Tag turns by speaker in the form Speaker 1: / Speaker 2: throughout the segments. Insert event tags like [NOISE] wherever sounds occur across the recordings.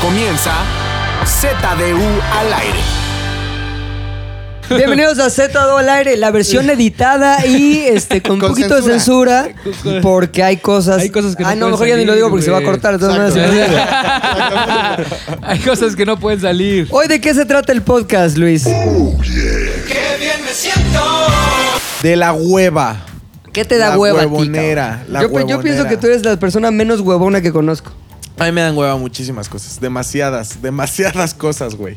Speaker 1: comienza ZDU al aire.
Speaker 2: Bienvenidos a Z2 al aire, la versión editada y este
Speaker 3: [LAUGHS]
Speaker 2: con,
Speaker 1: Con
Speaker 2: poquito de censura, porque hay cosas.
Speaker 3: Hay cosas que no
Speaker 2: Ah, no,
Speaker 3: pueden
Speaker 2: mejor ya ni lo
Speaker 3: salir,
Speaker 2: digo porque se va a
Speaker 3: güey.
Speaker 2: cortar. de todas maneras.
Speaker 3: [LAUGHS] Hay cosas que no pueden salir.
Speaker 2: Hoy, ¿de qué se trata el podcast, Luis?
Speaker 1: De la hueva.
Speaker 2: ¿Qué te da
Speaker 1: La
Speaker 2: hueva, a ti,
Speaker 1: huevonera,
Speaker 2: cabrón?
Speaker 1: la
Speaker 2: yo, pe- yo
Speaker 1: huevonera.
Speaker 2: pienso que tú eres la persona menos huevona que conozco.
Speaker 1: A mí me dan hueva muchísimas cosas. Demasiadas, demasiadas cosas, güey.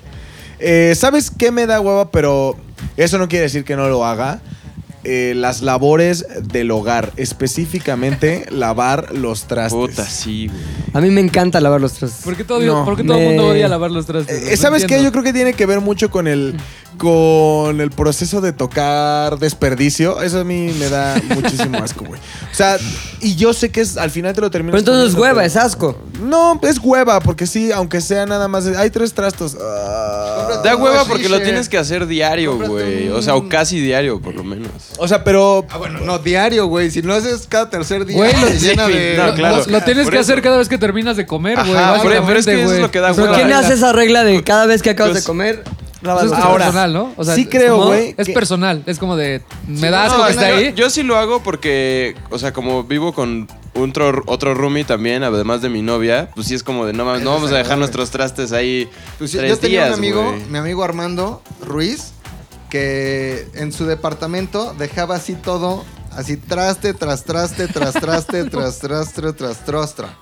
Speaker 1: Eh, ¿Sabes qué me da hueva? Pero eso no quiere decir que no lo haga. Eh, las labores del hogar,
Speaker 4: [LAUGHS]
Speaker 1: específicamente lavar los trastes.
Speaker 4: Puta, sí, güey.
Speaker 2: A mí me encanta lavar los trastes.
Speaker 3: ¿Por qué todo,
Speaker 1: No,
Speaker 3: por qué todo el
Speaker 2: me-
Speaker 3: mundo odia lavar los trastes?
Speaker 1: Eh, ¿Sabes qué? Yo creo que tiene que ver mucho con el con el proceso de tocar desperdicio. Eso a mí me
Speaker 4: [LAUGHS]
Speaker 1: da muchísimo asco, güey. O sea, y yo sé que es, al final te lo terminas.
Speaker 2: Pero entonces
Speaker 1: comiendo,
Speaker 2: hueva,
Speaker 1: pero-
Speaker 2: es asco.
Speaker 1: No, es hueva, porque sí, aunque sea nada más. de- Hay tres trastos. Ah.
Speaker 4: Da hueva porque lo tienes que hacer diario, güey. O sea, o casi diario, por lo menos.
Speaker 1: O sea, pero.
Speaker 5: Ah, bueno, no, diario, güey. Si no haces cada tercer día,
Speaker 3: Güey, lo-
Speaker 5: se llena
Speaker 4: sí,
Speaker 5: de...
Speaker 4: no,
Speaker 3: Lo-
Speaker 4: claro.
Speaker 3: lo, lo tienes
Speaker 4: Por
Speaker 3: que
Speaker 4: eso.
Speaker 3: hacer cada vez que terminas de comer, güey.
Speaker 4: Ajá,
Speaker 3: básicamente,
Speaker 4: pero- pero es que eso es
Speaker 3: güey.
Speaker 4: lo que da
Speaker 2: ¿Pero
Speaker 4: hueva.
Speaker 2: quién hace esa regla de cada vez que acabas
Speaker 4: Pues-
Speaker 2: de comer?
Speaker 3: Eso es
Speaker 1: Ahora,
Speaker 3: personal, ¿no? O sea,
Speaker 1: sí
Speaker 3: es
Speaker 1: creo,
Speaker 3: como-
Speaker 1: güey,
Speaker 3: Es
Speaker 1: que-
Speaker 3: personal. Es como de. Me da
Speaker 4: No,
Speaker 3: asco que está
Speaker 4: yo-
Speaker 3: ahí.
Speaker 4: Yo sí lo hago porque, o sea, como vivo con un tro- otro roomie también, además de mi novia, pues sí es como de no mames, no vamos a dejar nuestros trastes ahí
Speaker 5: Pues,
Speaker 4: tres
Speaker 5: yo tenía
Speaker 4: días,
Speaker 5: un amigo,
Speaker 4: güey.
Speaker 5: mi amigo Armando Ruiz, que en su departamento dejaba así todo, así traste, tras traste, tras traste, tras trastre, tras trostra.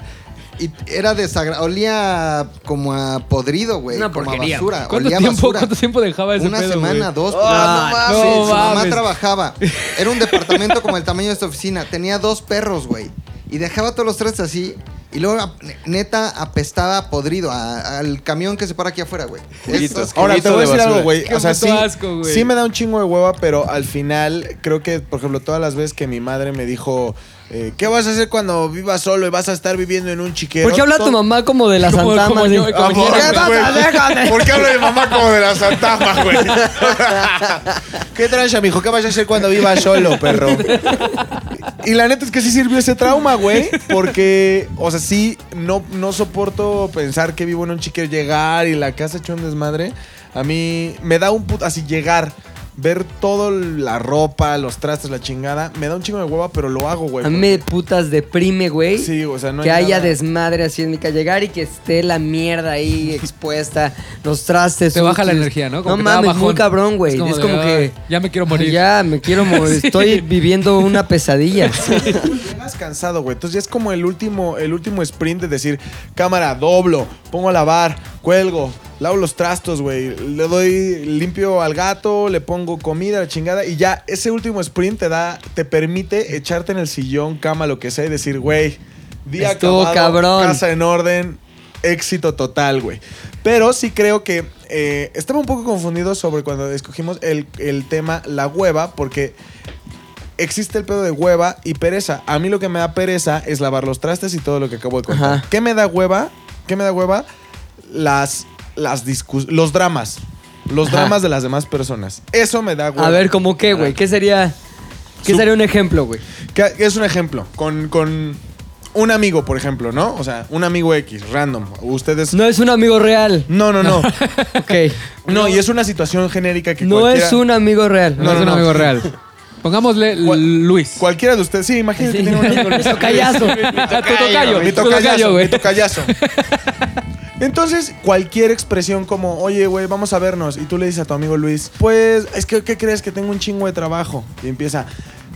Speaker 5: Y era desagradable, olía como a podrido, güey,
Speaker 2: Una
Speaker 5: como a
Speaker 2: porquería,
Speaker 5: basura.
Speaker 3: ¿Cuánto
Speaker 5: olía a
Speaker 3: tiempo,
Speaker 5: basura.
Speaker 3: ¿Cuánto tiempo dejaba ese
Speaker 5: Una
Speaker 3: pedo,
Speaker 5: semana,
Speaker 3: güey?
Speaker 5: dos. pues,
Speaker 2: Ah,
Speaker 3: no
Speaker 5: no, mames. Su mamá
Speaker 3: mames.
Speaker 5: trabajaba. Era un departamento como el tamaño de esta oficina. Tenía dos perros, güey. Y dejaba todos los trastes así. Y luego, ap- neta, apestaba a podrido a- al camión que se para aquí afuera, güey.
Speaker 4: Juguito.
Speaker 5: Eso-
Speaker 1: Ahora te
Speaker 4: Juguito
Speaker 1: voy a
Speaker 4: de
Speaker 1: decir
Speaker 4: basura.
Speaker 1: algo, güey.
Speaker 3: Qué
Speaker 1: O sea,
Speaker 3: puto
Speaker 1: sí,
Speaker 3: asco, güey.
Speaker 1: sí me da un chingo de hueva, pero al final creo que, por ejemplo, todas las veces que mi madre me dijo, eh, ¿qué vas a hacer cuando vivas solo y vas a estar viviendo en un chiquero?
Speaker 2: ¿Por qué habla
Speaker 1: Todo-
Speaker 2: tu mamá como de las
Speaker 3: Como- como
Speaker 2: antamas? "Ah,
Speaker 3: yo-
Speaker 2: de-
Speaker 1: Ah,
Speaker 3: como yo-
Speaker 2: ¿Qué pasa? Déjame.
Speaker 1: ¿Por qué habla mi mamá como de la Santama, güey? [LAUGHS] ¿Qué trancha, mijo? ¿Qué vas a hacer cuando vivas solo, [LAUGHS] perro? Y la neta es que sí sirvió ese trauma, güey. Porque, o sea, sí, no, no soporto pensar que vivo en un chiquero, llegar y la casa hecho un desmadre. A mí me da un puto. Así llegar, ver toda la ropa, los trastes, la chingada. Me da un chingo de hueva, pero lo hago, güey.
Speaker 2: A mí me putas deprime, güey.
Speaker 1: Sí, o sea, no
Speaker 2: que
Speaker 1: hay
Speaker 2: haya
Speaker 1: nada.
Speaker 2: desmadre así en mi calle. Llegar y que esté la mierda ahí expuesta, los trastes.
Speaker 3: Te baja la
Speaker 2: sucios.
Speaker 3: energía, ¿no?
Speaker 2: No
Speaker 3: Como que te da
Speaker 2: mames, muy
Speaker 3: bajón.
Speaker 2: cabrón, güey.
Speaker 3: Es
Speaker 2: Es como,
Speaker 3: como de,
Speaker 2: que.
Speaker 3: "Ay, ya me quiero morir".
Speaker 2: Ya, me quiero morir.
Speaker 3: Sí.
Speaker 2: Estoy viviendo una pesadilla.
Speaker 1: Llegas Pues cansado, güey. Entonces ya es como el último, el último sprint de decir, cámara, doblo, pongo a lavar, cuelgo, lavo los trastos, güey. Le doy limpio al gato, le pongo comida, la chingada. Y ya ese último sprint te da, te permite echarte en el sillón, cama, lo que sea, y decir, güey, día
Speaker 2: Estuvo
Speaker 1: acabado,
Speaker 2: cabrón.
Speaker 1: casa en orden, éxito total, güey. Pero sí creo que eh, estaba un poco confundido sobre cuando escogimos el, el tema la hueva, porque existe el pedo de hueva y pereza. A mí lo que me da pereza es lavar los trastes y todo lo que acabo de contar.
Speaker 2: Ajá.
Speaker 1: ¿Qué me da hueva? ¿Qué me da hueva? Las, las discus los dramas. Los
Speaker 2: Ajá.
Speaker 1: dramas de las demás personas. Eso me da hueva.
Speaker 2: A ver, ¿cómo qué, güey? ¿Qué sería.? ¿Qué
Speaker 1: Su-
Speaker 2: sería un ejemplo, güey?
Speaker 1: Que- que es un ejemplo. Con, con un amigo, por ejemplo, ¿no? O sea, un amigo X, random. Ustedes.
Speaker 2: No es un amigo
Speaker 1: [LAUGHS]
Speaker 2: real.
Speaker 1: No, no,
Speaker 2: [LAUGHS]
Speaker 1: no.
Speaker 2: Ok.
Speaker 1: No, y es una situación genérica que
Speaker 2: No
Speaker 1: cualquiera,
Speaker 2: es un amigo real.
Speaker 3: No,
Speaker 1: No,
Speaker 2: [LAUGHS]
Speaker 3: es
Speaker 1: no,
Speaker 3: un
Speaker 1: no.
Speaker 3: amigo real. Pongámosle
Speaker 1: ¿Cuál-
Speaker 3: Luis.
Speaker 1: Cualquiera de ustedes. Sí, imagínate
Speaker 2: Sí.
Speaker 1: que tiene un amigo.
Speaker 2: [LAUGHS] Mi
Speaker 1: [LAUGHS]
Speaker 2: tocayazo.
Speaker 3: Ah, tu tocayo,
Speaker 1: Mi
Speaker 3: tu
Speaker 1: tocayazo,
Speaker 3: tocayo,
Speaker 1: mi
Speaker 3: güey.
Speaker 1: tocayazo. [LAUGHS] Entonces, cualquier expresión como, oye, güey, vamos a vernos, y tú le dices a tu amigo Luis, pues, es que, ¿qué crees? Que tengo un chingo de trabajo. Y empieza,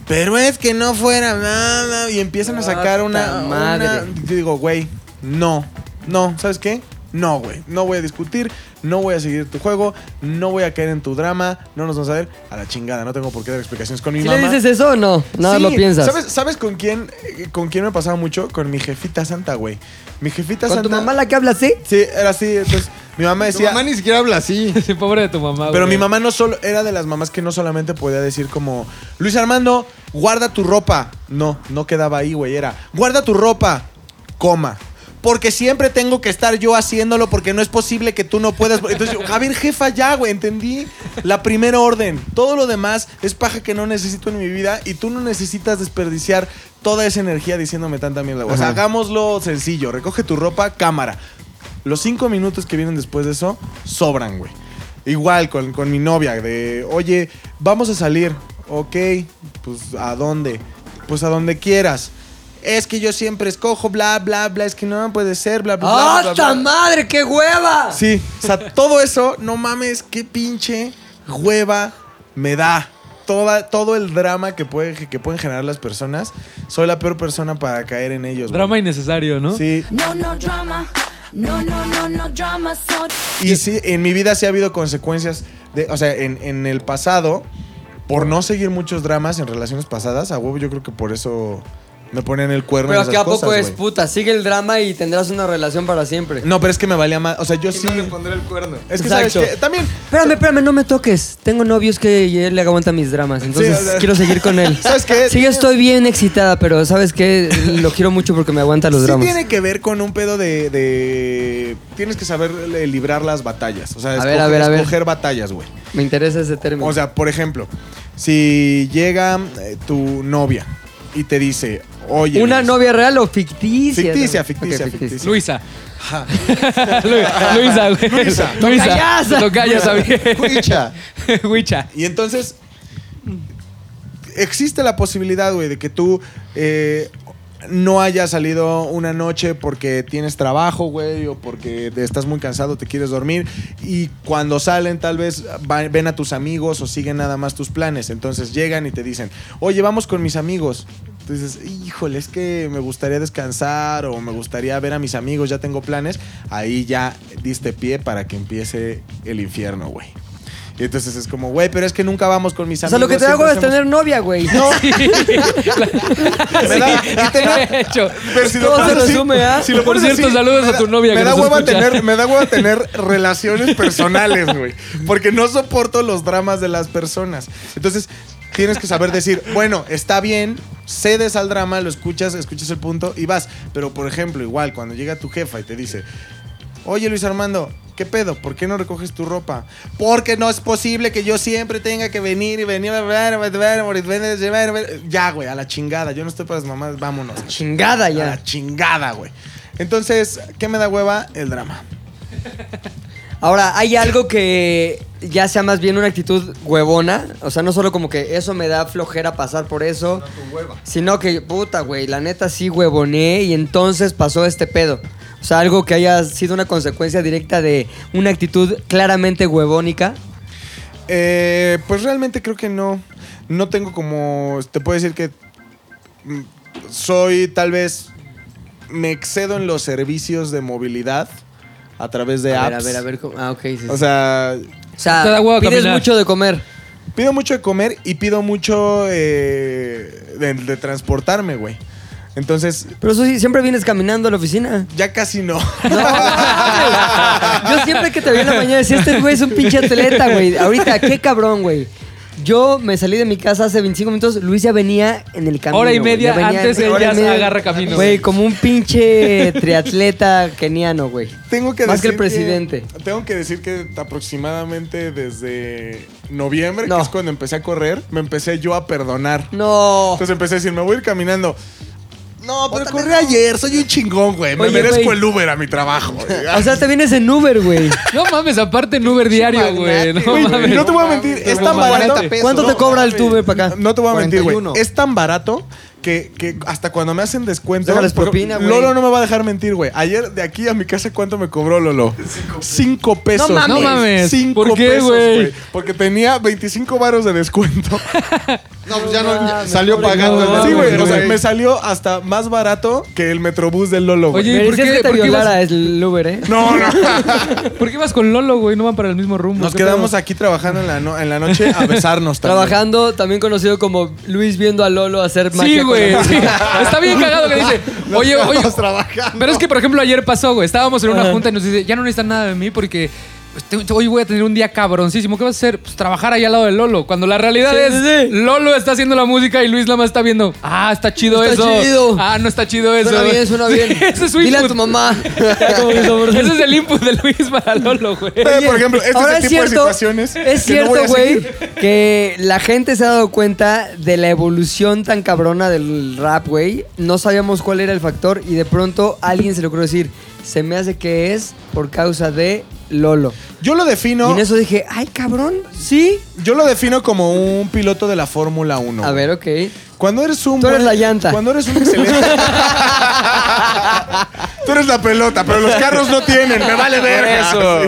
Speaker 1: pero es que no fuera nada. Y empiezan a sacar una.
Speaker 2: Puta madre.
Speaker 1: una- Yo digo, güey, no, no, ¿sabes qué? No, güey, no voy a discutir, no voy a seguir tu juego, no voy a caer en tu drama, no nos vamos a ver a la chingada, no tengo por qué dar explicaciones con mi
Speaker 2: ¿Sí le
Speaker 1: mamá.
Speaker 2: dices eso o no? Nada
Speaker 1: Sí,
Speaker 2: lo piensas.
Speaker 1: ¿Sabes, ¿sabes con quién eh, con quién me pasaba mucho? Con mi jefita santa, güey. Mi jefita
Speaker 2: ¿Con
Speaker 1: santa.
Speaker 2: tu mamá la que habla así?
Speaker 1: Sí, era así. Entonces, mi mamá
Speaker 5: Tu
Speaker 1: decía.
Speaker 5: mamá ni siquiera habla así.
Speaker 3: Sí, [LAUGHS] pobre de tu mamá,
Speaker 1: Pero
Speaker 3: güey.
Speaker 1: mi mamá no solo era de las mamás que no solamente podía decir como Luis Armando, guarda tu ropa. No, no quedaba ahí, güey. Era guarda tu ropa, coma. Porque siempre tengo que estar yo haciéndolo porque no es posible que tú no puedas. Entonces, yo, a ver, jefa, ya, güey, entendí la primera orden. Todo lo demás es paja que no necesito en mi vida y tú no necesitas desperdiciar toda esa energía diciéndome tanta mierda. güey. O sea,
Speaker 2: Ajá.
Speaker 1: hagámoslo sencillo. Recoge tu ropa, cámara. Los cinco minutos que vienen después de eso sobran, güey. Igual con, con mi novia, de, oye, vamos a salir. Ok, pues ¿a dónde? Pues a donde quieras. Es que yo siempre escojo, bla, bla, bla, es que no puede ser, bla, bla, bla, bla, bla.
Speaker 2: ¡Hasta ¡Ah, madre, qué hueva!
Speaker 1: Sí, o sea, todo eso, no mames, qué pinche hueva me da. Toda, todo el drama que, puede, que pueden generar las personas, soy la peor persona para caer en ellos. güey.
Speaker 3: Drama innecesario, ¿no?
Speaker 1: Sí,
Speaker 6: No, no drama. No, no, no, no drama. So
Speaker 1: y sí, en mi vida sí ha habido consecuencias, de, o sea, en, en el pasado, por no seguir muchos dramas en relaciones pasadas, a huevo yo creo que por eso me ponen el cuerno.
Speaker 2: Pero
Speaker 1: en
Speaker 2: que
Speaker 1: esas
Speaker 2: a poco
Speaker 1: cosas,
Speaker 2: es
Speaker 1: güey.
Speaker 2: puta, sigue el drama y tendrás una relación para siempre.
Speaker 1: No, pero es que me valía más, o sea, yo
Speaker 5: Y
Speaker 1: sí...
Speaker 5: no le pondré el cuerno.
Speaker 1: Es que
Speaker 2: Exacto.
Speaker 1: sabes que también...
Speaker 2: Espérame, espérame, no me toques. Tengo novios que y él le aguanta mis dramas, entonces
Speaker 1: Sí, o sea-
Speaker 2: quiero seguir con él.
Speaker 1: [LAUGHS] ¿Sabes qué?
Speaker 2: Sí, yo estoy bien excitada, pero ¿sabes qué? Lo quiero mucho porque me aguanta los
Speaker 1: sí
Speaker 2: dramas.
Speaker 1: tiene que ver con un pedo de, de- Tienes que saber eh, librar las batallas. O sea,
Speaker 2: A
Speaker 1: escoger,
Speaker 2: ver, a ver, a ver.
Speaker 1: escoger batallas, güey.
Speaker 2: Me interesa ese término.
Speaker 1: O sea, por ejemplo, si llega eh, tu novia y te dice, oye...
Speaker 2: ¿Una
Speaker 1: Luis,
Speaker 2: novia real o ficticia?
Speaker 1: Ficticia,
Speaker 2: Ok,
Speaker 1: ficticia, ficticia.
Speaker 3: Luisa. [LAUGHS] Lu- Luisa, güey.
Speaker 1: Luisa.
Speaker 3: Luisa.
Speaker 2: Tocayasa.
Speaker 3: Tocayasa,
Speaker 1: [LAUGHS]
Speaker 3: bien.
Speaker 5: Cuicha.
Speaker 3: Huicha.
Speaker 1: Y entonces, existe la posibilidad, güey, de que tú eh, no hayas salido una noche porque tienes trabajo, güey, o porque te estás muy cansado, te quieres dormir. Y cuando salen, tal vez va- ven a tus amigos o siguen nada más tus planes. Entonces llegan y te dicen, oye, vamos con mis amigos. Entonces, híjole, es que me gustaría descansar o me gustaría ver a mis amigos, ya tengo planes. Ahí ya diste pie para que empiece el infierno, güey. Y entonces es como, güey, pero es que nunca vamos con mis
Speaker 2: O
Speaker 1: amigos.
Speaker 2: sea, lo que te hago
Speaker 1: siempre
Speaker 2: es
Speaker 1: hacemos-
Speaker 2: tener novia, güey. No,
Speaker 1: [LAUGHS] Me da- y te-
Speaker 3: De hecho.
Speaker 1: pero si lo
Speaker 2: Todo se
Speaker 1: pones así-
Speaker 2: resume a-
Speaker 1: si lo
Speaker 3: Por
Speaker 1: pones
Speaker 3: cierto,
Speaker 1: así,
Speaker 3: saludos
Speaker 1: me
Speaker 3: a
Speaker 1: da-
Speaker 3: tu novia
Speaker 1: Me
Speaker 3: que
Speaker 1: da,
Speaker 3: nos
Speaker 1: hueva
Speaker 3: escucha.
Speaker 1: tener, me da hueva tener
Speaker 3: [LAUGHS]
Speaker 1: relaciones personales, güey. Porque no soporto los dramas de las personas. Entonces, tienes que saber decir, bueno, está bien, cedes al drama, lo escuchas, escuchas el punto y vas. Pero, por ejemplo, igual, cuando llega tu jefa y te dice, Oye Luis Armando, ¿qué pedo? ¿Por qué no recoges tu ropa? Porque no es posible que yo siempre tenga que venir y venir. Ya, güey, a la chingada. Yo no estoy para las mamás, vámonos.
Speaker 2: Chingada
Speaker 1: A
Speaker 2: ya.
Speaker 1: la chingada, güey. Entonces, ¿qué me da hueva? El drama.
Speaker 2: Ahora, hay algo que ya sea más bien una actitud huevona. O sea, no solo como que eso me da flojera pasar por eso. Sino que, puta, güey, la neta sí huevoné y entonces pasó este pedo. O sea, algo que haya sido una consecuencia directa de una actitud claramente huevónica.
Speaker 1: Eh, pues realmente creo que no. No tengo como. Te puedo decir que. mm, Soy tal vez. Me excedo en los servicios de movilidad a través de
Speaker 2: a
Speaker 1: apps.
Speaker 2: ver, a ver, a ver. cómo- Ah, ok, sí. sí.
Speaker 1: O sea,
Speaker 2: O sea,
Speaker 3: Te da hueva
Speaker 2: pides
Speaker 3: caminar.
Speaker 2: mucho de comer.
Speaker 1: Pido mucho de comer y pido mucho eh, de, de transportarme, güey. Entonces,
Speaker 2: Pero eso sí, siempre vienes caminando a la oficina.
Speaker 1: ya casi
Speaker 2: [LAUGHS]
Speaker 1: no.
Speaker 2: Yo siempre que te veo en la mañana decía, este güey es un pinche atleta, güey. Ahorita, qué cabrón, güey. Yo me salí de mi casa hace 25 minutos, Luis ya venía en el camino.
Speaker 3: Hora y
Speaker 2: güey.
Speaker 3: media
Speaker 2: Ya venía-
Speaker 3: antes
Speaker 2: hora y
Speaker 3: ella
Speaker 2: media.
Speaker 3: agarra camino.
Speaker 2: Güey, como un pinche triatleta keniano, güey.
Speaker 1: Tengo que
Speaker 2: Más que
Speaker 1: decir
Speaker 2: el presidente.
Speaker 1: tengo que decir que aproximadamente desde noviembre,
Speaker 2: No.
Speaker 1: que es cuando empecé a correr, me empecé yo a perdonar.
Speaker 2: No.
Speaker 1: Entonces empecé a decir, me voy a ir caminando. No, pero
Speaker 2: Otra
Speaker 1: corrí
Speaker 2: vez no.
Speaker 1: ayer, soy un chingón, güey. Me
Speaker 2: Oye,
Speaker 1: merezco
Speaker 2: güey.
Speaker 1: el Uber a
Speaker 2: [LAUGHS]
Speaker 1: mi trabajo.
Speaker 2: O sea, te vienes en Uber, güey.
Speaker 3: No mames, aparte en Uber diario, güey. No
Speaker 1: Güey,
Speaker 3: mames.
Speaker 1: no te voy a mentir, es
Speaker 3: tan barato.
Speaker 2: ¿Cuánto te cobra el tuve para acá?
Speaker 1: No te voy a mentir, güey.
Speaker 5: 41.
Speaker 1: Es tan barato que, que hasta cuando me hacen descuento.
Speaker 2: Déjales
Speaker 1: por
Speaker 2: propina,
Speaker 1: ejemplo,
Speaker 2: güey.
Speaker 1: Lolo no me va a dejar mentir, güey. Ayer de aquí a mi casa, ¿cuánto me cobró Lolo? Cinco pesos.
Speaker 2: No mames.
Speaker 1: güey.
Speaker 3: No mames.
Speaker 1: Cinco
Speaker 3: ¿Por qué,
Speaker 1: pesos,
Speaker 3: güey?
Speaker 1: güey. Porque tenía 25 varos de descuento.
Speaker 5: No, pues ya no. ya-
Speaker 2: No,
Speaker 5: salió
Speaker 2: pobre
Speaker 5: pagando.
Speaker 3: no,
Speaker 5: ¿no?
Speaker 1: sí, güey.
Speaker 3: mames,
Speaker 1: O sea,
Speaker 3: güey.
Speaker 1: me salió hasta más barato que el metrobús del Lolo, güey.
Speaker 3: Oye, ¿y por
Speaker 2: Merecías
Speaker 3: qué,
Speaker 2: que te
Speaker 3: por qué
Speaker 2: violara
Speaker 3: ibas,
Speaker 2: el Uber, ¿eh?
Speaker 1: No, no.
Speaker 3: por qué ibas con Lolo, güey? No van para el mismo rumbo.
Speaker 1: Nos
Speaker 3: ¿Qué
Speaker 1: quedamos
Speaker 3: pedo?
Speaker 1: aquí trabajando en la, no- en la noche a besarnos. también.
Speaker 2: Trabajando, también conocido como Luis viendo a Lolo hacer magia.
Speaker 3: Sí,
Speaker 2: con
Speaker 3: güey.
Speaker 2: la-
Speaker 3: sí. [LAUGHS] Está bien cagado
Speaker 2: [LAUGHS]
Speaker 3: que dice. Oye, oye.
Speaker 5: Estamos trabajando.
Speaker 3: Pero es que, por ejemplo, ayer pasó, güey. Estábamos en una junta y nos dice, ya no necesitan nada de mí porque "Este- hoy voy a tener un día cabroncísimo. ¿Qué vas a hacer? Pues trabajar ahí al lado de Lolo. Cuando la realidad
Speaker 2: Sí,
Speaker 3: es,
Speaker 2: sí, sí.
Speaker 3: Lolo está haciendo la música y Luis Lama está viendo. Ah, está chido
Speaker 2: Está
Speaker 3: eso.
Speaker 2: chido.
Speaker 3: Ah, no está chido eso.
Speaker 2: Suena bien,
Speaker 3: [LAUGHS]
Speaker 2: suena bien.
Speaker 3: Ese es su
Speaker 2: Dile a
Speaker 3: input. [LAUGHS]
Speaker 2: tu mamá.
Speaker 3: Ese es el input de Luis para Lolo, güey.
Speaker 1: Pero, por ejemplo, este
Speaker 2: Ahora
Speaker 1: es el tipo de situaciones que no
Speaker 2: Es cierto,
Speaker 1: voy a
Speaker 2: güey,
Speaker 1: seguir.
Speaker 2: que la gente se ha dado cuenta de la evolución tan cabrona del rap, güey. No sabíamos cuál era el factor y de pronto a alguien se le ocurrió decir, se me hace que es por causa de Lolo.
Speaker 1: Yo lo defino.
Speaker 2: Y en eso dije, ay, cabrón, sí.
Speaker 1: Yo lo defino como un piloto de la Fórmula 1.
Speaker 2: A ver, ok.
Speaker 1: Cuando eres un.
Speaker 2: Tú eres
Speaker 1: buen-
Speaker 2: la llanta.
Speaker 1: Cuando eres
Speaker 2: [LAUGHS]
Speaker 1: un excelente. Tú eres la pelota, pero los carros no tienen. Me vale ver [LAUGHS] eso.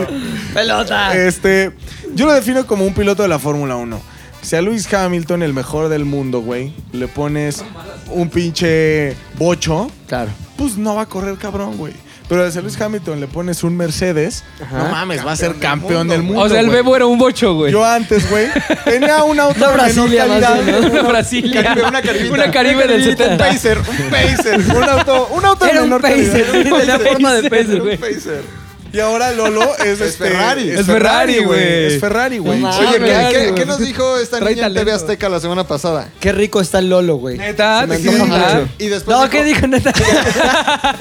Speaker 2: Pelota.
Speaker 1: Este, yo lo defino como un piloto de la Fórmula 1. Si a Lewis Hamilton, el mejor del mundo, güey, le pones un pinche bocho,
Speaker 2: Claro.
Speaker 1: pues no va a correr cabrón, güey. Pero si a Lewis Hamilton le pones un Mercedes, no mames, va a ser campeón del mundo.
Speaker 3: O sea, el
Speaker 1: güey.
Speaker 3: bebo era un bocho, güey.
Speaker 1: Yo antes, güey, tenía
Speaker 2: [LAUGHS]
Speaker 1: un auto
Speaker 2: Una
Speaker 1: de menor
Speaker 2: Brasilia, más
Speaker 1: calidad.
Speaker 2: bien,
Speaker 3: [LAUGHS] Una Brasilia.
Speaker 1: Caribe, una caribita.
Speaker 3: Una Caribe del
Speaker 1: Un
Speaker 3: 70.
Speaker 1: Pacer, un Pacer, un auto, un auto de
Speaker 2: Era un
Speaker 1: menor
Speaker 2: pacer,
Speaker 1: calidad.
Speaker 2: tenía
Speaker 3: [LAUGHS]
Speaker 2: forma de pacer,
Speaker 1: Un
Speaker 2: güey.
Speaker 1: Pacer. Y ahora Lolo es, este,
Speaker 5: Ferrari.
Speaker 3: Es Ferrari, güey.
Speaker 1: Es Ferrari, Ah, güey.
Speaker 2: No mames.
Speaker 5: Oye, ¿qué,
Speaker 3: claro,
Speaker 5: qué-
Speaker 3: güey.
Speaker 5: qué nos dijo esta
Speaker 3: Trae
Speaker 5: niña en TV
Speaker 3: talento.
Speaker 5: Azteca la semana pasada?
Speaker 2: Qué rico está el Lolo, güey.
Speaker 3: Neta,
Speaker 2: Se me antoja
Speaker 3: te
Speaker 5: Sí,
Speaker 3: quiero
Speaker 2: mucho.
Speaker 3: matar.
Speaker 5: Y después
Speaker 2: No,
Speaker 5: dijo
Speaker 2: ¿qué dijo
Speaker 1: [LAUGHS]
Speaker 2: neta?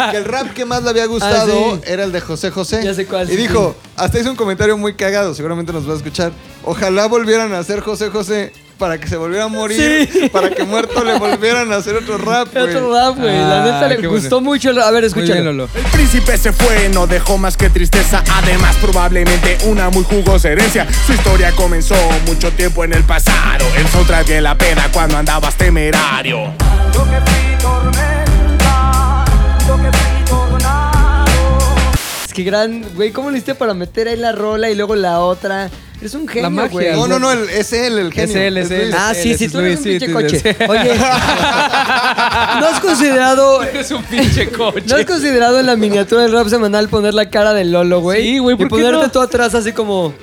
Speaker 5: que el rap que más le había gustado
Speaker 2: Ah, sí.
Speaker 5: era el de José José.
Speaker 2: Ya sé cuál,
Speaker 5: Y
Speaker 2: sí,
Speaker 5: dijo, hasta hizo un comentario muy cagado, seguramente nos va a escuchar. Ojalá volvieran a hacer José José para que se volviera a morir,
Speaker 2: Sí.
Speaker 5: para que muerto le volvieran a hacer otro rap, güey.
Speaker 2: Otro rap, güey. La
Speaker 3: Ah,
Speaker 2: neta
Speaker 3: qué
Speaker 2: le
Speaker 3: bueno.
Speaker 2: gustó mucho. el- A ver,
Speaker 3: Muy bien,
Speaker 2: escúchalo.
Speaker 3: Lolo.
Speaker 7: El príncipe se fue, no dejó más que tristeza, además probablemente una muy jugosa herencia. Su historia comenzó mucho tiempo en el pasado, el soundtrack de la pena cuando andabas temerario.
Speaker 2: Es que gran, güey, ¿cómo lo hiciste para meter ahí la rola y luego la otra? Es un genio,
Speaker 3: magia.
Speaker 2: güey.
Speaker 5: No, no, no, el- es él, el genio.
Speaker 3: él, es él.
Speaker 5: Luis.
Speaker 2: Ah, sí,
Speaker 3: Ese
Speaker 2: sí,
Speaker 3: es
Speaker 2: tú eres un
Speaker 3: Luis,
Speaker 2: pinche
Speaker 3: sí,
Speaker 2: coche.
Speaker 3: tú eres- [LAUGHS]
Speaker 2: Oye, ¿no has considerado...
Speaker 3: Eres Este un pinche coche.
Speaker 2: ¿No has considerado en la miniatura del rap semanal poner la cara del Lolo, güey?
Speaker 3: Sí, güey,
Speaker 2: Y
Speaker 3: ¿por qué
Speaker 2: ponerte
Speaker 3: no?
Speaker 2: tú atrás así como...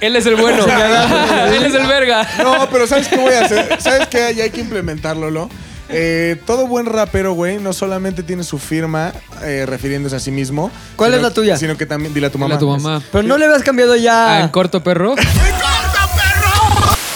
Speaker 3: Él es el bueno. Él es el verga.
Speaker 1: No, pero ¿sabes qué voy a hacer? ¿Sabes qué? Ya hay que implementarlo, Lolo. Eh, todo buen rapero, güey, no solamente tiene su firma eh, refiriéndose a sí mismo.
Speaker 2: ¿Cuál
Speaker 1: sino-
Speaker 2: es la tuya?
Speaker 1: Sino que también, dile a tu mamá.
Speaker 3: a tu mamá.
Speaker 2: Pero no le habías cambiado
Speaker 3: Ah, en
Speaker 2: ya...
Speaker 3: corto perro.
Speaker 1: Se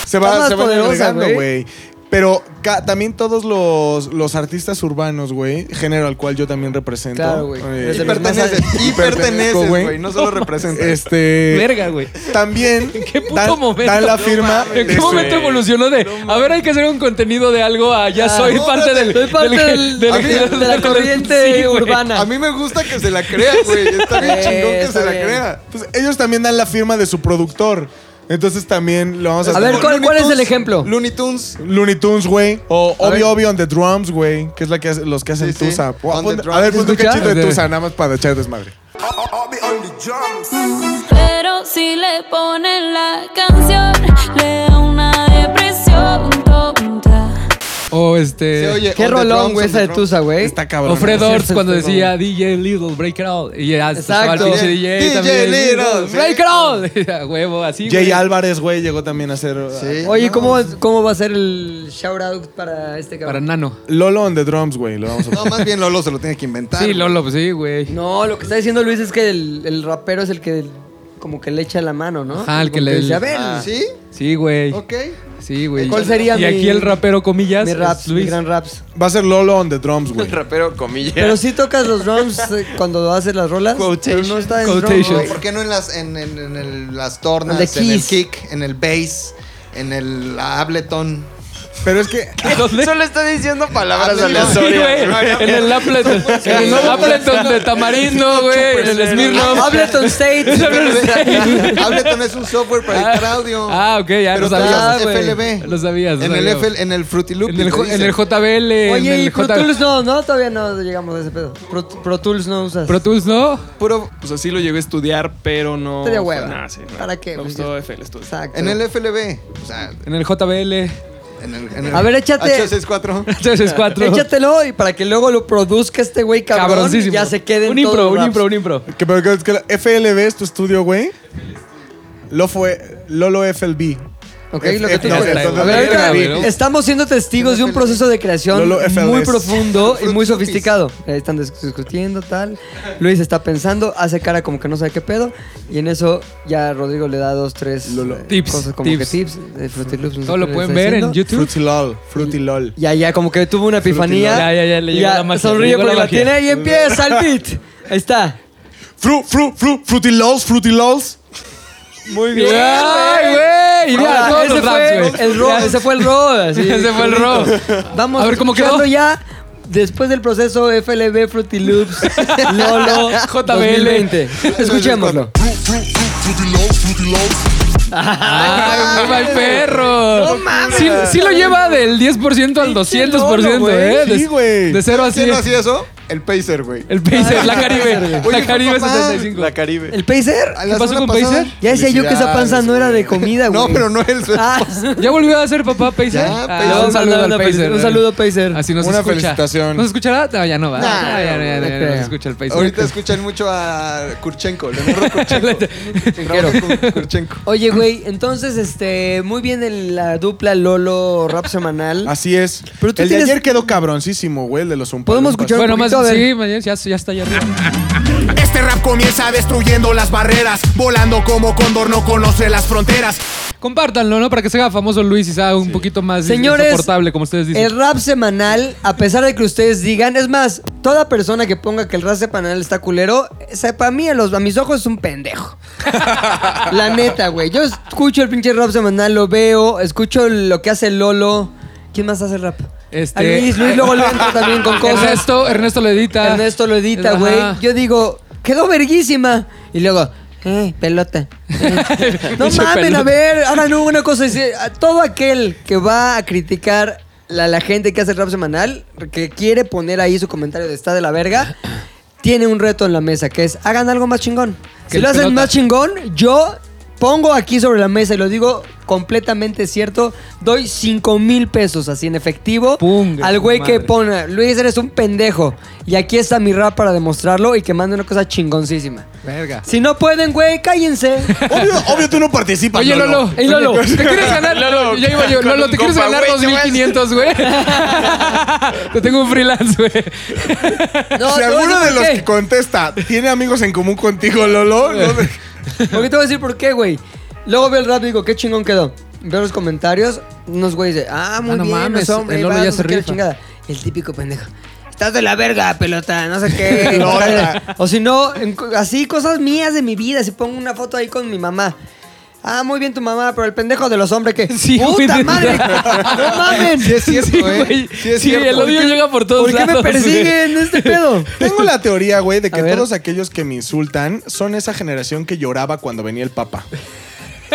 Speaker 2: Está
Speaker 1: va,
Speaker 2: más
Speaker 1: se van
Speaker 2: poderosa,
Speaker 1: agregando,
Speaker 2: güey.
Speaker 1: güey. Pero ca- también todos los, los artistas urbanos, güey, género al cual yo también represento.
Speaker 2: Claro, güey.
Speaker 1: eh,
Speaker 5: Y
Speaker 2: Desde
Speaker 1: pertenezco,
Speaker 5: perteneces, y
Speaker 1: pertenezco,
Speaker 5: perteneces, güey. No
Speaker 1: [LAUGHS]
Speaker 5: solo representa.
Speaker 1: Este.
Speaker 3: Verga, güey.
Speaker 2: [LAUGHS]
Speaker 1: También
Speaker 3: ¿Qué puto
Speaker 1: dan,
Speaker 3: momento?
Speaker 1: dan la
Speaker 3: No
Speaker 1: firma. este,
Speaker 3: ¿En qué
Speaker 1: de su-
Speaker 3: momento evolucionó de, a ver, hay que hacer un contenido de algo a
Speaker 2: Ah,
Speaker 3: ya soy
Speaker 5: no,
Speaker 3: parte del...
Speaker 2: Soy parte del-
Speaker 3: del-
Speaker 2: a mí- de la
Speaker 3: del-
Speaker 2: corriente
Speaker 3: Sí, güey.
Speaker 2: urbana.
Speaker 5: A mí me gusta que se la crea, güey. Está bien
Speaker 2: Sí,
Speaker 5: chingón que
Speaker 2: está
Speaker 5: se la
Speaker 2: bien.
Speaker 5: crea.
Speaker 1: Pues ellos también dan la firma de su productor. Entonces también lo vamos a
Speaker 2: A ver,
Speaker 1: hacer.
Speaker 2: ¿cuál, cuál es el
Speaker 5: Looney Tunes-
Speaker 2: ejemplo?
Speaker 5: Looney Tunes.
Speaker 1: Looney Tunes, güey. O
Speaker 2: A ver.
Speaker 1: Obvio Obvio on the Drums, güey. Que es la que hace- los que hacen
Speaker 5: Sí, sí.
Speaker 1: Tusa.
Speaker 5: On
Speaker 1: A
Speaker 5: the
Speaker 1: pon-
Speaker 5: drums.
Speaker 1: a ver, pues un
Speaker 2: ¿Escucha?
Speaker 1: cachito de
Speaker 3: Ok.
Speaker 1: Tusa, nada más para echar desmadre.
Speaker 6: Pero si le ponen la canción, le da una depresión tonta.
Speaker 3: O este...
Speaker 5: Se oye,
Speaker 2: Qué
Speaker 5: on the
Speaker 2: rolón,
Speaker 5: drums,
Speaker 2: güey,
Speaker 5: on
Speaker 2: esa
Speaker 5: the
Speaker 2: de
Speaker 5: drums.
Speaker 2: Tusa, güey.
Speaker 1: Está cabrón.
Speaker 3: O Fred
Speaker 1: güey.
Speaker 3: Orts cuando decía DJ Little Break It All. Y ya se estaba el
Speaker 2: Exacto.
Speaker 3: pinche DJ,
Speaker 5: DJ
Speaker 3: también.
Speaker 5: Little, sí.
Speaker 3: Break It All. [LAUGHS] Y a Huevo, así.
Speaker 1: Jay
Speaker 3: güey.
Speaker 1: Álvarez, güey, llegó también a hacer.
Speaker 5: Sí.
Speaker 2: Oye,
Speaker 5: No,
Speaker 2: ¿cómo, ¿cómo va a ser el shout out para este
Speaker 3: Para
Speaker 2: cabrón?
Speaker 3: Nano.
Speaker 1: Lolo on the Drums, güey. Lo vamos a
Speaker 5: No, más bien Lolo se lo tiene que inventar.
Speaker 3: Sí,
Speaker 5: güey.
Speaker 3: Lolo, pues sí, güey.
Speaker 2: No, lo que está diciendo Luis es que el, el rapero es el que como que le echa la mano, ¿no?
Speaker 3: Ajá, el que
Speaker 2: Como
Speaker 3: le- Ah.
Speaker 2: dice, a ver,
Speaker 5: Ah, ¿Sí?
Speaker 3: Sí, güey.
Speaker 5: Ok.
Speaker 3: Sí, güey.
Speaker 2: ¿Cuál sería
Speaker 3: Y
Speaker 2: mi-
Speaker 3: aquí el rapero, comillas,
Speaker 2: mi raps,
Speaker 3: es Luis.
Speaker 2: mi
Speaker 3: [LAUGHS]
Speaker 2: gran raps.
Speaker 1: Va a ser Lolo on the Drums, [LAUGHS] güey.
Speaker 4: El rapero comillas.
Speaker 2: Pero si tocas los drums eh, cuando haces las rolas, pero no está en
Speaker 3: Quotation.
Speaker 2: drum,
Speaker 5: No,
Speaker 2: güey.
Speaker 5: ¿Por qué no en las, en, en- en el- las tornas,
Speaker 2: And the
Speaker 5: en el
Speaker 2: keys.
Speaker 5: kick, en el bass, en el Ableton?
Speaker 1: Pero es que.
Speaker 3: ¿Dónde?
Speaker 4: Solo está diciendo palabras
Speaker 5: Sí,
Speaker 3: Sí,
Speaker 4: aleatorias.
Speaker 3: güey. En el Appleton. En el Appleton de Tamarindo, güey. En el Smirnoff. [LAUGHS]
Speaker 2: Ableton State.
Speaker 5: [LAUGHS] Ableton es un software para editar audio.
Speaker 3: Ah, ok, ya
Speaker 5: Pero
Speaker 3: lo
Speaker 5: sabías
Speaker 3: sabías.
Speaker 2: güey.
Speaker 5: FLB.
Speaker 3: Lo sabías, lo
Speaker 5: En el,
Speaker 3: sabía.
Speaker 5: FL, en el Fruity Loop.
Speaker 3: En el, J- en el JBL. en
Speaker 2: Oye, y
Speaker 3: el
Speaker 2: Pro
Speaker 3: J-
Speaker 2: Tools no, no, todavía no llegamos a ese pedo. Pro, Pro Tools no usas.
Speaker 3: Pro Tools, ¿no?
Speaker 5: puro,
Speaker 8: Pues así lo llegué a estudiar, pero no.
Speaker 2: Te dio hueva.
Speaker 8: fue- nah, sí, no.
Speaker 2: ¿Para qué?
Speaker 8: Me
Speaker 2: Pues
Speaker 8: gustó
Speaker 2: ya-
Speaker 8: FL Studio.
Speaker 2: Exacto.
Speaker 5: en el FLB. O sea,
Speaker 3: En el [LAUGHS] JBL.
Speaker 5: en el, en el
Speaker 2: A ver, échate-
Speaker 3: [LAUGHS]
Speaker 5: H64.
Speaker 3: 364.
Speaker 2: Échatelo y para que luego lo produzca este güey cabrón,
Speaker 3: Cabroncísimo.
Speaker 2: ya se quede en
Speaker 3: Un impro,
Speaker 2: todo
Speaker 3: un
Speaker 2: raps.
Speaker 3: impro, un impro.
Speaker 1: que, pero que- es que la- FLB es tu estudio, güey. Lo fue. Lolo FLB.
Speaker 2: Ok,
Speaker 1: F-
Speaker 2: lo que
Speaker 1: F-
Speaker 2: tú
Speaker 1: no,
Speaker 2: quieras.
Speaker 1: F-
Speaker 2: A ver, ahorita
Speaker 3: F- F- F-
Speaker 2: estamos siendo testigos de un proceso de creación
Speaker 1: Lolo FLS.
Speaker 2: muy profundo y muy sofisticado. Eh, Están dis- discutiendo, tal. Luis está pensando, hace cara como que no sabe qué pedo. Y en eso ya Rodrigo le da dos, tres eh,
Speaker 3: Tips,
Speaker 2: cosas como
Speaker 3: tips.
Speaker 2: que tips. eh, Fruity Loops, no sé
Speaker 3: Todo
Speaker 2: qué
Speaker 3: lo
Speaker 2: le
Speaker 3: pueden
Speaker 2: está
Speaker 3: ver
Speaker 2: diciendo.
Speaker 3: en YouTube.
Speaker 1: Fruity LOL.
Speaker 2: Mm.
Speaker 1: Fruity LOL.
Speaker 2: Ya, ya, como que tuvo una epifanía.
Speaker 3: Ya, ya, ya, le llegó la magia, le
Speaker 2: Sonríe
Speaker 3: llegó
Speaker 2: porque
Speaker 3: la
Speaker 2: la,
Speaker 3: magia.
Speaker 2: tiene y empieza el beat. Ahí está.
Speaker 1: Fru, fru, fru, fruity LOLs, fruity LOLs.
Speaker 3: Muy bien. ¡Ay, güey! Y
Speaker 2: Ahora,
Speaker 3: mira, todos
Speaker 2: ese,
Speaker 3: los
Speaker 2: fue
Speaker 3: raps, güey.
Speaker 2: el ro,
Speaker 3: Ya.
Speaker 2: ese fue el ro. así,
Speaker 3: [LAUGHS] Ese fue el ro.
Speaker 2: Vamos
Speaker 3: A ver, ¿cómo quedó?
Speaker 2: escuchando ya después del proceso FLB Fruity
Speaker 3: [LAUGHS]
Speaker 2: Loops Lolo
Speaker 3: JBL.
Speaker 2: 2020. Escuchémoslo.
Speaker 3: ¡Ay, muy mal perro!
Speaker 2: No mames.
Speaker 3: Sí, sí lo lleva del 10% al 200%,
Speaker 1: lolo,
Speaker 3: ¿eh?
Speaker 1: güey. Sí, güey.
Speaker 3: De, de 0 a 100.
Speaker 5: ¿Quién hacía eso? El Pacer, güey.
Speaker 3: El Pacer, la Caribe.
Speaker 5: Oye,
Speaker 3: La Caribe
Speaker 5: papá.
Speaker 3: 75.
Speaker 4: La Caribe.
Speaker 2: ¿El Pacer?
Speaker 5: A la
Speaker 3: ¿Qué pasó
Speaker 5: semana
Speaker 3: con
Speaker 5: pasada-
Speaker 3: Pacer?
Speaker 2: Ya decía yo que esa panza no era de comida, güey.
Speaker 5: [LAUGHS] No, pero no el
Speaker 2: Ah, [LAUGHS]
Speaker 3: ¿Ya volvió a ser papá Pacer?
Speaker 5: Ya,
Speaker 3: Ah,
Speaker 5: Pacer.
Speaker 3: un saludo al Pacer. eh.
Speaker 2: Un saludo, Pacer.
Speaker 3: Así nos
Speaker 1: Una
Speaker 3: escucha.
Speaker 1: felicitación.
Speaker 3: ¿Nos escuchará? No, ya no va.
Speaker 5: Nah,
Speaker 3: Ah, ya, ya,
Speaker 2: no
Speaker 3: ya, ya
Speaker 2: creo.
Speaker 3: nos escucha el Pacer.
Speaker 5: Ahorita escuchan mucho a Kurchenko, le
Speaker 3: [LAUGHS]
Speaker 5: morro Kurchenko.
Speaker 2: Quiero.
Speaker 5: Raúl Kur- Kurchenko.
Speaker 2: Oye, güey, entonces, este, muy bien el- la dupla Lolo Rap Semanal.
Speaker 1: Así es.
Speaker 2: Pero tú
Speaker 1: el
Speaker 2: tienes-
Speaker 1: de ayer quedó cabroncísimo, güey, el de los Oompa
Speaker 2: Podemos
Speaker 1: Loompas.
Speaker 2: escuchar un
Speaker 3: bueno, más,
Speaker 2: poquito, a ver.
Speaker 3: sí, mañana ya, ya está allá arriba.
Speaker 7: Este rap comienza destruyendo las barreras, volando como cóndor no conoce las fronteras.
Speaker 3: Compártanlo, ¿no? Para que se haga famoso Luis y sea un poquito más
Speaker 2: Señores,
Speaker 3: soportable, como ustedes dicen.
Speaker 2: El rap semanal, a pesar de que ustedes digan, es más, toda persona que ponga que el rap semanal está culero, para mí, a, los, a mis ojos es un
Speaker 3: [LAUGHS]
Speaker 2: pendejo. La neta, güey. Yo escucho el pinche rap semanal, lo veo, escucho lo que hace Lolo. ¿Quién más hace rap?
Speaker 3: Este-
Speaker 2: A Luis, Luis
Speaker 3: [LAUGHS]
Speaker 2: luego lo entra también con cosas.
Speaker 3: Ernesto, Ernesto lo edita.
Speaker 2: Ernesto lo edita,
Speaker 3: Ajá.
Speaker 2: güey.
Speaker 3: [LAUGHS]
Speaker 2: Yo digo, quedó verguísima. Y luego, eh, pelota. Eh.
Speaker 3: [LAUGHS]
Speaker 2: no
Speaker 3: Pinche
Speaker 2: mamen,
Speaker 3: pelota.
Speaker 2: a ver. Ahora no, una cosa es, eh, a todo aquel que va a criticar a la, la gente que hace rap semanal, que quiere poner ahí su comentario de está de la verga, tiene un reto en la mesa, que es hagan algo más chingón.
Speaker 3: Que
Speaker 2: Si
Speaker 3: el
Speaker 2: lo hacen
Speaker 3: pelota.
Speaker 2: más chingón, yo pongo aquí sobre la mesa y lo digo completamente cierto, doy 5 mil pesos así en efectivo
Speaker 3: Pum,
Speaker 2: al güey que
Speaker 3: madre.
Speaker 2: pone, Luis, eres un pendejo. Y aquí está mi rap para demostrarlo y que mande una cosa chingoncísima.
Speaker 3: Verga.
Speaker 2: Si no pueden, güey, cállense.
Speaker 3: [LAUGHS]
Speaker 1: Obvio, obvio tú no participas,
Speaker 3: Oye, Lolo, ey, Lolo, ¿te quieres ganar?
Speaker 4: Lolo,
Speaker 3: ya iba yo,
Speaker 4: con
Speaker 3: Lolo,
Speaker 4: un
Speaker 3: ¿te quieres
Speaker 4: compa,
Speaker 3: ganar
Speaker 4: güey, te vas.
Speaker 3: 2500, güey? Te tengo un freelance, güey. [LAUGHS]
Speaker 2: No,
Speaker 1: si
Speaker 2: te voy a
Speaker 1: alguno de
Speaker 2: decir por
Speaker 1: los
Speaker 2: qué.
Speaker 1: que contesta tiene amigos en común
Speaker 2: [LAUGHS]
Speaker 1: contigo, Lolo, no de-
Speaker 2: Porque te voy a decir por qué, güey. Luego veo el rap y digo, qué chingón quedó. Veo los comentarios, unos güeyes de, ah, muy
Speaker 3: Ah, no
Speaker 2: bien,
Speaker 3: mames,
Speaker 2: no, hombre,
Speaker 3: el Lolo
Speaker 2: vas,
Speaker 3: ya
Speaker 2: no
Speaker 3: se
Speaker 2: sé qué la
Speaker 3: rifa.
Speaker 2: chingada. El típico pendejo. Estás de la verga, pelota, no sé
Speaker 1: [LAUGHS]
Speaker 2: qué.
Speaker 1: Pelota.
Speaker 2: o si no, en co- así cosas mías de mi vida. Si pongo una foto ahí con mi mamá. Ah, muy bien tu mamá, pero el pendejo de los hombres que.
Speaker 3: [LAUGHS] Sí,
Speaker 2: ¡Puta
Speaker 3: güey,
Speaker 2: madre! ¡No mames!
Speaker 5: Sí, es cierto,
Speaker 3: Sí,
Speaker 5: ¿eh?
Speaker 3: güey.
Speaker 5: Sí, es
Speaker 3: Sí,
Speaker 5: cierto.
Speaker 3: el odio llega por [LAUGHS]
Speaker 2: ¿Por
Speaker 3: todos
Speaker 2: qué
Speaker 3: lados.
Speaker 2: me
Speaker 3: güey.
Speaker 2: persiguen este pedo?
Speaker 1: Tengo la teoría, güey, de que
Speaker 2: A ver.
Speaker 1: todos aquellos que me insultan son esa generación que lloraba cuando venía el Papa.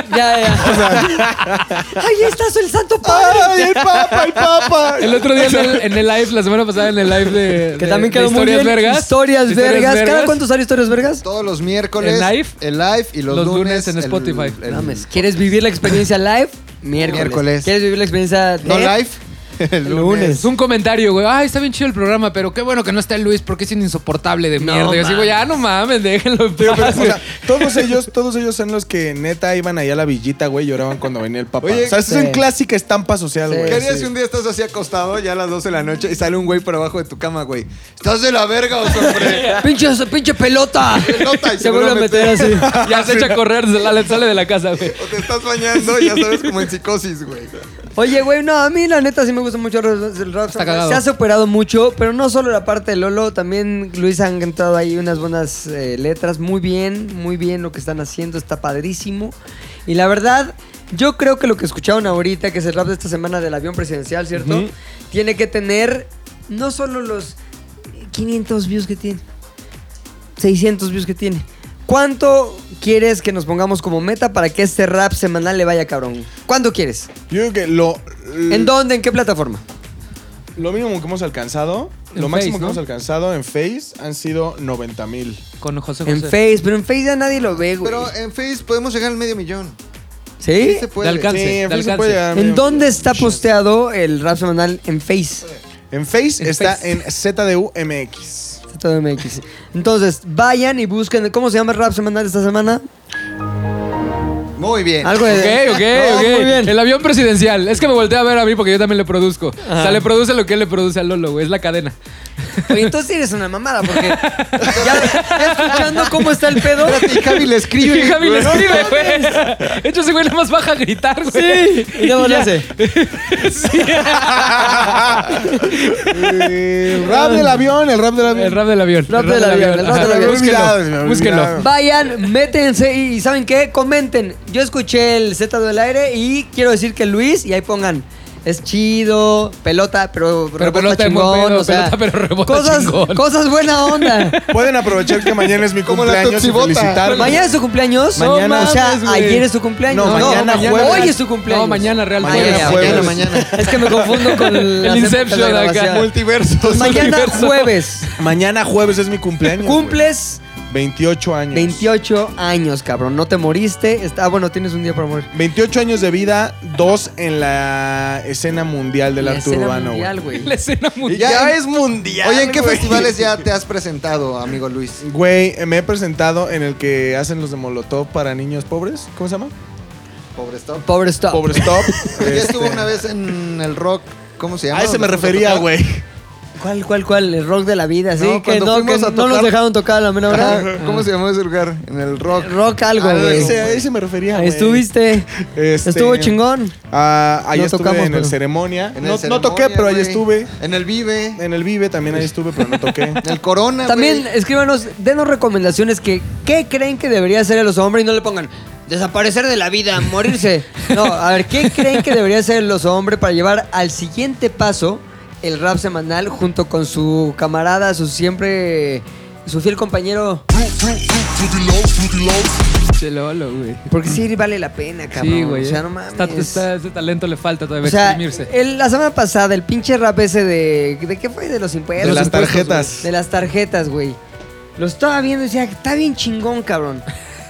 Speaker 2: Ya, ya. ¡Ahí estás [LAUGHS] el santo padre!
Speaker 1: ¡Ay, el Papa, el Papa!
Speaker 3: El otro día en el, en el live, la semana pasada en el live de.
Speaker 2: Que
Speaker 3: de-
Speaker 2: también
Speaker 3: de
Speaker 2: quedó muy bien.
Speaker 3: Historias Vergas.
Speaker 2: Historias,
Speaker 3: de historias
Speaker 2: vergas. ¿Cada
Speaker 3: vergas.
Speaker 2: cuánto sale historias vergas?
Speaker 5: Todos los miércoles.
Speaker 3: ¿El live?
Speaker 5: El live y los,
Speaker 3: Los lunes
Speaker 5: lunes.
Speaker 3: en
Speaker 5: el-
Speaker 3: Spotify.
Speaker 5: el-
Speaker 2: Mames, ¿quieres vivir la experiencia live? Miércoles.
Speaker 5: Miércoles.
Speaker 2: ¿Quieres vivir la experiencia
Speaker 5: no
Speaker 2: dead?
Speaker 5: live. [LAUGHS] El lunes.
Speaker 3: Es Pues un comentario, güey. Ay, está bien chido el programa, pero qué bueno que no está el Luis porque es un insoportable de
Speaker 2: No
Speaker 3: mierda. yo así,
Speaker 2: mames.
Speaker 3: güey, ah, no mames,
Speaker 2: [LAUGHS]
Speaker 3: déjenlo en
Speaker 1: [LAUGHS] Pero,
Speaker 3: paz,
Speaker 1: o
Speaker 3: güey.
Speaker 1: sea, todos ellos, todos ellos son los que neta iban allá a la villita, güey, lloraban cuando venía el papá.
Speaker 5: Oye,
Speaker 1: o sea, esa
Speaker 2: sí.
Speaker 1: es en clásica estampa social,
Speaker 2: Sí.
Speaker 1: güey.
Speaker 5: ¿Qué harías
Speaker 1: Sí.
Speaker 5: si un día estás así acostado, ya a las 12 de la noche, y sale un güey por abajo de tu cama, güey? ¿Estás de la verga o
Speaker 3: [LAUGHS]
Speaker 5: hombre?
Speaker 2: ¡Pinche, pinche pelota!
Speaker 5: Pelota, y
Speaker 2: Se vuelve a meter así. [LAUGHS]
Speaker 5: seguramente-
Speaker 3: Ya se echa a correr, se la- sale de la casa, güey.
Speaker 5: O te estás bañando, [LAUGHS] ya sabes, como en psicosis, güey.
Speaker 2: Oye, güey, no, a mí la neta sí me gusta mucho el rap.
Speaker 3: Está cagado.
Speaker 2: Se ha superado mucho, pero no solo la parte de Lolo, también Luis han cantado ahí unas buenas eh, letras. Muy bien, muy bien lo que están haciendo, está padrísimo. Y la verdad, yo creo que lo que escucharon ahorita, que es el rap de esta semana del avión presidencial, ¿cierto? Tiene que tener no solo los 500 views que tiene, 600 views que tiene. ¿Cuánto quieres que nos pongamos como meta para que este rap semanal le vaya cabrón? ¿Cuánto quieres?
Speaker 1: Yo creo que lo,
Speaker 2: ¿En dónde? ¿En qué plataforma?
Speaker 1: lo mínimo que hemos alcanzado,
Speaker 3: En
Speaker 1: lo
Speaker 3: Face,
Speaker 1: máximo que
Speaker 3: ¿no?
Speaker 1: hemos alcanzado en Face han sido 90 mil.
Speaker 3: Con José José.
Speaker 2: En Face, pero en Face ya nadie lo ve, güey.
Speaker 5: Pero eh, en Face podemos llegar al medio millón.
Speaker 2: ¿Sí?
Speaker 5: Sí se puede.
Speaker 3: De alcance.
Speaker 1: Sí,
Speaker 3: de
Speaker 1: en Face se
Speaker 3: alcance.
Speaker 1: puede llegar a
Speaker 2: ¿En
Speaker 1: medio
Speaker 2: dónde
Speaker 1: millón.
Speaker 2: está posteado el rap semanal? En Face.
Speaker 1: En Face
Speaker 3: En
Speaker 1: está
Speaker 3: Face.
Speaker 1: en ZDUMX.
Speaker 2: Está todo MX. Entonces, vayan y busquen. ¿Cómo se llama el rap semanal de esta semana?
Speaker 5: Muy bien.
Speaker 2: Algo
Speaker 3: Ok,
Speaker 2: de.
Speaker 3: ok,
Speaker 2: No,
Speaker 3: ok.
Speaker 2: Muy bien.
Speaker 3: El avión presidencial. Es que me volteé a ver a mí porque yo también le produzco. O sea, le produce lo que él le produce a Lolo, güey. Es la cadena.
Speaker 2: Oye, entonces eres una mamada porque. ya, ya escuchando cómo está el pedo.
Speaker 5: Y Javi le
Speaker 2: [LAUGHS]
Speaker 3: Y
Speaker 5: escribe.
Speaker 3: Javi le escribe, güey. De hecho, ese güey nada más baja a gritar, güey. [LAUGHS]
Speaker 2: Y luego le hace.
Speaker 1: Eh, rap del avión, el rap del avión.
Speaker 3: El rap del avión.
Speaker 2: Rap del avión, el rap
Speaker 3: Ajá,
Speaker 2: del avión.
Speaker 1: Olvidado, se
Speaker 3: Búsquenlo.
Speaker 1: me había
Speaker 3: Búsquenlo.
Speaker 1: olvidado.
Speaker 2: Vayan, métense y, y ¿saben qué? Comenten. Yo escuché el Z del aire y quiero decir que Luis, y ahí pongan. Es chido, pelota, pero, rebota
Speaker 3: pelota pues en buen
Speaker 2: chingón,
Speaker 3: pedo,
Speaker 2: o sea,
Speaker 3: pelota, pero
Speaker 2: [LAUGHS]
Speaker 3: rebota
Speaker 2: cosas,
Speaker 3: chingón.
Speaker 2: cosas buena onda.
Speaker 1: Pueden aprovechar que mañana es mi
Speaker 5: Como la
Speaker 1: cumpleaños y
Speaker 5: Totsibota.
Speaker 1: felicitarme.
Speaker 2: Mañana es su cumpleaños.
Speaker 1: Mañana.
Speaker 2: o sea,
Speaker 3: No mames, güey.
Speaker 2: ayer es su cumpleaños.
Speaker 1: No, mañana
Speaker 3: jueves.
Speaker 2: Hoy es su cumpleaños.
Speaker 3: No, mañana realmente.
Speaker 2: Ah, ya, ya,
Speaker 1: Mañana
Speaker 2: ok.
Speaker 5: mañana, mañana.
Speaker 2: [LAUGHS] Es que me confundo
Speaker 3: [LAUGHS]
Speaker 2: con las
Speaker 3: Inception
Speaker 2: épocas de
Speaker 3: acá.
Speaker 2: grabación.
Speaker 5: Multiverso.
Speaker 2: Pues mañana
Speaker 3: Multiverso.
Speaker 2: jueves.
Speaker 1: Mañana jueves es mi cumpleaños.
Speaker 2: Cumples
Speaker 1: güey. 28 años.
Speaker 2: 28 años, cabrón. No te moriste. Está, ah, bueno, tienes un día para morir.
Speaker 1: 28 años de vida, dos en la escena mundial del
Speaker 2: La
Speaker 1: arte
Speaker 2: escena
Speaker 1: urbano.
Speaker 2: mundial,
Speaker 1: güey.
Speaker 2: güey.
Speaker 3: [LAUGHS] La escena mundial.
Speaker 5: Ya,
Speaker 1: es mundial.
Speaker 5: Oye, ¿en qué
Speaker 1: güey.
Speaker 5: festivales ya
Speaker 1: [LAUGHS]
Speaker 5: te has presentado, amigo Luis?
Speaker 1: Güey, me he presentado en el que hacen los de Molotov para niños pobres. ¿Cómo se llama?
Speaker 5: Pobre stop.
Speaker 2: Pobre stop.
Speaker 1: Pobres Top.
Speaker 5: Ya
Speaker 1: Este-
Speaker 5: estuvo una vez en el rock. ¿Cómo se llama?
Speaker 1: A ese me
Speaker 5: ¿Dónde fuimos a
Speaker 1: refería,
Speaker 5: tocar?
Speaker 1: güey.
Speaker 2: ¿Cuál, cuál, cuál? El rock de la vida, sí.
Speaker 5: No,
Speaker 2: que
Speaker 5: cuando
Speaker 2: no, que
Speaker 5: fuimos
Speaker 2: no
Speaker 5: a tocar-
Speaker 2: nos dejaron tocar a la menor hora.
Speaker 5: Ah, ¿Cómo se llamó ese lugar? En el rock.
Speaker 2: Rock algo,
Speaker 1: A
Speaker 2: güey.
Speaker 1: Ah, ese, a ese me refería, güey.
Speaker 2: Estuviste.
Speaker 1: Este-
Speaker 2: Estuvo chingón.
Speaker 1: Ah, ahí
Speaker 2: No
Speaker 1: estuve
Speaker 2: tocamos,
Speaker 1: en
Speaker 2: pero-
Speaker 1: el ceremonia.
Speaker 5: En el
Speaker 1: no, no
Speaker 5: Ceremonia,
Speaker 1: toqué, pero ahí
Speaker 5: güey.
Speaker 1: estuve.
Speaker 5: En el Vive.
Speaker 1: En el Vive también ahí estuve, pero no toqué.
Speaker 5: En el Corona.
Speaker 2: También
Speaker 5: güey.
Speaker 2: escríbanos, denos recomendaciones que qué creen que debería hacer los hombres y no le pongan desaparecer de la vida, morirse. No, a ver, ¿qué creen que debería hacer los hombres para llevar al siguiente paso el rap semanal junto con su camarada, su siempre su fiel compañero?
Speaker 3: Che, Lolo, güey.
Speaker 2: Porque sí vale la pena, cabrón.
Speaker 3: Sí, güey. eh.
Speaker 2: O sea, no mames.
Speaker 3: Está- está- ese talento le falta todavía
Speaker 2: O sea, eh,
Speaker 3: exprimirse.
Speaker 2: el- la semana pasada, el pinche rap ese de. ¿De qué fue? De los impuestos.
Speaker 1: De las
Speaker 2: Impuestos,
Speaker 1: tarjetas.
Speaker 2: güey. De las tarjetas, güey. Lo estaba viendo y decía, está bien chingón, cabrón.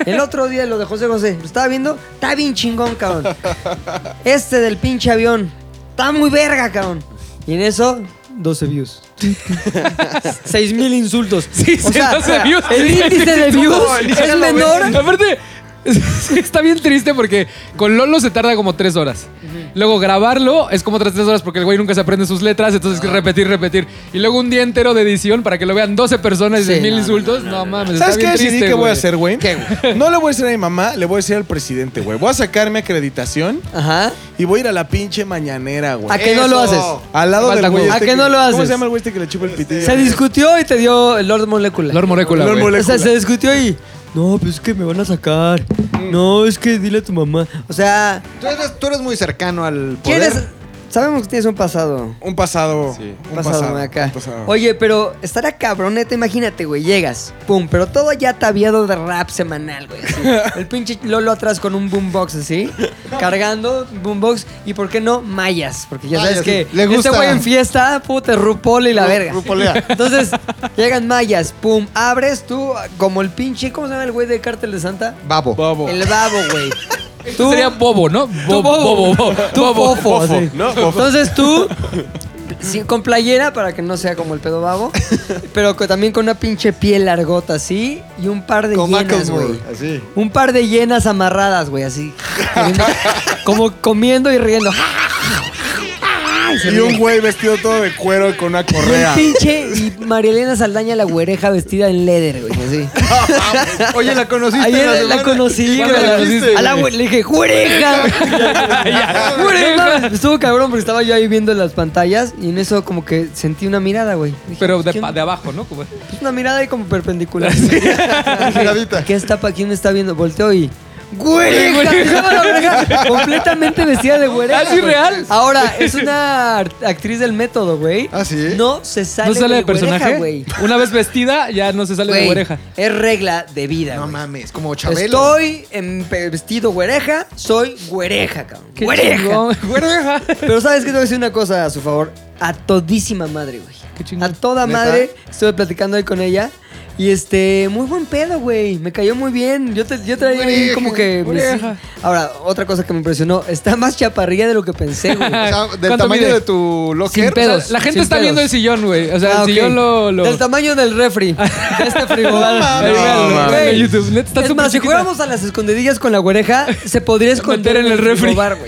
Speaker 2: El otro día lo de José José, lo estaba viendo, está bien chingón, cabrón. Este del pinche avión, está muy verga, cabrón. Y en eso, 12 views. 6 mil insultos.
Speaker 3: [LAUGHS] Sí, sí, 12 views.
Speaker 2: El índice de views
Speaker 3: No, el índice
Speaker 2: es
Speaker 3: no, güey.
Speaker 2: menor.
Speaker 3: Aparte, [LAUGHS] sí, está bien triste porque con Lolo se tarda como tres horas. Luego grabarlo es como otras tres horas porque el güey nunca se aprende sus letras, entonces es que repetir, repetir. Y luego un día entero de edición para que lo vean 12 personas y
Speaker 2: Sí,
Speaker 3: 10 mil
Speaker 2: no,
Speaker 3: insultos. No, mames.
Speaker 1: ¿Sabes
Speaker 3: está
Speaker 1: qué
Speaker 3: bien
Speaker 1: decidí
Speaker 3: triste,
Speaker 1: que voy
Speaker 3: güey.
Speaker 1: a hacer, güey? No le voy a decir a mi mamá, le voy a decir al presidente, güey. Voy a sacar mi acreditación
Speaker 2: Ajá.
Speaker 1: y voy a ir a la pinche mañanera,
Speaker 2: ¿A
Speaker 1: güey.
Speaker 2: qué no lo
Speaker 5: Eso.
Speaker 2: haces?
Speaker 1: Al lado
Speaker 3: Falta
Speaker 1: del güey.
Speaker 3: huevo.
Speaker 1: este
Speaker 2: ¿A qué no lo
Speaker 1: ¿Cómo
Speaker 2: haces?
Speaker 1: se llama el güey este que le chupa el pitillo?
Speaker 2: Se discutió y te dio el Lord Molecula.
Speaker 3: Lord Molecula,
Speaker 1: Lord
Speaker 3: güey.
Speaker 1: Molecula.
Speaker 2: O sea, se discutió y. No, pues es que me van a sacar. No, es que dile a tu mamá. O sea,
Speaker 5: Tú eres, tú eres muy cercano al poder.
Speaker 2: ¿quieres. Sabemos que tienes un pasado.
Speaker 1: Un pasado.
Speaker 4: Sí.
Speaker 1: Un
Speaker 2: pasado,
Speaker 1: pasado,
Speaker 2: acá.
Speaker 1: un pasado.
Speaker 2: Oye, pero estará cabroneta, imagínate, güey. Llegas, pum, pero todo ya ataviado de rap semanal, güey. así. [LAUGHS] El pinche Lolo atrás con un boombox así, cargando boombox y, ¿por qué no? Mayas. Porque ya sabes
Speaker 5: Mayas,
Speaker 2: que
Speaker 5: le
Speaker 2: este
Speaker 5: gusta.
Speaker 2: güey en fiesta, puta, Rupol y la verga.
Speaker 5: Rupolea.
Speaker 2: Entonces, llegan mayas, pum, abres tú como el pinche, ¿cómo se llama el güey de Cártel de Santa?
Speaker 5: Babo.
Speaker 1: Bobo.
Speaker 2: El babo, güey.
Speaker 3: Tú Este sería bobo, ¿no?
Speaker 2: Tú
Speaker 3: Bobo,
Speaker 2: bobo,
Speaker 3: bobo, bobo.
Speaker 2: tú
Speaker 3: bobo.
Speaker 2: fofo, así.
Speaker 1: ¿no?
Speaker 2: Entonces tú, sí, con playera para que no sea como el pedo babo, pero que también con una pinche piel largota así y un par de
Speaker 5: Con
Speaker 2: hienas,
Speaker 5: Macklemore.
Speaker 2: güey.
Speaker 5: Así.
Speaker 2: Un par de hienas amarradas, güey, así. Comiendo- como comiendo y riendo. Y se
Speaker 1: Y un
Speaker 2: ríen.
Speaker 1: güey vestido todo de cuero y con una
Speaker 2: Y un
Speaker 1: correa.
Speaker 2: pinche y Marielena Saldaña la güereja vestida en leather, güey, así.
Speaker 5: Oye, la conociste.
Speaker 2: Ayer la,
Speaker 5: semana?
Speaker 2: conocí, güey.
Speaker 3: ¿Cuándo la
Speaker 2: la-
Speaker 3: conociste,
Speaker 2: a la güey, le dije, ¡jureja!
Speaker 3: [LAUGHS]
Speaker 2: ¡Jureja! Estuvo cabrón porque estaba yo ahí viendo las pantallas y en eso como que sentí una mirada, güey. Dije,
Speaker 3: Pero de,
Speaker 2: "¿Quién?".
Speaker 3: pa- de abajo, ¿no? Como-
Speaker 2: Pues una mirada ahí como perpendicular. Dije,
Speaker 5: Miradita.
Speaker 2: ¿Qué está pa' quién me está viendo? Volteo y. ¡Güereja! Estaba la güereja Completamente vestida de güereja.
Speaker 3: ¿Ah, sí,
Speaker 2: güey.
Speaker 3: real?
Speaker 2: Ahora, es una art- actriz del método, güey.
Speaker 5: ¿Ah, sí?
Speaker 2: No se sale,
Speaker 3: ¿No sale de
Speaker 2: güey, güereja,
Speaker 3: personaje?
Speaker 2: güey.
Speaker 3: Una vez vestida, ya no se sale de
Speaker 2: Güey,
Speaker 3: oreja.
Speaker 2: Es regla de vida.
Speaker 5: No
Speaker 2: güey.
Speaker 5: mames, como Chabelo.
Speaker 2: Estoy en pe- vestido güereja, soy güereja, cabrón. [LAUGHS]
Speaker 3: Qué
Speaker 2: güereja.
Speaker 3: chingón, güereja.
Speaker 2: Pero sabes que te voy a decir una cosa a su favor. A todísima madre, güey.
Speaker 3: Qué chingón.
Speaker 2: A toda
Speaker 5: ¿Neta?
Speaker 2: madre. Estuve platicando ahí con ella. Y este, muy buen pedo, güey. Me cayó muy bien. Yo, te, yo traía ahí
Speaker 5: Oreja,
Speaker 2: como que. mis-
Speaker 3: oreja.
Speaker 2: Ahora, otra cosa que me impresionó. Está más chaparrilla de lo que pensé, güey.
Speaker 5: O sea, del
Speaker 3: ¿Cuánto
Speaker 5: tamaño
Speaker 3: mide?
Speaker 5: de tu
Speaker 3: Sin
Speaker 5: locker.
Speaker 3: pedos.
Speaker 2: O sea,
Speaker 3: la gente
Speaker 2: sin
Speaker 3: está
Speaker 2: pedos.
Speaker 3: viendo el sillón, güey. [LAUGHS] O sea,
Speaker 2: Ah,
Speaker 3: el
Speaker 2: ok.
Speaker 3: sillón lo. lo-
Speaker 2: Del tamaño del
Speaker 3: [LAUGHS]
Speaker 2: refri. De este frigobar.
Speaker 3: Ahí,
Speaker 2: Güey.
Speaker 3: véanlo,
Speaker 4: mames.
Speaker 3: véanlo en YouTube. Neta, está
Speaker 2: Es
Speaker 3: súper
Speaker 2: más, si
Speaker 3: chiquita.
Speaker 2: fuéramos a las escondidillas con la oreja, se
Speaker 3: [LAUGHS]
Speaker 2: podría esconder
Speaker 3: en el refri.
Speaker 2: frigobar, güey.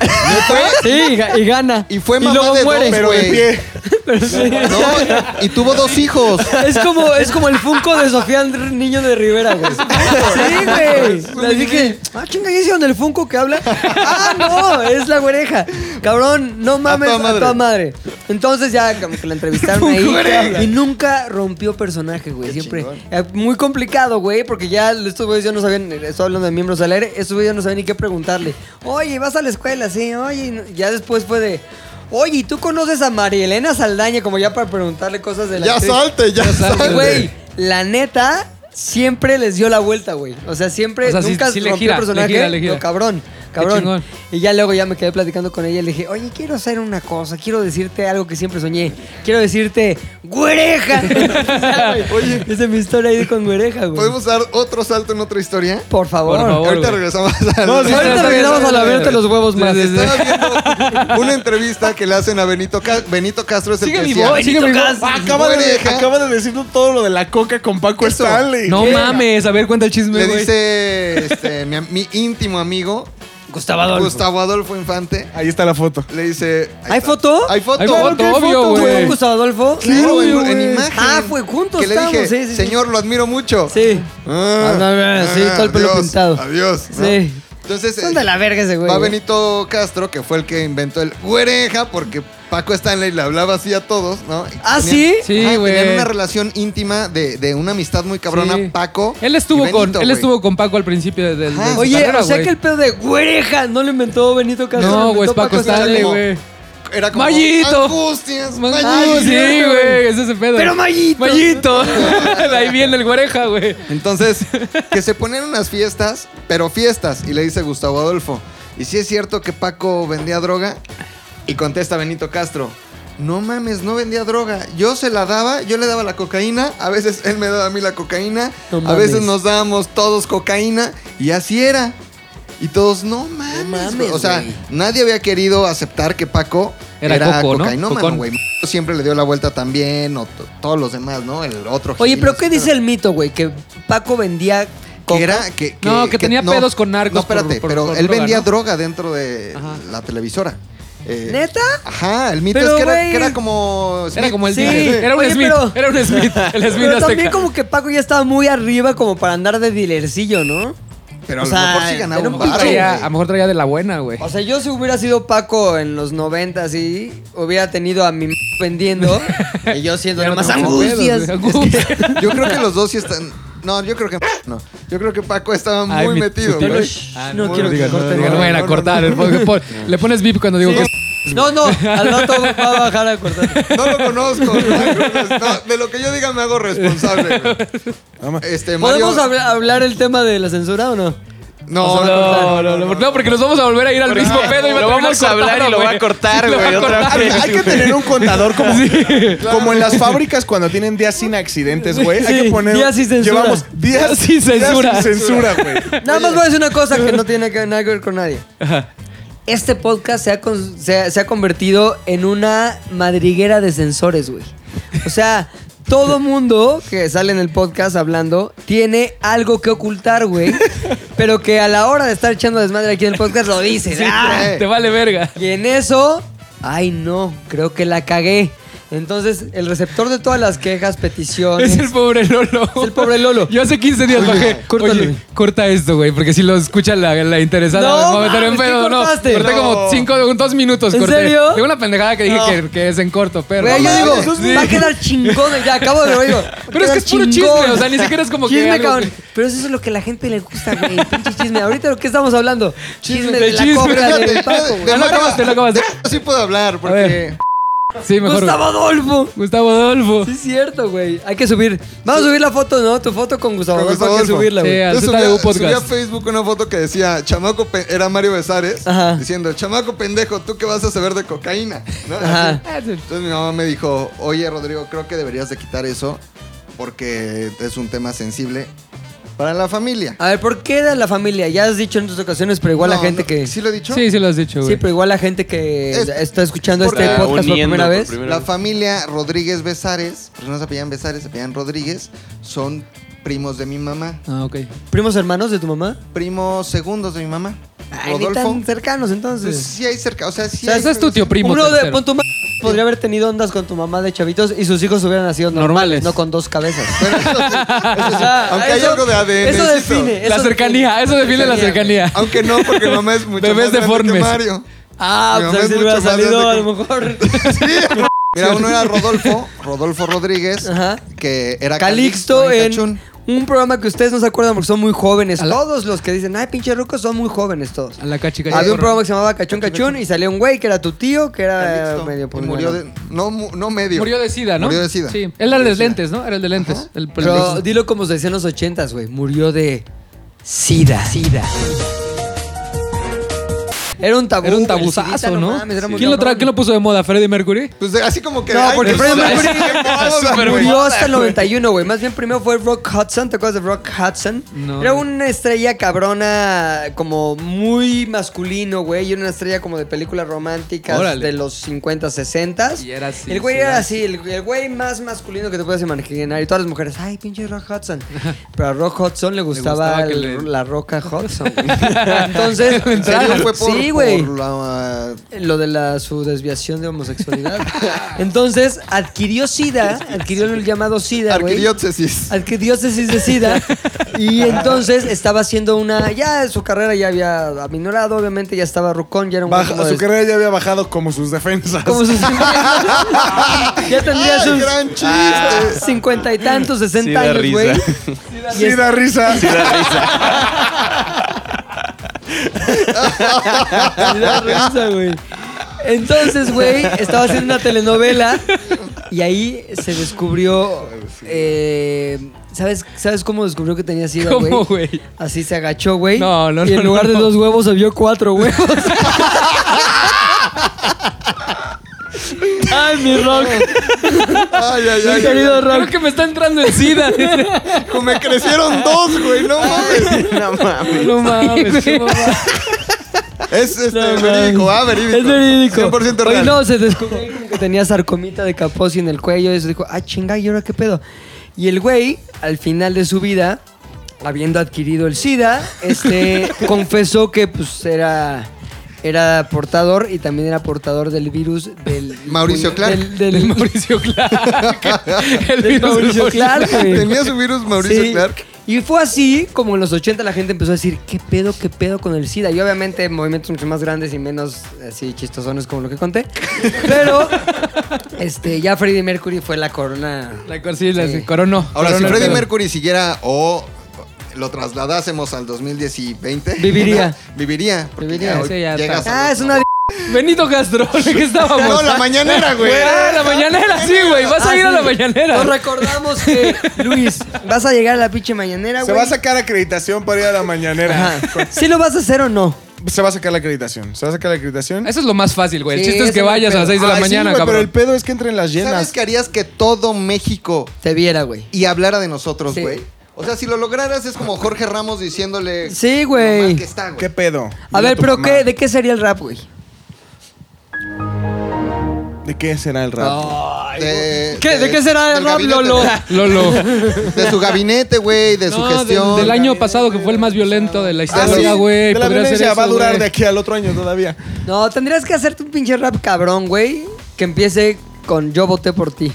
Speaker 2: Sí, y ga- y gana.
Speaker 5: Y fue mamá
Speaker 2: luego
Speaker 5: de
Speaker 2: muere.
Speaker 5: dos,
Speaker 1: Pero de
Speaker 5: güey.
Speaker 1: pie.
Speaker 5: [LAUGHS] No, y tuvo dos hijos.
Speaker 2: Es como, es como el Funko de Sofía Andr- Niño de Rivera, güey. Sí, güey. Así que, ah, chinga, ¿y ese donde el Funko que habla? Ah, no, es la güereja. Cabrón, no mames
Speaker 5: toda
Speaker 2: a
Speaker 5: madre.
Speaker 2: toda madre. Entonces ya como que la entrevistaron [LAUGHS] ahí y nunca rompió personaje, güey. Siempre. eh, Muy complicado, güey, porque ya estos güeyes ya no sabían, eh, estoy hablando de miembros al aire, estos güeyes ya no sabían ni qué preguntarle. Oye, vas a la escuela, sí, oye. y no- Ya después fue de. Oye, ¿y tú conoces a María Elena Saldaña? Como ya para preguntarle cosas de la
Speaker 5: Ya
Speaker 2: actriz.
Speaker 5: salte, ya salte.
Speaker 2: Güey, la neta siempre les dio la vuelta, güey. O sea, siempre
Speaker 3: O sea, sí-
Speaker 2: nunca
Speaker 3: sí le
Speaker 2: rompió
Speaker 3: gira,
Speaker 2: el personaje.
Speaker 3: le gira, le gira.
Speaker 2: No, cabrón,
Speaker 3: chingón.
Speaker 2: cabrón. Y ya luego ya me quedé platicando con ella y le dije, "Oye, quiero hacer una cosa, quiero decirte algo que siempre soñé. Quiero decirte, güereja." [LAUGHS] Oye, esa es mi historia ahí con güereja, güey.
Speaker 5: ¿Podemos dar otro salto en otra historia?
Speaker 2: Por favor.
Speaker 3: Por favor.
Speaker 5: Ahorita
Speaker 3: güey.
Speaker 5: regresamos [LAUGHS] a
Speaker 3: No, sí,
Speaker 2: Ahorita
Speaker 3: está bien,
Speaker 2: regresamos
Speaker 3: está
Speaker 2: a la
Speaker 3: bien.
Speaker 2: verte los huevos más.
Speaker 3: Sí, sí, sí.
Speaker 5: Estaba viendo una entrevista que le hacen a Benito, Ca- Benito Castro. Es el
Speaker 3: Sigue
Speaker 5: que
Speaker 3: vivo,
Speaker 5: decía,
Speaker 3: sigue vivo.
Speaker 1: Acaba de,
Speaker 5: Oreja.
Speaker 1: acaba de decirnos todo lo de la coca con Paco
Speaker 5: Eso.
Speaker 1: Stanley.
Speaker 3: No mames, a ver, cuenta el chisme,
Speaker 5: Le
Speaker 3: güey.
Speaker 5: dice este, mi, am- mi íntimo amigo,
Speaker 3: Ah,
Speaker 2: Gustavo Adolfo.
Speaker 5: Gustavo Adolfo Infante,
Speaker 1: Ahí está la foto.
Speaker 5: le dice... ahí
Speaker 2: ¿Hay
Speaker 5: está.
Speaker 2: foto?
Speaker 5: Hay foto.
Speaker 3: Hay foto,
Speaker 1: que hay
Speaker 3: obvio,
Speaker 1: foto,
Speaker 2: ¿Tú
Speaker 3: güey.
Speaker 2: con Gustavo Adolfo?
Speaker 5: Claro,
Speaker 1: Sí,
Speaker 5: en,
Speaker 1: güey.
Speaker 5: en imagen.
Speaker 2: Ah, fue juntos
Speaker 5: Que le
Speaker 2: estábamos,
Speaker 5: dije,
Speaker 2: sí, sí, sí.
Speaker 5: señor, lo admiro mucho.
Speaker 2: Sí.
Speaker 5: Ah,
Speaker 2: Ah, no, no, no, sí, todo el pelo
Speaker 5: adiós,
Speaker 2: pintado.
Speaker 5: Adiós. ¿no?
Speaker 2: Sí.
Speaker 5: Entonces,
Speaker 2: Son de la verga ese güey.
Speaker 5: va
Speaker 2: eh.
Speaker 5: Benito Castro, que fue el que inventó el güereja, porque Paco Stanley le hablaba así a todos, ¿no? Y
Speaker 2: ¿Ah,
Speaker 5: tenían-
Speaker 2: sí?
Speaker 3: Sí,
Speaker 5: Ajá,
Speaker 3: güey.
Speaker 5: Tenían una relación íntima de, de una amistad muy cabrona,
Speaker 3: Sí.
Speaker 5: Paco.
Speaker 3: Él
Speaker 5: y
Speaker 3: estuvo con,
Speaker 5: Benito,
Speaker 3: él
Speaker 5: güey.
Speaker 3: estuvo con Paco al principio del.
Speaker 5: Ajá.
Speaker 3: de su
Speaker 2: Oye,
Speaker 3: carrera,
Speaker 2: o sea
Speaker 3: güey.
Speaker 2: que el pedo de güereja no lo inventó Benito Castro. lo
Speaker 3: No, güey,
Speaker 2: inventó
Speaker 3: es Paco Stanley,
Speaker 5: Stanley,
Speaker 3: güey.
Speaker 5: Era como.
Speaker 3: Mayito.
Speaker 2: Ah,
Speaker 5: Angustias,
Speaker 3: Más-
Speaker 5: Mayito.
Speaker 3: sí, güey, ese es el pedo.
Speaker 2: Pero
Speaker 3: [LAUGHS]
Speaker 2: Mayito.
Speaker 3: Mayito. de ahí viene el güereja, güey.
Speaker 5: Entonces, que se ponían unas fiestas, pero fiestas, y le dice Gustavo Adolfo, ¿y si es cierto que Paco vendía droga? Y contesta Benito Castro, no mames, no vendía droga, yo se la daba, yo le daba la cocaína, a veces él me daba a mí la cocaína,
Speaker 2: No
Speaker 5: a veces
Speaker 2: mames.
Speaker 5: nos dábamos todos cocaína, y así era. Y todos, no mames, güey". o sea, nadie había querido aceptar que Paco
Speaker 3: Era
Speaker 5: era,
Speaker 3: coco, ¿no?
Speaker 5: cocainómano,
Speaker 3: Cocón.
Speaker 5: güey. Siempre le dio la vuelta también, o to- todos los demás, ¿no? El otro.
Speaker 2: Oye,
Speaker 5: Gil,
Speaker 2: pero
Speaker 5: no
Speaker 2: ¿qué
Speaker 5: sé,
Speaker 2: dice el mito, güey? Que Paco vendía coca.
Speaker 5: que era que,
Speaker 3: No, que tenía pedos con narcos
Speaker 5: No, espérate,
Speaker 3: por- por-
Speaker 5: pero
Speaker 3: por
Speaker 5: él
Speaker 3: droga,
Speaker 5: vendía
Speaker 3: ¿no?
Speaker 5: droga dentro de
Speaker 3: Ajá.
Speaker 5: la televisora. Eh,
Speaker 2: ¿Neta?
Speaker 5: Ajá, el mito
Speaker 2: Pero,
Speaker 5: es que era,
Speaker 2: güey.
Speaker 5: que era como
Speaker 3: Era
Speaker 5: Smith.
Speaker 3: como el
Speaker 2: Sí.
Speaker 3: Smith. Era un
Speaker 2: Oye,
Speaker 3: Smith.
Speaker 2: pero-
Speaker 3: Era un Smith. El Smith
Speaker 2: [LAUGHS] Pero también
Speaker 3: azteca.
Speaker 2: como que Paco ya estaba muy arriba como para andar de dilercillo, ¿no? o
Speaker 5: pero a lo
Speaker 2: sea,
Speaker 5: mejor sí ganaba
Speaker 2: era
Speaker 5: un
Speaker 2: un
Speaker 5: bar.
Speaker 2: pinche-
Speaker 5: güey.
Speaker 3: Traía- a lo mejor traía de la buena, güey.
Speaker 2: O sea, yo si hubiera sido Paco en los 90 así, hubiera tenido a mi m-
Speaker 3: [LAUGHS]
Speaker 2: vendiendo y yo siendo
Speaker 3: Ya no
Speaker 2: nomás
Speaker 3: tengo
Speaker 2: angustias.
Speaker 3: pedos, güey.
Speaker 2: Es
Speaker 3: [LAUGHS]
Speaker 2: que-
Speaker 5: [LAUGHS] Yo creo que los dos sí están no, yo creo que no. Yo creo que Paco estaba
Speaker 3: Ay,
Speaker 5: muy
Speaker 3: mi-
Speaker 5: metido.
Speaker 3: yo
Speaker 5: güey.
Speaker 3: lo- Ah,
Speaker 2: no quiero que
Speaker 3: digan,
Speaker 2: corten.
Speaker 3: digan,
Speaker 5: No,
Speaker 3: no vayan
Speaker 5: no,
Speaker 3: a
Speaker 5: no,
Speaker 3: cortar.
Speaker 5: no,
Speaker 3: el po- pon- Le pones VIP cuando digo que.
Speaker 2: No, no, al rato va a bajar a
Speaker 3: [LAUGHS]
Speaker 2: cortar.
Speaker 5: No lo conozco. no, no, de lo que yo diga me hago responsable. güey. Este, Mario-
Speaker 2: ¿Podemos habl- hablar el tema de la censura o no?
Speaker 5: No, no,
Speaker 3: No, no, no, no, porque nos vamos a volver a ir al mismo pedo y va
Speaker 4: Lo
Speaker 3: terminar
Speaker 4: vamos a hablar
Speaker 3: cortado,
Speaker 4: y lo va
Speaker 3: güey.
Speaker 4: a cortar,
Speaker 3: Lo va a
Speaker 4: güey, otra
Speaker 2: Ah,
Speaker 3: cortar.
Speaker 4: vez.
Speaker 1: Hay que tener un contador como, como en las fábricas cuando tienen días sin accidentes, güey. Hay
Speaker 2: Sí,
Speaker 1: que poner.
Speaker 2: días sin censura.
Speaker 1: Llevamos días,
Speaker 3: Días sin censura.
Speaker 1: Días sin censura, güey.
Speaker 2: Nada más voy a decir una cosa que no tiene que, nada que ver con nadie. Este podcast se ha, con- se, ha- se ha convertido en una madriguera de sensores, güey. O sea, todo mundo que sale en el podcast hablando tiene algo que ocultar, güey. Pero que a la hora de estar echando desmadre aquí en el podcast lo dice. ¡Ah!
Speaker 3: Te vale verga.
Speaker 2: Y en eso, ay no, creo que la cagué. Entonces, el receptor de todas las quejas, peticiones...
Speaker 3: Es el pobre Lolo.
Speaker 2: Es el pobre Lolo.
Speaker 3: Yo hace 15 días bajé.
Speaker 2: córtalo.
Speaker 3: Oye, corta esto, güey, porque si lo escucha la, la interesada,
Speaker 2: No,
Speaker 3: me voy a meter en
Speaker 2: mames, ¿qué
Speaker 3: pedo, no.
Speaker 2: cortaste?
Speaker 3: Corté como
Speaker 1: No.
Speaker 3: 5, dos minutos.
Speaker 2: ¿En
Speaker 3: corté.
Speaker 2: serio?
Speaker 3: Digo una pendejada que dije que, que es en corto, pero.
Speaker 2: Güey, yo
Speaker 5: mames,
Speaker 2: digo,
Speaker 5: eso es
Speaker 2: va a quedar chingón. Ya acabo de verlo.
Speaker 3: Pero es que es puro chisme, o sea, ni siquiera es como que
Speaker 2: Chisme,
Speaker 3: algo
Speaker 2: cabrón.
Speaker 3: que-
Speaker 2: Pero eso es lo que a la gente le gusta, güey. Pinche chisme. Ahorita lo que estamos hablando. Chisme,
Speaker 3: Chisme,
Speaker 2: de la
Speaker 3: chisme.
Speaker 2: coca
Speaker 5: Espérate,
Speaker 2: del Paco, güey.
Speaker 5: de
Speaker 3: Ya lo
Speaker 5: Mario-
Speaker 3: acabaste, lo acabaste.
Speaker 5: de- Sí puedo hablar porque
Speaker 3: ver. Sí, mejor.
Speaker 2: Gustavo Adolfo.
Speaker 3: Gustavo Adolfo.
Speaker 2: Sí, es cierto, güey. Hay que subir. Vamos a subir la foto, ¿no? Tu foto con Gustavo
Speaker 5: Con
Speaker 2: Adolfo.
Speaker 5: Gustavo
Speaker 2: Hay que
Speaker 5: Adolfo.
Speaker 2: subirla,
Speaker 3: Sí,
Speaker 2: güey.
Speaker 3: al
Speaker 5: Yo
Speaker 3: ZDU
Speaker 5: subí a
Speaker 3: Podcast.
Speaker 5: Facebook una foto que decía, chamaco, pe- era Mario Besares,
Speaker 2: Ajá.
Speaker 5: diciendo, chamaco pendejo, ¿tú qué vas a saber de cocaína? ¿No?
Speaker 2: Ajá.
Speaker 5: Así. Entonces mi mamá me dijo, oye Rodrigo, creo que deberías de quitar eso porque es un tema sensible para la familia.
Speaker 2: A ver, ¿por qué de la familia? Ya has dicho en otras ocasiones, pero Ah, igual
Speaker 5: No,
Speaker 2: la gente
Speaker 5: no,
Speaker 2: que.
Speaker 5: ¿Sí lo he dicho?
Speaker 3: Sí, sí lo has dicho, güey.
Speaker 2: Sí, pero igual la gente que
Speaker 5: Es-
Speaker 2: está escuchando
Speaker 5: porque-
Speaker 2: este
Speaker 5: Está
Speaker 2: podcast por primera vez.
Speaker 5: La familia Rodríguez Besares, pues no se apellan Besares, se apellan Rodríguez, son primos de mi mamá.
Speaker 3: Ah, ok.
Speaker 2: ¿Primos hermanos de tu mamá?
Speaker 5: Primos segundos de mi mamá.
Speaker 2: Ay, ni
Speaker 5: Rodolfo.
Speaker 2: tan cercanos
Speaker 5: Pues
Speaker 2: entonces.
Speaker 5: sí hay cerca, o sea,
Speaker 3: O
Speaker 5: sí
Speaker 3: sea,
Speaker 5: hay
Speaker 3: ese es tu tío primo.
Speaker 2: Uno de
Speaker 3: tercero.
Speaker 2: pon tu ma- podría haber tenido ondas con tu mamá de chavitos y sus hijos hubieran nacido normales,
Speaker 3: Normales.
Speaker 2: no con dos cabezas.
Speaker 5: Pero eso sí, eso sí.
Speaker 2: O sea,
Speaker 5: Aunque hay
Speaker 2: eso-
Speaker 5: algo de ADN.
Speaker 2: Eso define.
Speaker 3: La
Speaker 2: eso
Speaker 3: cercanía, eso define la cercanía.
Speaker 5: Aunque no, porque mi mamá es mucho
Speaker 3: Bebés
Speaker 5: más grande que
Speaker 3: deformes. [LAUGHS]
Speaker 5: Mario.
Speaker 2: Ah,
Speaker 5: Mi
Speaker 2: pues
Speaker 5: mamá
Speaker 2: así
Speaker 5: es
Speaker 2: le hubiera
Speaker 5: mucho más
Speaker 2: salido a
Speaker 5: grande
Speaker 2: lo
Speaker 5: [LAUGHS]
Speaker 2: mejor.
Speaker 5: Mira, uno era Rodolfo, Rodolfo Rodríguez,
Speaker 2: Ajá.
Speaker 5: que era
Speaker 2: Calixto en
Speaker 5: Itachún.
Speaker 2: un programa que ustedes no se acuerdan porque son muy jóvenes. Todos los que dicen, ay, pinche ruco, son muy jóvenes todos.
Speaker 3: A la cachica.
Speaker 2: Había un programa que se llamaba Cachón Cachón y salió un güey que era tu tío, que era
Speaker 5: Calixto.
Speaker 2: medio
Speaker 5: Y
Speaker 2: pulmón.
Speaker 5: murió de, no, mu- no medio.
Speaker 3: Murió de sida, ¿no?
Speaker 5: Murió de sida.
Speaker 3: Sí. Él era el de lentes, ¿no? Era el de lentes. El
Speaker 2: Pero
Speaker 3: pendejo.
Speaker 2: dilo como se decía en los ochentas, güey. Murió de sida. Sida. Era un tabú.
Speaker 3: Era un
Speaker 2: güey, el sidita,
Speaker 3: tabuzazo, ¿no?
Speaker 2: mames, era muy
Speaker 3: ¿Quién lo, tra-
Speaker 2: cabrón.
Speaker 3: quién lo puso de moda? ¿Freddie Mercury?
Speaker 5: Pues de- así como que.
Speaker 2: No, porque
Speaker 5: pues,
Speaker 2: Freddie
Speaker 5: ay, [LAUGHS]
Speaker 2: Mercury-
Speaker 3: [LAUGHS]
Speaker 5: qué moda,
Speaker 3: Súper
Speaker 5: güey.
Speaker 2: Murió hasta el 91, güey. Más bien primero fue Rock Hudson. ¿Te acuerdas de Rock Hudson?
Speaker 3: No.
Speaker 2: Era una estrella cabrona, como muy masculino, güey. Y era una estrella como de películas románticas
Speaker 3: Órale.
Speaker 2: de los 50, 60.
Speaker 3: Y era así,
Speaker 2: El güey
Speaker 3: sí,
Speaker 2: era
Speaker 3: era
Speaker 2: así, el, el güey más masculino que te puedas imaginar. Y todas las mujeres, ay, pinche Rock Hudson. Pero a Rock Hudson le gustaba,
Speaker 3: gustaba que
Speaker 2: el-
Speaker 3: le-
Speaker 2: la roca Hudson. güey. Entonces,
Speaker 5: ¿En serio fue por,
Speaker 2: sí, güey
Speaker 5: por la-
Speaker 2: lo de la, su desviación de homosexualidad. Entonces, adquirió SIDA, adquirió el llamado SIDA, güey.
Speaker 5: arquidiócesis?
Speaker 2: Adquirió tesis de SIDA y entonces estaba haciendo una. Ya su carrera ya había aminorado, obviamente ya estaba rucón, ya era un güey
Speaker 1: Baja-
Speaker 2: como
Speaker 1: su
Speaker 2: de-
Speaker 1: carrera ya había bajado como sus defensas.
Speaker 2: como sus-
Speaker 1: [LAUGHS]
Speaker 2: ya tendría
Speaker 5: ¡Ay,
Speaker 2: sus
Speaker 5: gran chiste!
Speaker 2: cincuenta y tantos,
Speaker 4: Sí
Speaker 2: sesenta
Speaker 4: da
Speaker 2: años,
Speaker 4: [LAUGHS]
Speaker 2: güey.
Speaker 4: risa.
Speaker 2: Y
Speaker 1: Sí da risa.
Speaker 2: Me da risa, güey. Entonces, güey, estaba haciendo una telenovela y ahí se descubrió. eh, ¿sabes, ¿Sabes cómo descubrió que tenía sida, güey?
Speaker 3: ¿Cómo, güey?
Speaker 2: Así se agachó, güey.
Speaker 3: No, no,
Speaker 2: Y en
Speaker 3: no,
Speaker 2: lugar
Speaker 3: no,
Speaker 2: de
Speaker 3: no.
Speaker 2: dos huevos, se vio cuatro huevos. Ay, mi rock.
Speaker 5: [LAUGHS] Ay, ay,
Speaker 2: Mi
Speaker 5: ay.
Speaker 2: querido
Speaker 3: Creo
Speaker 2: rock.
Speaker 3: que me está entrando en sida.
Speaker 5: Como [LAUGHS] Me crecieron dos, güey, no mames.
Speaker 4: No mames.
Speaker 3: no mames. qué mamada.
Speaker 5: Es este,
Speaker 2: No,
Speaker 5: verídico,
Speaker 2: mames.
Speaker 5: ah, verídico.
Speaker 2: Es verídico.
Speaker 5: 100%
Speaker 2: Oye,
Speaker 5: real.
Speaker 2: no, se descubrió que tenía sarcomita de Kaposi en el cuello. Y se dijo, ah, chinga, ¿y ahora qué pedo? Y el güey, al final de su vida, habiendo adquirido el SIDA,
Speaker 5: [LAUGHS]
Speaker 2: este, confesó que pues era... Era portador y también era portador del virus del...
Speaker 5: Mauricio Clark.
Speaker 2: Del, del-
Speaker 3: Del Mauricio Clark.
Speaker 5: [LAUGHS]
Speaker 3: El
Speaker 2: del
Speaker 3: virus
Speaker 2: Mauricio Clark, güey.
Speaker 5: Tenía su virus Mauricio
Speaker 2: Sí.
Speaker 5: Clark.
Speaker 2: Y fue así como en los 80 la gente empezó a decir, ¿qué pedo, qué pedo con el SIDA? Y obviamente movimientos mucho más grandes y menos así chistosones como lo que
Speaker 1: [LAUGHS]
Speaker 2: conté. Pero este, ya Freddie Mercury fue la corona.
Speaker 3: La cor- sí, la
Speaker 2: Sí.
Speaker 3: coronó. Coronó
Speaker 5: Ahora, si
Speaker 3: el
Speaker 5: Freddie
Speaker 3: pedo.
Speaker 5: Mercury siguiera o lo trasladásemos al 2010 y 20, [LAUGHS]
Speaker 2: Viviría.
Speaker 5: ¿no? Viviría. porque
Speaker 2: Viviría,
Speaker 5: ya hoy
Speaker 3: sí, ya
Speaker 5: llegas
Speaker 2: Ah,
Speaker 5: a
Speaker 2: es
Speaker 5: los-
Speaker 2: una... d-
Speaker 3: Benito Castro, ¿de qué estábamos?
Speaker 5: No, la mañanera, güey.
Speaker 3: Ah, la mañanera, sí, güey. Vas
Speaker 2: Ah,
Speaker 3: a ir a
Speaker 2: sí.
Speaker 3: la mañanera.
Speaker 2: Nos recordamos que, Luis, vas a llegar a la pinche mañanera,
Speaker 1: Se
Speaker 2: güey.
Speaker 1: va a sacar acreditación para ir a la mañanera.
Speaker 2: Ajá. ¿Sí lo vas a hacer o no?
Speaker 1: Se va a sacar la acreditación. Se va a sacar la acreditación.
Speaker 3: Eso es lo más fácil, güey. El
Speaker 2: Sí,
Speaker 3: chiste es
Speaker 2: ese
Speaker 3: que
Speaker 2: es el
Speaker 3: vayas a las
Speaker 2: pedo.
Speaker 3: 6 de la
Speaker 5: Ah,
Speaker 1: Ay, sí,
Speaker 3: mañana,
Speaker 1: güey, Pero
Speaker 3: cabrón.
Speaker 1: el pedo es que entren las
Speaker 5: ¿Sabes
Speaker 1: llenas.
Speaker 5: qué harías que todo México
Speaker 2: Te viera, güey.
Speaker 5: y hablara de nosotros,
Speaker 2: Sí.
Speaker 5: güey? O sea, si lo lograras es como Jorge Ramos diciéndole
Speaker 2: Sí,
Speaker 5: lo
Speaker 2: güey.
Speaker 5: mal que está, güey.
Speaker 1: ¿Qué pedo?
Speaker 2: A
Speaker 1: Dile
Speaker 2: ver,
Speaker 1: tu
Speaker 2: pero
Speaker 1: mamá.
Speaker 2: qué, ¿de qué sería el rap, güey?
Speaker 1: ¿De qué será el rap?
Speaker 5: De,
Speaker 3: ¿Qué? ¿De qué será
Speaker 5: del
Speaker 3: el rap,
Speaker 5: gabinete,
Speaker 3: Lolo?
Speaker 5: güey. [LAUGHS]
Speaker 3: Lolo.
Speaker 5: De su gabinete, güey, de su
Speaker 3: No, del-
Speaker 5: gestión.
Speaker 3: del año pasado que fue el más violento de la
Speaker 1: Ah, sí,
Speaker 3: historia, güey.
Speaker 1: de la
Speaker 3: Podría ser
Speaker 1: violencia
Speaker 3: eso,
Speaker 1: va a durar
Speaker 3: güey.
Speaker 1: de aquí al otro año todavía.
Speaker 2: No, tendrías que hacerte un pinche rap cabrón, güey. Que empiece con yo voté por ti.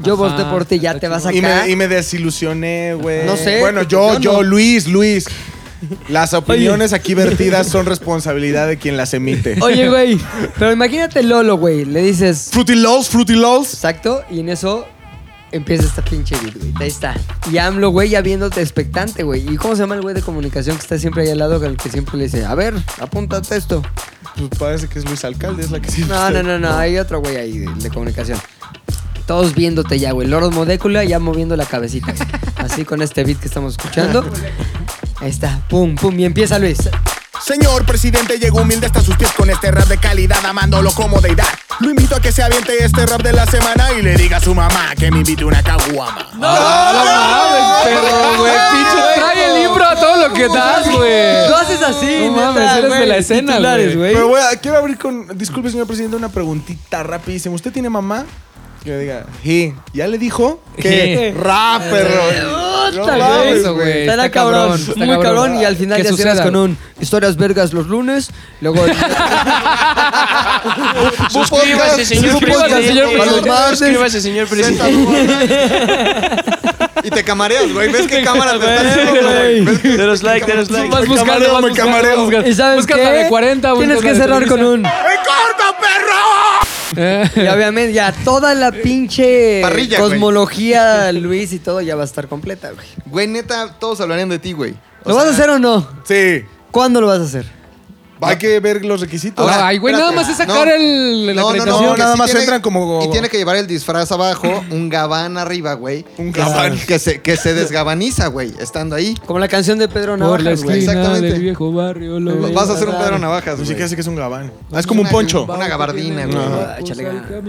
Speaker 2: Yo
Speaker 3: Ajá,
Speaker 2: voté por ti, ya te vas acá.
Speaker 1: Y me, y me desilusioné, güey.
Speaker 2: No sé,
Speaker 1: Bueno,
Speaker 2: porque
Speaker 1: yo,
Speaker 2: yo
Speaker 1: yo,
Speaker 2: no.
Speaker 1: Luis, Luis.
Speaker 2: [LAUGHS]
Speaker 1: Las opiniones aquí vertidas son responsabilidad de quien las emite. [LAUGHS]
Speaker 2: Oye, güey, pero imagínate Lolo, güey. Le dices,
Speaker 1: Fruity Lows, Fruity Lows.
Speaker 2: exacto, y en eso empieza esta pinche beat, güey. Ahí está. Y AMLO, güey, ya viéndote expectante, güey. ¿Y cómo se llama el güey de comunicación que está siempre ahí al lado, el que siempre le dice, a ver, apúntate esto?
Speaker 1: Pues parece que es Luis Alcalde, es la que siempre.
Speaker 2: No, no,
Speaker 1: está-
Speaker 2: no, no, hay otro güey ahí de, de comunicación. Todos viéndote ya, güey. Lord Modécula ya moviendo la cabecita. güey. Así con este beat que estamos escuchando. Ahí está, pum, pum, y empieza Luis.
Speaker 7: Señor presidente, llegó humilde hasta sus pies con este rap de calidad, amándolo como deidad. Lo invito a que se aviente este rap de la semana y le diga a su mamá que me invite una caguama.
Speaker 3: No, no mames, pero, güey, pinche. Trae el libro a todo lo que das, güey.
Speaker 2: Lo haces así,
Speaker 3: No mames, eres de la escena,
Speaker 2: Titulares,
Speaker 3: güey.
Speaker 1: Pero bueno, quiero abrir con. Disculpe, señor presidente, una preguntita rapidísima. ¿Usted tiene mamá? Que le diga, sí. ¿Ya le dijo? Que
Speaker 3: Sí.
Speaker 1: rap, perro. No
Speaker 2: Puta,
Speaker 1: mames,
Speaker 2: güey.
Speaker 3: eso, güey.
Speaker 2: Estará
Speaker 3: Está
Speaker 2: cabrón,
Speaker 3: cabrón, está
Speaker 2: muy
Speaker 3: cabrón.
Speaker 2: cabrón. Y al final
Speaker 3: Que
Speaker 2: ya
Speaker 3: suceda.
Speaker 2: cierras con un historias vergas los lunes. Luego
Speaker 4: Suscríbase, señor
Speaker 3: Suscríbase, señor
Speaker 4: presidente.
Speaker 2: presidente.
Speaker 4: Suscríbase, señor presidente.
Speaker 5: Y te camareas, güey. ¿Ves
Speaker 3: [LAUGHS]
Speaker 5: qué cámara te estás haciendo, güey? ¿Ves qué-
Speaker 4: Denos like, denos
Speaker 3: Vas
Speaker 4: like.
Speaker 3: buscando,
Speaker 1: camareo,
Speaker 3: vas
Speaker 1: me
Speaker 3: buscando,
Speaker 1: camareo.
Speaker 3: vas buscando.
Speaker 2: y sabes
Speaker 3: Buscas
Speaker 2: qué?
Speaker 3: la de 40, buscas
Speaker 2: Tienes
Speaker 3: la
Speaker 2: que
Speaker 3: de
Speaker 2: cerrar
Speaker 3: 30.
Speaker 2: con un
Speaker 3: Eh.
Speaker 2: y obviamente ya toda la pinche
Speaker 5: Parrilla, güey.
Speaker 2: cosmología Luis y todo ya va a estar completa, güey.
Speaker 5: Güey, neta, todos hablarían de ti, güey.
Speaker 2: ¿Lo vas a hacer o no?
Speaker 1: Sí.
Speaker 2: ¿Cuándo lo vas a hacer?
Speaker 1: Hay que ver los requisitos.
Speaker 5: Ahora,
Speaker 3: Ay, güey, nada
Speaker 5: espérate.
Speaker 3: más es sacar
Speaker 5: No.
Speaker 3: el, la
Speaker 5: No, no, no,
Speaker 3: acreditación.
Speaker 1: no,
Speaker 5: que
Speaker 1: nada
Speaker 5: sí
Speaker 1: más
Speaker 5: tiene-
Speaker 1: entran como-
Speaker 5: Y tiene que llevar el disfraz abajo, un gabán arriba, güey.
Speaker 1: Un
Speaker 5: Que se-
Speaker 1: gabán.
Speaker 5: Que se, que se desgabaniza, güey, estando ahí.
Speaker 2: Como la canción de Pedro
Speaker 3: Por la
Speaker 2: Navajas,
Speaker 3: esquina
Speaker 2: güey.
Speaker 5: Exactamente.
Speaker 3: del viejo barrio. Lo
Speaker 5: Vas a hacer un Pedro Navajas,
Speaker 1: Pues
Speaker 5: güey.
Speaker 1: sí que hace que es un gabán. Ah, es como un poncho.
Speaker 5: Una gabardina, güey.
Speaker 2: Ah, échale ganas.
Speaker 3: Está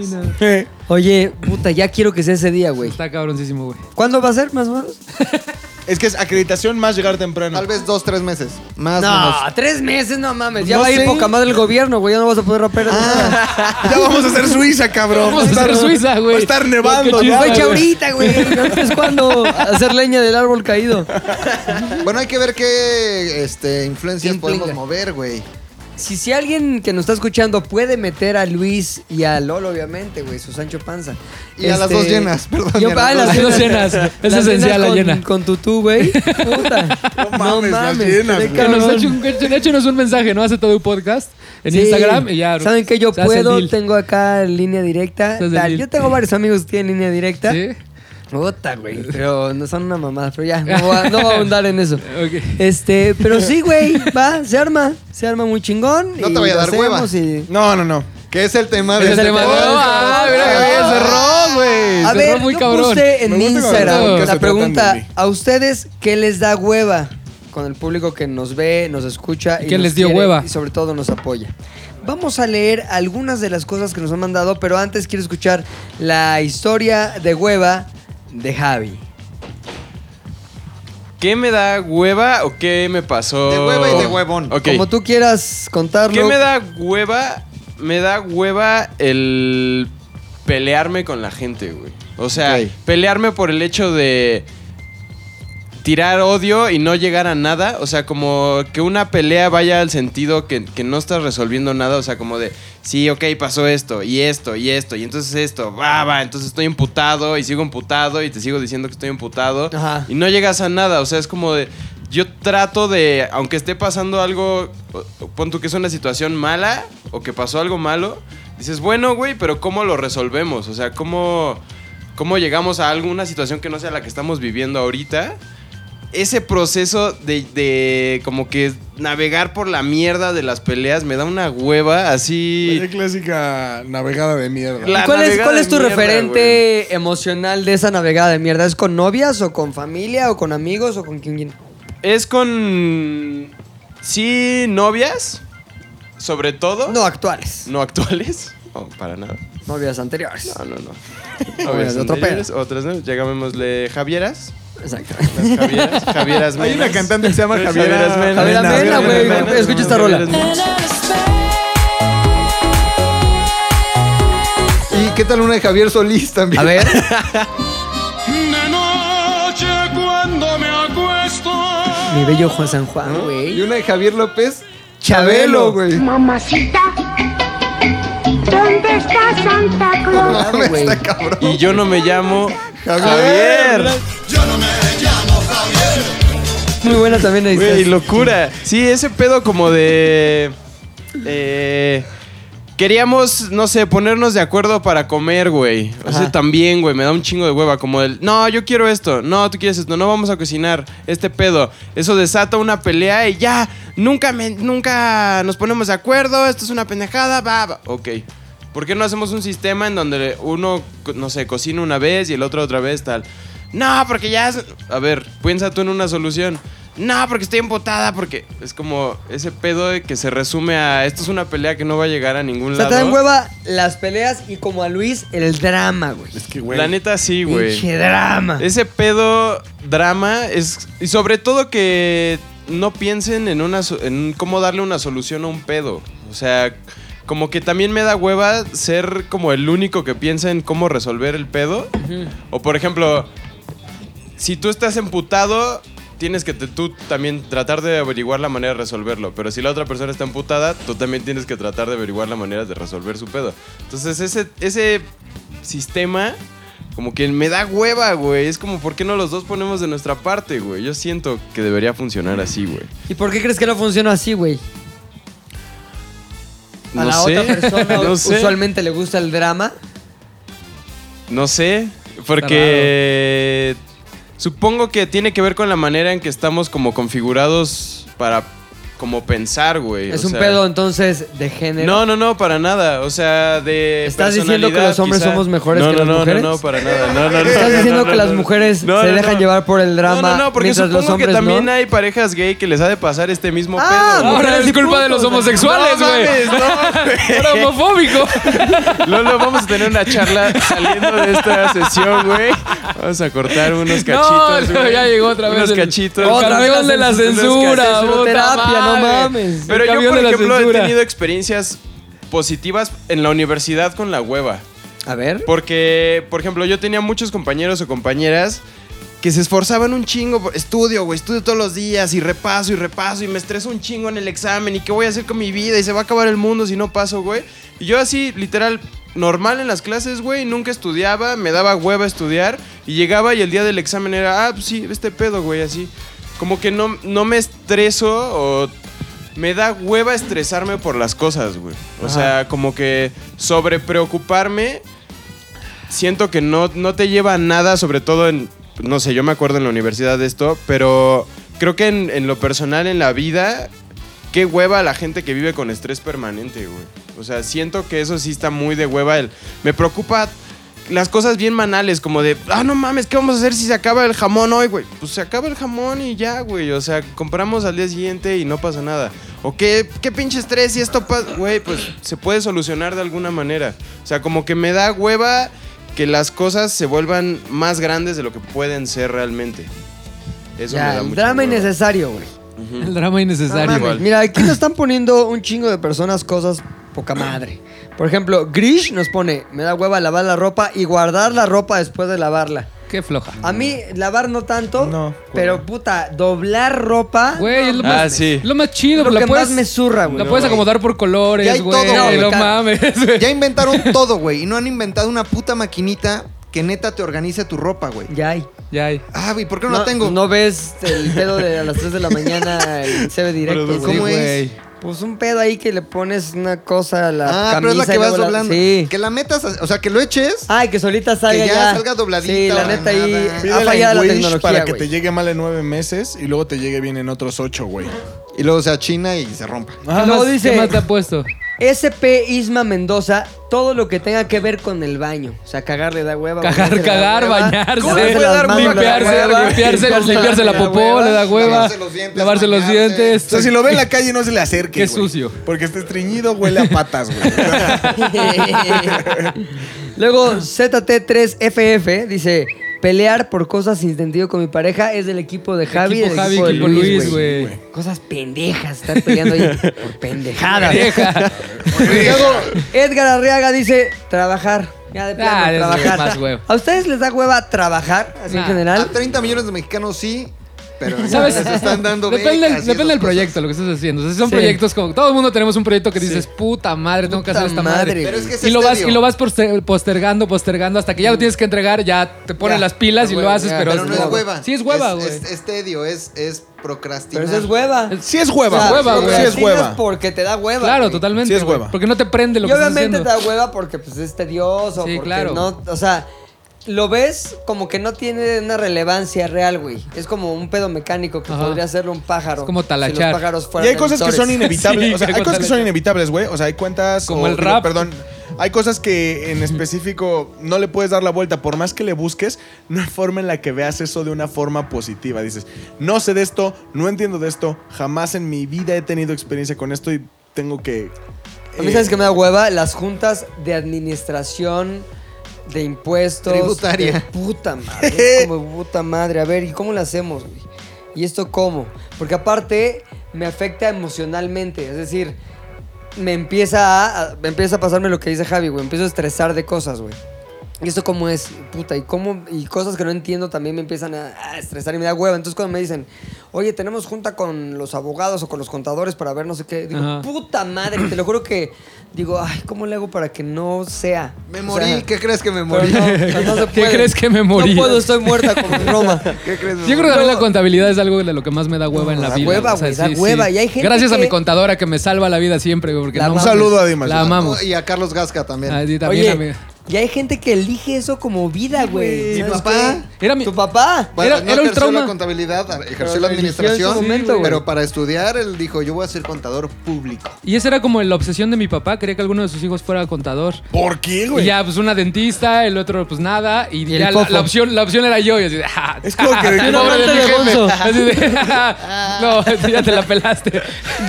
Speaker 1: Eh,
Speaker 2: Oye, puta, ya quiero que sea ese día, güey.
Speaker 3: cabroncísimo, güey.
Speaker 2: ¿Cuándo va a ser, más o menos?
Speaker 1: Es que es acreditación más llegar temprano.
Speaker 5: Tal vez dos, tres meses. Más o menos.
Speaker 2: No, tres meses, no mames. Ya
Speaker 1: No
Speaker 2: va a ir
Speaker 1: sé.
Speaker 2: poca madre el gobierno, güey. Ya no vas a poder romper.
Speaker 5: Ah,
Speaker 1: Ya vamos a hacer Suiza, cabrón.
Speaker 3: Vamos a
Speaker 1: Va
Speaker 3: hacer
Speaker 1: estar-
Speaker 3: Suiza, güey.
Speaker 1: Va a estar
Speaker 3: Lo
Speaker 1: nevando,
Speaker 3: que
Speaker 1: ¿no?
Speaker 3: chiste,
Speaker 2: Güey, que
Speaker 3: güey.
Speaker 2: ahorita, güey. [LAUGHS] No es cuando hacer leña del árbol caído.
Speaker 5: Bueno, hay que ver qué este, influencias
Speaker 2: Influencia.
Speaker 5: podemos mover, güey.
Speaker 2: Si, si alguien que nos está escuchando puede meter a Luis y a Lolo, obviamente, güey, su Sancho Panza. Este,
Speaker 5: Y a las dos llenas, perdón,
Speaker 2: Yo,
Speaker 5: y a las
Speaker 2: ah,
Speaker 5: dos-
Speaker 2: las
Speaker 3: Las
Speaker 2: dos
Speaker 3: dos
Speaker 2: llenas.
Speaker 3: llenas. Es
Speaker 2: Las
Speaker 3: esencial
Speaker 2: llenas
Speaker 3: la
Speaker 2: con-
Speaker 3: llena.
Speaker 2: Con tutú, güey. [LAUGHS] Puta.
Speaker 1: No mames, las llenas,
Speaker 2: qué
Speaker 1: güey.
Speaker 3: Que nos
Speaker 2: cabrón.
Speaker 3: eche un- que- de hecho, nos un mensaje, ¿no? Hace todo un podcast en
Speaker 2: Sí.
Speaker 3: Instagram y ya.
Speaker 2: Saben que yo
Speaker 3: se hace el
Speaker 2: puedo,
Speaker 3: deal.
Speaker 2: tengo acá línea directa.
Speaker 3: Se hace el
Speaker 2: tal.
Speaker 3: deal.
Speaker 2: Yo tengo varios amigos que tienen línea directa.
Speaker 3: ¿Sí?
Speaker 2: Puta,
Speaker 3: [LAUGHS]
Speaker 2: güey. Pero no son una mamada, pero ya, no voy a, no voy a ahondar en eso.
Speaker 3: Ok.
Speaker 2: Este, pero sí, güey, va, se arma, se arma muy chingón.
Speaker 5: No te
Speaker 2: y
Speaker 5: vaya a
Speaker 2: lo
Speaker 5: dar hueva.
Speaker 2: hacemos y-
Speaker 1: No, no, no.
Speaker 5: Que es el tema
Speaker 3: Ese
Speaker 5: de este
Speaker 3: es el tema de- Ah, mira que bien, cerró, güey.
Speaker 2: A
Speaker 3: Cerró
Speaker 2: ver,
Speaker 3: muy
Speaker 2: yo
Speaker 3: cabrón.
Speaker 2: puse en
Speaker 1: Me
Speaker 2: mi
Speaker 1: gusta cuando
Speaker 2: Instagram
Speaker 3: los
Speaker 1: podcasts
Speaker 2: la
Speaker 1: se tratan de
Speaker 2: pregunta
Speaker 1: mí.
Speaker 2: a ustedes, ¿qué les da hueva con el público que nos ve, nos escucha
Speaker 3: ¿Qué
Speaker 2: nos
Speaker 3: les dio hueva?
Speaker 2: Y sobre todo nos apoya. Vamos a leer algunas de las cosas que nos han mandado, pero antes quiero escuchar la historia de hueva de Javi.
Speaker 4: ¿Qué me da hueva o qué me pasó?
Speaker 5: De hueva y de huevón.
Speaker 4: Ok.
Speaker 2: Como tú quieras contarlo.
Speaker 4: ¿Qué me da hueva? Me da hueva el pelearme con la gente, güey. O sea,
Speaker 5: Ok.
Speaker 4: pelearme por el hecho de tirar odio y no llegar a nada. O sea, como que una pelea vaya al sentido que, que no estás resolviendo nada. O sea, como de, sí, ok, pasó esto, y esto, y esto, y entonces esto, va, va, entonces estoy imputado y sigo imputado y te sigo diciendo que estoy imputado.
Speaker 2: Ajá.
Speaker 4: Y no llegas a nada. O sea, es como de, yo trato de, aunque esté pasando algo, o- pon tú que es una situación mala o que pasó algo malo, dices, bueno, güey, pero ¿cómo lo resolvemos? O sea, ¿cómo... ¿Cómo llegamos a alguna situación que no sea la que estamos viviendo ahorita? ese proceso de, de como que navegar por la mierda de las peleas me da una hueva así.
Speaker 1: Es clásica navegada de mierda.
Speaker 4: La
Speaker 2: ¿Y ¿Cuál es,
Speaker 4: navegada
Speaker 2: cuál es tu
Speaker 4: de mierda,
Speaker 2: referente emocional de esa navegada de mierda? ¿Es con novias o con familia o con amigos o con quién?
Speaker 4: Es con. Sí, novias, sobre todo.
Speaker 2: No actuales,
Speaker 4: No actuales. [LAUGHS] No, para nada. Ah,
Speaker 2: novias anteriores.
Speaker 4: No, no,
Speaker 2: [LAUGHS]
Speaker 4: no.
Speaker 2: Novias de otro
Speaker 4: anteriores, Otras, ¿no? Llamémosle
Speaker 2: [LAUGHS]
Speaker 4: Javieras.
Speaker 2: Exacto.
Speaker 4: Las Javieras. Javieras
Speaker 1: Hay una
Speaker 4: Menas. Pues
Speaker 1: cantante que se llama Javiera
Speaker 4: Javieras Menas.
Speaker 2: Javiera Mena,
Speaker 1: Javieras
Speaker 2: güey.
Speaker 1: Menas.
Speaker 2: Escucha esta rola.
Speaker 6: El
Speaker 5: ¿Y qué tal una de Javier Solís también?
Speaker 2: A ver,
Speaker 7: De noche cuando me acuesto.
Speaker 2: [LAUGHS] mi bello Juan San Juan,
Speaker 5: Y
Speaker 2: güey.
Speaker 5: una de Javier López.
Speaker 2: Chabelo.
Speaker 5: Chabelo, güey.
Speaker 9: Mamacita, ¿dónde está Santa Claus?
Speaker 5: No mames,
Speaker 2: güey.
Speaker 5: [LAUGHS] está cabrón.
Speaker 4: Y yo no me llamo
Speaker 5: Javier.
Speaker 4: Javier.
Speaker 2: Muy buena también ahí
Speaker 4: Güey,
Speaker 2: estás.
Speaker 4: locura. Sí, ese pedo como de. eh, queríamos, no sé, ponernos de acuerdo para comer, güey. O sea,
Speaker 2: Ajá.
Speaker 4: también, güey, me da un chingo de hueva. Como el, no, yo quiero esto. No, tú quieres esto. No vamos a cocinar. Este pedo. Eso desata una pelea y ya. Nunca, me- nunca nos ponemos de acuerdo. Esto es una pendejada. Va, va. Ok. ¿Por qué no hacemos un sistema en donde uno, co- no sé, cocina una vez y el otro otra vez, tal? No, porque ya. es- A ver, piensa tú en una solución. no, porque estoy empotada, porque es como ese pedo de que se resume a esto es una pelea que no va a llegar a ningún
Speaker 2: O sea, te
Speaker 4: lado.
Speaker 2: dan hueva las peleas y como a Luis, el drama, güey.
Speaker 1: Es que, güey.
Speaker 4: La neta sí, güey.
Speaker 2: Pinche drama.
Speaker 4: Ese pedo drama es y sobre todo que no piensen en una so- en cómo darle una solución a un pedo. O sea, como que también me da hueva ser como el único que piensa en cómo resolver el pedo. O por ejemplo, si tú estás emputado, tienes que te- tú también tratar de averiguar la manera de resolverlo. Pero si la otra persona está emputada, tú también tienes que tratar de averiguar la manera de resolver su pedo. Entonces, ese, ese sistema, como que me da hueva, güey. Es como, ¿por qué no los dos ponemos de nuestra parte, güey? Yo siento que debería funcionar así, güey.
Speaker 2: ¿Y por qué crees que no funciona así, güey? A
Speaker 4: No
Speaker 2: la
Speaker 4: sé.
Speaker 2: otra persona
Speaker 4: [LAUGHS] No sé.
Speaker 2: usualmente le gusta el drama.
Speaker 4: No sé, porque supongo que tiene que ver con la manera en que estamos como configurados para como pensar, güey.
Speaker 2: es
Speaker 4: O
Speaker 2: un
Speaker 4: sea,
Speaker 2: pedo entonces de género.
Speaker 4: No, no, no, para nada. O sea, de.
Speaker 2: ¿Estás diciendo que
Speaker 4: personalidad,
Speaker 2: los hombres somos mejores
Speaker 4: No,
Speaker 2: que
Speaker 4: no,
Speaker 2: las
Speaker 4: no,
Speaker 2: mujeres?
Speaker 4: No, no, para nada. No, no, no,
Speaker 2: ¿Estás
Speaker 4: no,
Speaker 2: diciendo
Speaker 4: no,
Speaker 2: que
Speaker 4: no,
Speaker 2: las
Speaker 4: no.
Speaker 2: mujeres
Speaker 4: No,
Speaker 2: se
Speaker 4: no,
Speaker 2: dejan
Speaker 4: no.
Speaker 2: llevar por el drama?
Speaker 4: No, no, no, porque
Speaker 2: mientras
Speaker 4: supongo
Speaker 2: los hombres
Speaker 4: que también
Speaker 2: no?
Speaker 4: hay parejas gay que les ha de pasar este mismo
Speaker 2: Ah,
Speaker 4: pedo. güey.
Speaker 3: Ahora es culpa de los homosexuales,
Speaker 4: No
Speaker 3: güey.
Speaker 4: mames,
Speaker 3: [LAUGHS] Ahora
Speaker 4: no,
Speaker 3: homofóbico.
Speaker 4: güey. Lolo, vamos a tener una charla saliendo de esta sesión, güey. Vamos a cortar unos cachitos.
Speaker 3: no,
Speaker 4: güey.
Speaker 3: ya llegó otra vez
Speaker 4: Unos
Speaker 3: el-
Speaker 4: cachitos.
Speaker 3: Otra
Speaker 4: Unos
Speaker 3: vez la
Speaker 4: cachitos, unos
Speaker 3: censura,
Speaker 4: cachitos.
Speaker 3: puta
Speaker 2: terapia, no
Speaker 3: madre.
Speaker 2: mames.
Speaker 4: Pero
Speaker 3: El
Speaker 4: yo,
Speaker 3: camión
Speaker 4: por
Speaker 3: de la
Speaker 4: ejemplo, he
Speaker 3: censura.
Speaker 4: tenido experiencias positivas en la universidad con la hueva.
Speaker 2: A ver.
Speaker 4: Porque, por ejemplo, yo tenía muchos compañeros o compañeras que se esforzaban un chingo. por- Estudio, güey, estudio todos los días y repaso y repaso y me estreso un chingo en el examen y qué voy a hacer con mi vida y se va a acabar el mundo si no paso, güey. Y yo así, literal, normal en las clases, güey, nunca estudiaba, me daba hueva estudiar y llegaba y el día del examen era, ah, pues sí, este pedo, güey, así. Como que no, no me estreso o me da hueva estresarme por las cosas, güey. O sea, como que sobre preocuparme siento que no, no te lleva a nada, sobre todo en, no sé, yo me acuerdo en la universidad de esto, pero creo que en, en lo personal, en la vida, qué hueva la gente que vive con estrés permanente, güey. O sea, siento que eso sí está muy de hueva. El, me preocupa las cosas bien manales, como de, ah, no mames, ¿qué vamos a hacer si se acaba el jamón hoy, güey? Pues se acaba el jamón y ya, güey. O sea, compramos al día siguiente y no pasa nada. O qué, qué pinche estrés si esto pasa, güey, pues se puede solucionar de alguna manera. O sea, como que me da hueva que las cosas se vuelvan más grandes de lo que pueden ser realmente. Eso me
Speaker 2: Ya,
Speaker 4: da
Speaker 2: el
Speaker 4: mucho
Speaker 2: drama
Speaker 4: hueva.
Speaker 2: innecesario, güey.
Speaker 3: El drama innecesario.
Speaker 4: Igual.
Speaker 2: Mira, aquí nos están poniendo un chingo de personas cosas poca madre. Por ejemplo, Grish nos pone, me da hueva lavar la ropa y guardar la ropa después de lavarla.
Speaker 3: Qué floja.
Speaker 2: A mí, lavar no tanto,
Speaker 8: No,
Speaker 2: pero puta, doblar ropa.
Speaker 3: Güey, es lo
Speaker 4: Ah,
Speaker 3: más,
Speaker 4: sí.
Speaker 3: lo más chido.
Speaker 2: Lo
Speaker 3: la
Speaker 2: que
Speaker 3: puedes,
Speaker 2: más me zurra, güey.
Speaker 3: La puedes acomodar por
Speaker 5: Ya
Speaker 3: colores,
Speaker 5: hay
Speaker 3: güey.
Speaker 5: todo,
Speaker 3: No,
Speaker 5: güey.
Speaker 3: mames, [LAUGHS] güey.
Speaker 5: Ya inventaron todo, güey. Y no han inventado una puta maquinita que neta te organice tu ropa, güey.
Speaker 2: Ya hay.
Speaker 3: Ya hay.
Speaker 5: Ah, güey, ¿por qué no, la tengo?
Speaker 2: No ves el pedo de a las 3 de la mañana,
Speaker 3: [LAUGHS]
Speaker 2: el CB directo. güey.
Speaker 5: Pero, ¿cómo es?
Speaker 2: Pues un pedo ahí que le pones una cosa a la
Speaker 5: ah,
Speaker 2: camisa.
Speaker 5: pero es la
Speaker 2: y
Speaker 5: que vas
Speaker 2: luego la-
Speaker 5: doblando.
Speaker 2: Sí.
Speaker 5: Que la metas, así- o sea, que lo eches.
Speaker 2: Ay, que solita salga
Speaker 5: ya
Speaker 2: ya.
Speaker 5: salga dobladita
Speaker 2: Sí, la
Speaker 5: o
Speaker 2: neta ahí
Speaker 5: nada.
Speaker 1: Pídele
Speaker 2: ha fallado
Speaker 1: en
Speaker 2: la
Speaker 1: Wish
Speaker 2: tecnología,
Speaker 1: para que
Speaker 2: güey.
Speaker 1: te llegue mal en nueve meses y luego te llegue bien en otros ocho, güey.
Speaker 5: Y luego se achina y se rompa.
Speaker 3: ¿Qué,
Speaker 2: luego
Speaker 3: más,
Speaker 2: dice-
Speaker 3: ¿Qué más te ha puesto?
Speaker 2: SP Isma Mendoza, todo lo que tenga que ver con el baño. O sea, cagar le da hueva.
Speaker 3: Cagar,
Speaker 2: bañarse le da
Speaker 3: cagar,
Speaker 2: hueva, lavarse
Speaker 3: bañarse. ¿Cómo le
Speaker 2: las
Speaker 3: puede dar
Speaker 2: manos le da
Speaker 3: Limpiarse,
Speaker 2: hueva,
Speaker 3: limpiarse, limpiarse la
Speaker 2: le da
Speaker 3: popó,
Speaker 2: hueva.
Speaker 3: le da hueva.
Speaker 5: Lavarse los dientes,
Speaker 3: Lavarse los
Speaker 5: bañarse.
Speaker 1: O
Speaker 3: dientes.
Speaker 1: sea, si lo ve en la calle, no se le acerque.
Speaker 3: Qué
Speaker 1: güey.
Speaker 3: sucio.
Speaker 1: Porque está estreñido, huele a patas, güey.
Speaker 2: [LAUGHS] Luego, ZT3FF dice: pelear por cosas sin sentido con mi pareja es del equipo de Javi.
Speaker 3: Equipo
Speaker 2: del
Speaker 3: Javi,
Speaker 2: equipo de
Speaker 3: equipo Luis, güey.
Speaker 2: Cosas pendejas, estar peleando ahí
Speaker 3: [LAUGHS]
Speaker 2: por pendejadas.
Speaker 3: Vieja.
Speaker 2: Luego, Edgar Arriaga dice: trabajar. Ya de plano,
Speaker 3: Ah, eso
Speaker 2: trabajar.
Speaker 3: es más hueva. Ah.
Speaker 2: ¿A ustedes les da hueva trabajar, así en
Speaker 3: Nah.
Speaker 5: A
Speaker 2: general?
Speaker 5: 30 millones de mexicanos sí, pero ya
Speaker 3: ¿Sabes?
Speaker 5: les están dando
Speaker 3: depende
Speaker 5: becas y
Speaker 3: depende del
Speaker 5: esas
Speaker 3: proyecto,
Speaker 5: cosas.
Speaker 3: lo que estás haciendo. O sea, si son
Speaker 2: Sí.
Speaker 3: proyectos como. Todo el mundo tenemos un proyecto que dices, puta madre, tengo que
Speaker 2: Puta
Speaker 3: hacer esta madre.
Speaker 2: madre,
Speaker 5: Pero es que es
Speaker 3: y, lo vas,
Speaker 5: estéreo.
Speaker 3: y lo vas poster- postergando, postergando, hasta que ya lo tienes que entregar, ya te ponen
Speaker 2: Ya,
Speaker 3: las pilas
Speaker 2: a
Speaker 3: y
Speaker 2: huevo,
Speaker 3: lo haces,
Speaker 2: ya,
Speaker 3: pero,
Speaker 5: Pero no es hueva.
Speaker 3: Sí, es hueva, güey.
Speaker 5: Es, es, es tedio, es, es procrastinar.
Speaker 2: Pero eso es hueva.
Speaker 1: Sí es hueva,
Speaker 2: O sea,
Speaker 3: hueva, güey.
Speaker 1: Sí es hueva.
Speaker 2: procrastinas porque te da hueva.
Speaker 3: Claro,
Speaker 2: güey.
Speaker 3: totalmente.
Speaker 1: Sí es
Speaker 3: güey.
Speaker 1: hueva.
Speaker 3: Porque no te prende lo
Speaker 2: Y
Speaker 3: que estás
Speaker 2: obviamente
Speaker 3: haciendo.
Speaker 2: te da hueva porque pues es tedioso,
Speaker 3: Sí,
Speaker 2: porque
Speaker 3: claro.
Speaker 2: no, o sea, lo ves como que no tiene una relevancia real, güey. Es como un pedo mecánico que
Speaker 3: Ajá.
Speaker 2: podría hacerlo un pájaro.
Speaker 3: Es como talachar.
Speaker 2: Si los pájaros
Speaker 1: Y
Speaker 2: fueran
Speaker 1: hay cosas que son
Speaker 2: editores.
Speaker 1: inevitables.
Speaker 3: Sí,
Speaker 1: o sea, hay
Speaker 3: creo que
Speaker 1: cosas que
Speaker 3: tal-
Speaker 1: son inevitables, güey. O sea, hay cuentas.
Speaker 3: Como
Speaker 1: o-
Speaker 3: el rap.
Speaker 1: Perdón. Hay cosas que en específico no le puedes dar la vuelta. Por más que le busques, no hay forma en la que veas eso de una forma positiva. Dices, no sé de esto, no entiendo de esto, jamás en mi vida he tenido experiencia con esto y tengo que...
Speaker 2: A mí,
Speaker 1: eh,
Speaker 2: ¿sabes qué me da hueva? Las juntas de administración de impuestos.
Speaker 5: Tributaria.
Speaker 2: de puta madre. es como puta madre. A ver, ¿y cómo lo hacemos, güey? ¿Y esto cómo? Porque aparte me afecta emocionalmente. Es decir, me empieza a, a- me empieza a pasarme lo que dice Javi, güey. Empiezo a estresar de cosas, güey. ¿Y esto cómo es? Puta, y cómo y cosas que no entiendo también me empiezan a, a estresar y me da hueva. Entonces cuando me dicen, oye, tenemos junta con los abogados o con los contadores para ver no sé qué, digo,
Speaker 3: Ajá.
Speaker 2: puta madre, te lo juro que digo, ay, ¿cómo le hago para que no sea?
Speaker 5: Me
Speaker 2: O
Speaker 5: morí.
Speaker 2: sea,
Speaker 5: ¿Qué crees que me
Speaker 2: pero
Speaker 5: morí?
Speaker 2: no, o sea, no se
Speaker 3: [LAUGHS] ¿Qué
Speaker 2: puede.
Speaker 3: crees que me morí?
Speaker 2: No puedo, estoy muerta como
Speaker 3: [LAUGHS]
Speaker 2: en Roma.
Speaker 5: ¿Qué
Speaker 3: Yo
Speaker 5: crees?
Speaker 3: creo que también la contabilidad es algo de lo que más me da hueva en la
Speaker 2: da
Speaker 3: vida.
Speaker 2: hueva, güey, da hueva. Y hay gente
Speaker 3: Gracias a
Speaker 2: que-
Speaker 3: mi contadora que me salva la vida siempre, güey. porque
Speaker 2: La
Speaker 3: no
Speaker 1: Un
Speaker 2: amamos.
Speaker 3: mames,
Speaker 1: saludo a Dimas.
Speaker 3: La amamos.
Speaker 5: Y a Carlos Gasca también.
Speaker 3: Ah, sí, también
Speaker 2: Oye,
Speaker 3: a mí.
Speaker 2: y hay gente que elige eso como vida, güey.
Speaker 5: Mi
Speaker 2: ¿Sabes
Speaker 5: papá
Speaker 2: qué?
Speaker 3: Era mi-
Speaker 2: ¿Tu papá?
Speaker 5: Bueno,
Speaker 3: Era-
Speaker 5: no
Speaker 3: era un
Speaker 5: ejerció
Speaker 3: trauma.
Speaker 5: la contabilidad, ejerció
Speaker 2: Pero lo eligió en su
Speaker 5: la administración,
Speaker 2: momento, güey.
Speaker 5: pero para estudiar él dijo, yo voy a ser contador público.
Speaker 3: Y esa era como la obsesión de mi papá. Quería que alguno de sus hijos fuera contador.
Speaker 1: ¿Por qué,
Speaker 3: Y
Speaker 1: güey?
Speaker 3: ya, pues una dentista, el otro, pues nada. Y,
Speaker 2: el
Speaker 3: ya la,
Speaker 2: fofo.
Speaker 3: la opción, la opción era yo. Y así, de, ah,
Speaker 1: Es como
Speaker 3: [LAUGHS]
Speaker 1: que-
Speaker 3: ah, pobre de
Speaker 1: Un
Speaker 3: mi
Speaker 2: amante de
Speaker 3: jefe.
Speaker 2: Gonzo.
Speaker 3: [LAUGHS] Así de, ah, no, [LAUGHS] ya te la pelaste.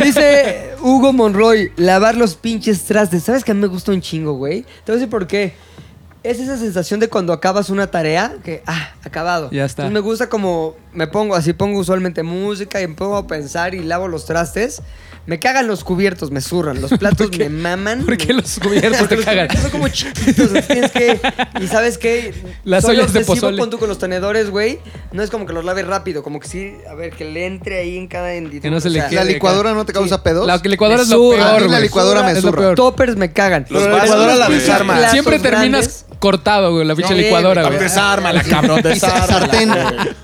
Speaker 2: Dice Hugo Monroy, lavar los pinches trastes. ¿Sabes que a mí me gusta un chingo, güey? Te voy a decir por qué. Es esa sensación de cuando acabas una tarea que, ah, acabado.
Speaker 3: Ya está.
Speaker 2: Entonces me gusta como, me pongo así, pongo usualmente música y me pongo a pensar y lavo los trastes. Me cagan los cubiertos, me zurran.
Speaker 3: [LAUGHS]
Speaker 2: Los platos
Speaker 3: ¿Por qué?
Speaker 2: me maman.
Speaker 3: ¿Por qué los cubiertos te
Speaker 2: [LAUGHS] Los
Speaker 3: cagan?
Speaker 2: cubiertos Son como chiquitos. entonces tienes que, y ¿sabes qué?
Speaker 3: Las
Speaker 2: Soy
Speaker 3: ollas de
Speaker 2: obsesivo
Speaker 3: pozole.
Speaker 2: con tú con los tenedores, güey. No es como que los lave rápido. Como que sí, a ver, que le entre ahí en cada...
Speaker 3: Que no se le quede.
Speaker 5: ¿La licuadora no te causa pedos?
Speaker 3: La licuadora
Speaker 2: Me
Speaker 3: es lo
Speaker 2: zurra.
Speaker 5: A mí
Speaker 3: peor,
Speaker 5: la
Speaker 3: güey.
Speaker 5: licuadora me
Speaker 3: Es lo
Speaker 5: zurra.
Speaker 3: peor.
Speaker 2: Toppers me cagan.
Speaker 1: Pero la licuadora la desarma.
Speaker 2: Platos
Speaker 3: Siempre terminas
Speaker 2: grandes.
Speaker 3: cortado, güey, la pinche
Speaker 2: Sí,
Speaker 3: licuadora,
Speaker 2: güey.
Speaker 3: güey.
Speaker 2: [LAUGHS]
Speaker 1: Desármala, cabrón,
Speaker 5: Y sa-
Speaker 1: desármala.
Speaker 5: sartén.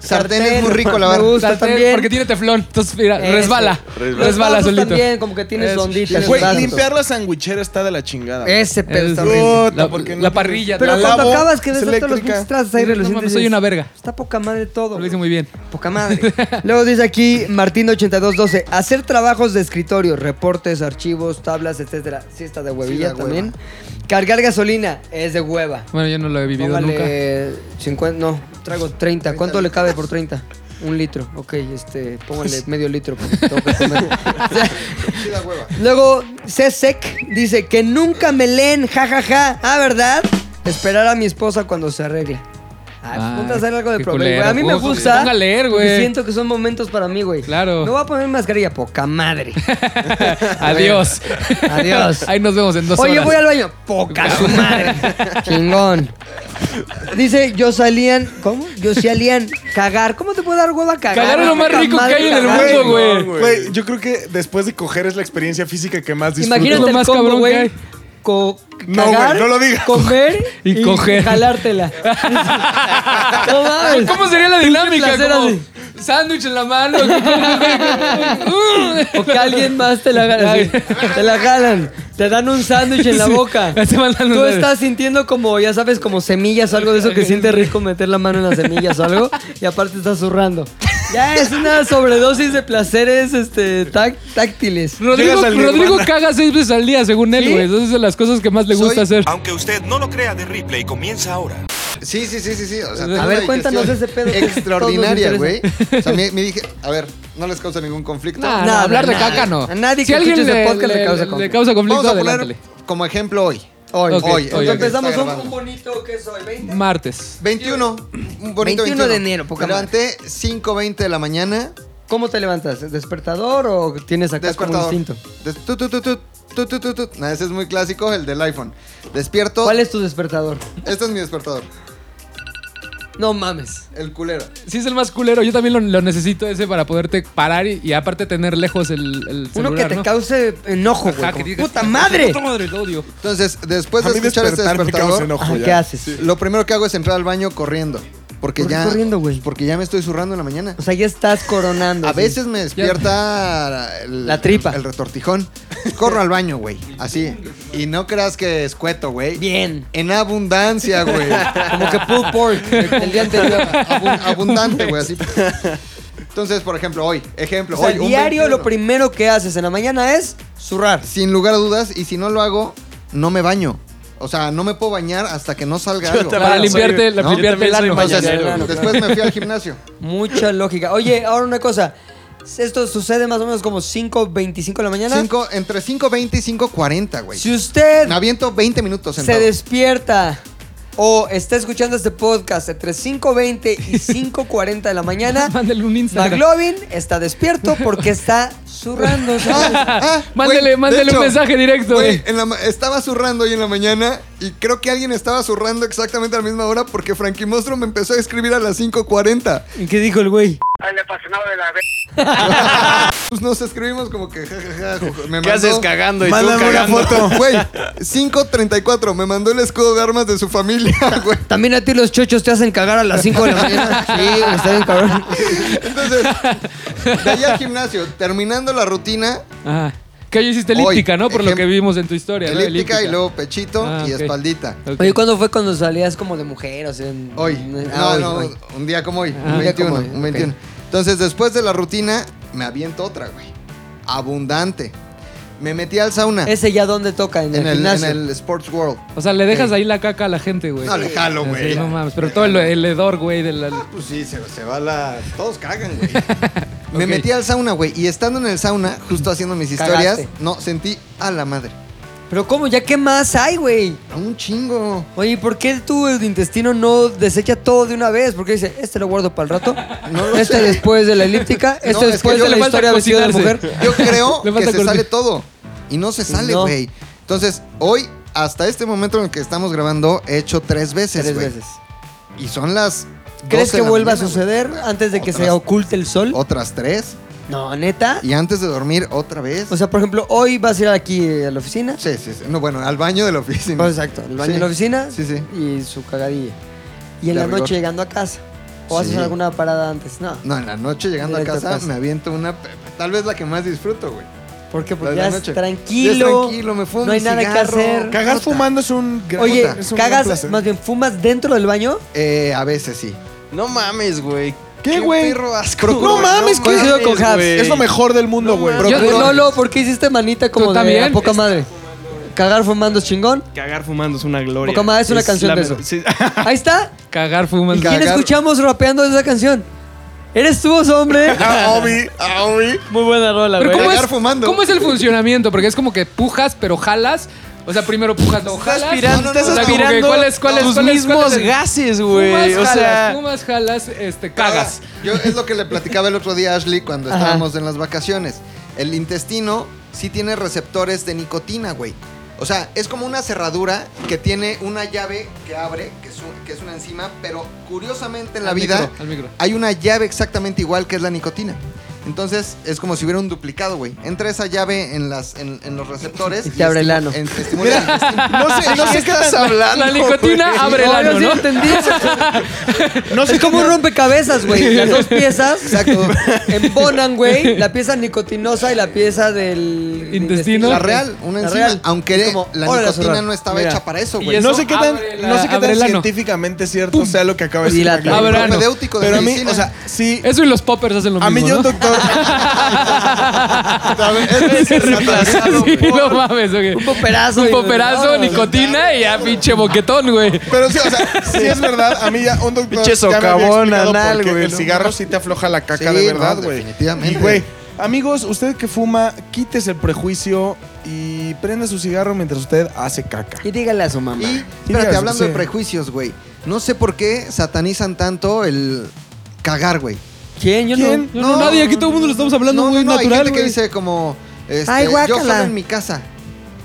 Speaker 5: Sartén es muy rico lavar.
Speaker 2: Me gusta
Speaker 3: Sartén,
Speaker 2: también.
Speaker 3: Porque tiene teflón. Entonces, mira,
Speaker 2: Eso.
Speaker 3: resbala.
Speaker 4: Resbala.
Speaker 3: Resbala,
Speaker 2: Los vasos
Speaker 3: solito.
Speaker 2: también, como que tienes
Speaker 3: Eso.
Speaker 2: onditas.
Speaker 1: Güey,
Speaker 2: vasos.
Speaker 1: limpiar la sandwichera está de la chingada. güey.
Speaker 2: Ese pedo
Speaker 3: Es-
Speaker 2: está horrible.
Speaker 1: Puta,
Speaker 3: La-
Speaker 1: porque no
Speaker 3: la
Speaker 1: te-
Speaker 3: parrilla,
Speaker 2: Pero
Speaker 1: la
Speaker 2: cuando
Speaker 1: lavo,
Speaker 2: acabas que ves
Speaker 1: es
Speaker 2: a todos los
Speaker 1: eléctrica.
Speaker 2: pinches trastes ahí
Speaker 3: No,
Speaker 2: relucientes,
Speaker 3: mames, soy
Speaker 2: dices,
Speaker 3: una verga.
Speaker 2: Está poca madre todo.
Speaker 3: Lo hice
Speaker 2: güey.
Speaker 3: muy bien.
Speaker 2: Poca madre.
Speaker 3: [LAUGHS]
Speaker 2: Luego dice aquí Martín8212, hacer trabajos de escritorio, reportes, archivos, tablas, etcétera. Sí está de huevilla
Speaker 5: da hueva.
Speaker 2: también. Cargar gasolina es de hueva.
Speaker 3: Bueno, yo no lo he vivido nunca.
Speaker 2: Póngale 50, no, traigo 30. ¿Cuánto le cabe por 30? Un litro, ok, este,
Speaker 3: [LAUGHS]
Speaker 2: póngale medio litro porque tengo que comer. O sea,
Speaker 5: Sí, da hueva.
Speaker 2: Luego, Cesec dice que nunca me leen, jajaja. Ah, ¿verdad? Esperar a mi esposa cuando se arregle. Ay, pues,
Speaker 3: Ay,
Speaker 2: ponte a hacer algo de
Speaker 3: qué
Speaker 2: problema. güey.
Speaker 3: culero.
Speaker 2: A mí me
Speaker 3: Ojo,
Speaker 2: gusta.
Speaker 3: ponga a leer,
Speaker 2: porque
Speaker 3: güey.
Speaker 2: Siento que son momentos para mí, güey.
Speaker 3: Claro.
Speaker 2: Me voy a poner mascarilla, poca
Speaker 3: [LAUGHS]
Speaker 2: madre.
Speaker 3: Adiós.
Speaker 2: Adiós.
Speaker 3: [LAUGHS] Ahí nos vemos en dos
Speaker 2: Oye,
Speaker 3: horas.
Speaker 2: voy al baño. Poca su
Speaker 3: [LAUGHS]
Speaker 2: madre. Chingón. Dice, yo salían. ¿Cómo? Yo salían cagar. ¿Cómo te puede dar hueva cagar?
Speaker 3: Cagar es lo más
Speaker 2: Poca
Speaker 3: rico que
Speaker 2: madre
Speaker 3: hay en el
Speaker 2: cagar.
Speaker 3: mundo, güey.
Speaker 1: Güey, yo creo que después de coger es la experiencia física que más disfruto.
Speaker 2: Imagínate
Speaker 3: Lo
Speaker 2: el
Speaker 3: más
Speaker 2: combo,
Speaker 3: cabrón que
Speaker 2: güey.
Speaker 3: hay.
Speaker 2: Co-
Speaker 1: No, güey,
Speaker 2: cagar,
Speaker 1: no lo digas.
Speaker 2: Comer
Speaker 3: [LAUGHS] Y coger. [LAUGHS]
Speaker 2: jalártela. no mames.
Speaker 3: ¿Cómo sería la dinámica?
Speaker 2: placer
Speaker 3: Como
Speaker 2: así.
Speaker 3: Sándwich en la mano.
Speaker 2: O que alguien más te la
Speaker 3: [LAUGHS]
Speaker 2: jala. así. Te la jalan. Te dan un sándwich en la
Speaker 3: Sí,
Speaker 2: boca.
Speaker 3: te mandan un
Speaker 2: Tú
Speaker 3: sándwich.
Speaker 2: estás sintiendo como, ya sabes, como semillas o algo de eso que siente rico meter la mano en las semillas o algo. Y aparte estás zurrando. Ya es una sobredosis de placeres este, tac- táctiles.
Speaker 3: Rodrigo,
Speaker 1: Llegas al Nirvana.
Speaker 3: Rodrigo caga seis veces al día, según él,
Speaker 2: ¿Sí?
Speaker 3: güey. Entonces es de las cosas que más le gusta hacer.
Speaker 10: Aunque usted no lo crea de Ripley, comienza ahora.
Speaker 5: Sí, sí, sí, sí, sí. O sea,
Speaker 3: A
Speaker 5: tengo
Speaker 2: ver,
Speaker 5: una
Speaker 2: cuéntanos
Speaker 5: digestión
Speaker 2: ese pedo que
Speaker 5: Extraordinaria,
Speaker 2: todos nos
Speaker 5: güey. O sea, me, me dije, a ver, no les causa ningún conflicto.
Speaker 3: Nah,
Speaker 2: Nada,
Speaker 3: nah, hablar de
Speaker 2: nada.
Speaker 3: caca no.
Speaker 2: A nadie
Speaker 3: si
Speaker 2: que
Speaker 3: alguien
Speaker 2: escuche
Speaker 3: le,
Speaker 2: este podcast le
Speaker 3: le-
Speaker 2: causa
Speaker 3: le- le
Speaker 2: conflicto.
Speaker 3: causa conflicto,
Speaker 5: Vamos a poner
Speaker 3: adelántale.
Speaker 5: como ejemplo hoy.
Speaker 2: Hoy,
Speaker 3: Ok,
Speaker 2: hoy.
Speaker 3: hoy,
Speaker 2: Entonces
Speaker 3: ok.
Speaker 2: empezamos
Speaker 5: Está
Speaker 2: un,
Speaker 5: grabando.
Speaker 2: un bonito que soy 20.
Speaker 3: Martes.
Speaker 5: 21. Un bonito
Speaker 2: 21
Speaker 5: 21,
Speaker 2: de enero, poca
Speaker 5: Me levanté 5.20 de la mañana.
Speaker 2: ¿Cómo te levantas? ¿Despertador o tienes acá como
Speaker 5: Despertador.
Speaker 2: instinto?
Speaker 5: Des- tu, tu, tu, tu, tu, tu, tu, tu. Nah, ese es muy clásico, el del iPhone. Despierto.
Speaker 2: ¿Cuál es tu despertador?
Speaker 5: Este es mi despertador.
Speaker 2: No mames.
Speaker 5: El culero.
Speaker 3: Sí es el más culero. Yo también lo, lo necesito ese para poderte parar y, y aparte tener lejos el, el celular,
Speaker 2: Uno que te
Speaker 3: ¿no?
Speaker 2: cause enojo, güey.
Speaker 3: Ajá,
Speaker 2: como,
Speaker 3: que digas,
Speaker 2: ¡Puta madre!
Speaker 3: ¡Puta madre, lo odio!
Speaker 5: Entonces, después
Speaker 1: a
Speaker 5: de
Speaker 1: mí
Speaker 5: escuchar este
Speaker 1: despertar me causa
Speaker 5: despertador,
Speaker 1: enojo
Speaker 2: Ajá,
Speaker 1: ya.
Speaker 2: ¿Qué haces?
Speaker 5: lo primero que hago es entrar al baño corriendo. Porque
Speaker 2: ¿Por qué
Speaker 5: ya.
Speaker 2: corriendo, güey?
Speaker 5: Porque ya me estoy zurrando en
Speaker 2: [LAUGHS]
Speaker 5: la mañana.
Speaker 2: O sea, ya estás coronando.
Speaker 5: A
Speaker 2: así.
Speaker 5: veces me despierta el-
Speaker 2: La tripa.
Speaker 5: El retortijón. Corro al baño, güey. Así. Y no creas que escueto, güey.
Speaker 2: Bien.
Speaker 5: En abundancia,
Speaker 2: [LAUGHS]
Speaker 5: güey.
Speaker 2: Como que pulled pork el día anterior.
Speaker 5: Abu- abundante, güey. Así. Entonces, por ejemplo, hoy. Ejemplo.
Speaker 2: O sea,
Speaker 5: hoy, un
Speaker 2: diario
Speaker 5: 21.
Speaker 2: lo primero que haces en la mañana es zurrar.
Speaker 5: Sin lugar a dudas. Y si no lo hago, no me baño. O sea, no me puedo bañar hasta que no salga
Speaker 4: Yo
Speaker 5: algo.
Speaker 4: también
Speaker 3: Para
Speaker 4: soy-
Speaker 3: limpiarte, la-
Speaker 4: yo
Speaker 3: limpiarte el
Speaker 4: también soy
Speaker 3: ano.
Speaker 5: Entonces,
Speaker 4: mañanero.
Speaker 2: Claro, claro.
Speaker 5: después me fui al gimnasio.
Speaker 2: Mucha lógica. Oye, ahora una cosa. Esto sucede más o menos como 5.25 de la mañana.
Speaker 5: Cinco- entre 5.20 y 5.40, güey.
Speaker 2: Si usted
Speaker 5: Me aviento 20 minutos
Speaker 2: se
Speaker 5: sentado.
Speaker 2: despierta o está escuchando este podcast entre 5.20 y 5.40 de la mañana,
Speaker 3: [LAUGHS] Mándale un Instagram.
Speaker 2: McLovin está despierto porque está zurrando. ¿sabes?
Speaker 5: [LAUGHS]
Speaker 2: [LAUGHS]
Speaker 5: Ah,
Speaker 3: Mándele-
Speaker 5: güey,
Speaker 3: mándele
Speaker 5: de
Speaker 3: un mensaje directo, eh.
Speaker 5: güey,
Speaker 3: güey.
Speaker 5: en la ma- estaba zurrando hoy en la mañana y creo que alguien estaba zurrando exactamente a la misma hora porque Frankie Monstruo me empezó a escribir a las 5.40.
Speaker 2: ¿Y qué dijo el güey?
Speaker 5: Pues nos escribimos como que jajaja. me
Speaker 4: ¿Qué
Speaker 5: mandó-
Speaker 4: haces cagando y tú
Speaker 1: Mándame una
Speaker 4: cagando?
Speaker 1: foto.
Speaker 5: [LAUGHS] Güey, 5.34. Me mandó el escudo de armas de su familia, [LAUGHS] güey.
Speaker 2: También a ti los chochos te hacen cagar a las 5 de la mañana.
Speaker 5: [LAUGHS]
Speaker 2: Sí, güey, está bien cabrón.
Speaker 5: Entonces, de allá al gimnasio, terminando la rutina,
Speaker 3: Ajá. Que hoy hiciste elíptica,
Speaker 5: Hoy,
Speaker 3: ¿no? Por lo que
Speaker 5: ejem-
Speaker 3: vimos en tu historia. ¿no?
Speaker 5: elíptica, y luego pechito
Speaker 3: Ah,
Speaker 5: y
Speaker 3: ok.
Speaker 5: espaldita.
Speaker 3: Ok.
Speaker 2: Oye, ¿cuándo fue cuando salías como de mujer? O sea, en-
Speaker 5: Hoy.
Speaker 2: en-
Speaker 5: no,
Speaker 2: ah, hoy,
Speaker 5: no,
Speaker 2: hoy.
Speaker 5: un día como hoy.
Speaker 2: Ah,
Speaker 5: un
Speaker 2: un día como
Speaker 5: 21,
Speaker 2: hoy,
Speaker 5: un
Speaker 2: ok.
Speaker 5: 21. Entonces, después de la rutina, me aviento otra, güey. Abundante. Me metí al sauna.
Speaker 2: [LAUGHS] ¿Ese ya dónde toca? ¿En,
Speaker 5: en,
Speaker 2: el
Speaker 5: el, en
Speaker 2: gimnasio?
Speaker 5: el Sports World.
Speaker 3: O sea, le dejas ahí la caca a la gente, güey.
Speaker 5: No, le jalo,
Speaker 3: Así,
Speaker 5: güey.
Speaker 3: no mames, pero todo el, el hedor, güey, de la...
Speaker 5: Pues sí, se, se va la. Todos cagan, güey. Me metí al sauna, güey. Y estando en el sauna, justo haciendo mis historias,
Speaker 2: Cagaste.
Speaker 5: no, sentí a la madre.
Speaker 2: Pero ¿cómo? ¿Ya qué más hay, güey?
Speaker 5: A Un
Speaker 2: [LAUGHS]
Speaker 5: chingo.
Speaker 2: Oye, ¿y ¿por qué tu intestino no desecha todo de una vez? Porque dice, este lo guardo para el rato,
Speaker 5: [LAUGHS] No lo
Speaker 2: este
Speaker 5: sé.
Speaker 2: después de la
Speaker 5: [LAUGHS]
Speaker 2: elíptica, este
Speaker 5: es que
Speaker 2: después
Speaker 5: yo
Speaker 2: de la
Speaker 3: le falta
Speaker 2: historia vestida de
Speaker 3: cocinarse.
Speaker 2: mujer.
Speaker 5: Yo creo
Speaker 3: Le
Speaker 5: que
Speaker 3: falta
Speaker 5: se
Speaker 3: corte.
Speaker 5: sale todo. Y no se sale,
Speaker 2: No.
Speaker 5: güey. Entonces, hoy, hasta este momento en el que estamos grabando, he hecho tres veces,
Speaker 2: Tres
Speaker 5: güey.
Speaker 2: veces.
Speaker 5: Y son las. 12
Speaker 2: ¿Crees
Speaker 5: de
Speaker 2: que
Speaker 5: la
Speaker 2: vuelva a
Speaker 5: mañana,
Speaker 2: suceder
Speaker 5: güey.
Speaker 2: antes de que se
Speaker 5: Otras-
Speaker 2: oculte el sol?
Speaker 5: Otras tres.
Speaker 2: No, neta.
Speaker 5: Y antes de dormir, otra vez.
Speaker 2: O sea, por ejemplo, hoy vas a ir aquí eh, a la oficina.
Speaker 5: sí, sí, sí. No, bueno, al baño de la oficina.
Speaker 2: Pues, exacto, el baño
Speaker 5: Sí.
Speaker 2: en la oficina
Speaker 5: Sí, sí.
Speaker 2: y su cagadilla. Y en
Speaker 5: De
Speaker 2: la
Speaker 5: rigor.
Speaker 2: noche llegando a casa. ¿O vas a
Speaker 5: Sí.
Speaker 2: hacer alguna parada antes? No.
Speaker 5: No, en la noche llegando a
Speaker 2: Directo a
Speaker 5: casa,
Speaker 2: casa.
Speaker 5: me aviento una. pe- Tal vez la que más disfruto, güey.
Speaker 2: ¿Por qué? Porque
Speaker 5: La
Speaker 2: pues,
Speaker 5: de la
Speaker 2: ya es
Speaker 5: noche.
Speaker 2: tranquilo.
Speaker 5: Ya es tranquilo, me fumo
Speaker 2: No hay
Speaker 5: mi
Speaker 2: nada que
Speaker 5: cigarro.
Speaker 2: hacer.
Speaker 1: Cagar fumando es un gran
Speaker 2: Oye,
Speaker 1: es un gran
Speaker 2: cagas,
Speaker 1: placer.
Speaker 2: más bien, ¿fumas dentro del baño?
Speaker 5: Eh, a veces sí.
Speaker 4: No mames, güey.
Speaker 1: ¿Qué, güey?
Speaker 4: perro asco,
Speaker 1: Procuro-
Speaker 4: güey.
Speaker 1: No mames,
Speaker 4: mames,
Speaker 2: coincido con Habs.
Speaker 4: güey.
Speaker 1: Es lo mejor del mundo, güey.
Speaker 4: mames.
Speaker 1: Procuro-
Speaker 2: Yo, Lolo, ¿por qué hiciste manita como
Speaker 3: ¿Tú
Speaker 2: de
Speaker 3: también?
Speaker 2: a poca madre? Cagar fumando es
Speaker 3: [LAUGHS]
Speaker 2: chingón.
Speaker 8: Cagar fumando es una gloria.
Speaker 2: Poca madre, es una canción
Speaker 8: la
Speaker 2: de
Speaker 8: mejor-
Speaker 2: eso. [LAUGHS]
Speaker 8: sí.
Speaker 2: Ahí está.
Speaker 3: Cagar
Speaker 2: ¿Y
Speaker 3: fumando.
Speaker 2: quién escuchamos rapeando esa canción? Eres tú, hombre.
Speaker 1: Ah, Obi, ah, Obi.
Speaker 8: Muy buena rola,
Speaker 3: Pero
Speaker 8: güey.
Speaker 3: ¿cómo
Speaker 5: Cagar
Speaker 3: es,
Speaker 5: fumando.
Speaker 3: ¿Cómo es el funcionamiento? Porque es como que pujas, pero jalas. O sea, primero pujas, no jalas.
Speaker 4: aspirando,
Speaker 3: O sea,
Speaker 4: estás
Speaker 3: como que
Speaker 4: aspirando
Speaker 3: ¿Cuál es, cuál es,
Speaker 4: tus
Speaker 3: cuál es,
Speaker 4: mismos
Speaker 3: cuál es el-
Speaker 4: gases,
Speaker 3: Fumas,
Speaker 4: güey. O
Speaker 3: jalas,
Speaker 4: sea,
Speaker 3: fumas, jalas, este, cagas.
Speaker 5: Yo, es lo que le platicaba el otro día a Ashley cuando
Speaker 2: Ajá.
Speaker 5: estábamos en las vacaciones. El intestino sí tiene receptores de nicotina, güey. O sea, es como una cerradura que tiene una llave que abre, que es, un- que es una enzima, pero curiosamente en la
Speaker 3: Al
Speaker 5: vida
Speaker 3: micro, al micro.
Speaker 5: hay una llave exactamente igual que es la nicotina. Entonces es como si hubiera un duplicado, güey. Entra esa llave en, las, en, en los
Speaker 2: [LAUGHS]
Speaker 5: receptores.
Speaker 2: Y te abre el
Speaker 5: estimu-
Speaker 2: ano.
Speaker 5: en- estimula el intestino.
Speaker 1: No sé, no sé qué estás hablando.
Speaker 3: La nicotina
Speaker 1: güey.
Speaker 3: [LAUGHS] abre el
Speaker 2: Ahora
Speaker 3: ano,
Speaker 2: sí
Speaker 3: ¿no?
Speaker 2: lo entendí.
Speaker 1: No sé
Speaker 2: Es como
Speaker 1: qué-
Speaker 2: un rompecabezas,
Speaker 3: [LAUGHS]
Speaker 2: güey. Las dos piezas
Speaker 5: Exacto.
Speaker 2: embonan, güey. La pieza nicotinosa y la pieza del
Speaker 3: Intestino.
Speaker 5: La
Speaker 3: Ok.
Speaker 5: real, una
Speaker 2: La
Speaker 5: enzima.
Speaker 2: real.
Speaker 5: Aunque
Speaker 2: Es como,
Speaker 5: la
Speaker 2: órale,
Speaker 5: nicotina
Speaker 2: cerrar.
Speaker 5: no estaba
Speaker 2: Mira.
Speaker 5: hecha para eso,
Speaker 3: Y
Speaker 5: güey.
Speaker 3: es-
Speaker 1: No sé qué tan,
Speaker 3: Abre la-
Speaker 1: no sé qué
Speaker 3: abre
Speaker 1: tan
Speaker 3: el ano.
Speaker 1: científicamente cierto sea lo que acabas de
Speaker 2: Dilata.
Speaker 1: decir.
Speaker 3: Abre el ano.
Speaker 5: Propedéutico de
Speaker 1: Pero a mí,
Speaker 5: medicina.
Speaker 1: o sea, sí.
Speaker 3: Eso y los poppers hacen lo
Speaker 1: A mí
Speaker 3: mismo,
Speaker 1: yo,
Speaker 3: ¿no?
Speaker 1: un doctor. [LAUGHS]
Speaker 3: [LAUGHS] Sí, no mames, ok.
Speaker 2: Un poperazo.
Speaker 3: Un
Speaker 2: y-
Speaker 3: poperazo,
Speaker 2: Vámonos.
Speaker 3: nicotina y ya pinche boquetón, güey.
Speaker 1: Pero sí, o sea, sí es verdad. A mí ya un doctor.
Speaker 4: Pinche
Speaker 1: ya me había
Speaker 4: socavón
Speaker 1: explicado
Speaker 4: anal,
Speaker 1: por qué
Speaker 4: güey,
Speaker 1: El
Speaker 4: no
Speaker 1: cigarro sí te afloja la caca,
Speaker 5: Sí,
Speaker 1: de
Speaker 5: no,
Speaker 1: verdad, güey.
Speaker 5: definitivamente.
Speaker 1: Y, güey, amigos, usted que fuma, quítese el prejuicio y prenda su cigarro mientras usted hace caca.
Speaker 2: Y dígale a su mamá.
Speaker 5: Y,
Speaker 1: digas,
Speaker 5: espérate, hablando
Speaker 1: sí.
Speaker 5: de prejuicios, güey. No sé por qué satanizan tanto el cagar, güey.
Speaker 2: ¿Quién? Yo
Speaker 1: ¿Quién?
Speaker 3: No, no, nadie, aquí todo el mundo lo estamos hablando muy
Speaker 5: Hay
Speaker 3: natural,
Speaker 5: gente que
Speaker 3: güey.
Speaker 5: dice como, este,
Speaker 2: Ay,
Speaker 5: yo
Speaker 2: guácala.
Speaker 5: solo en mi casa.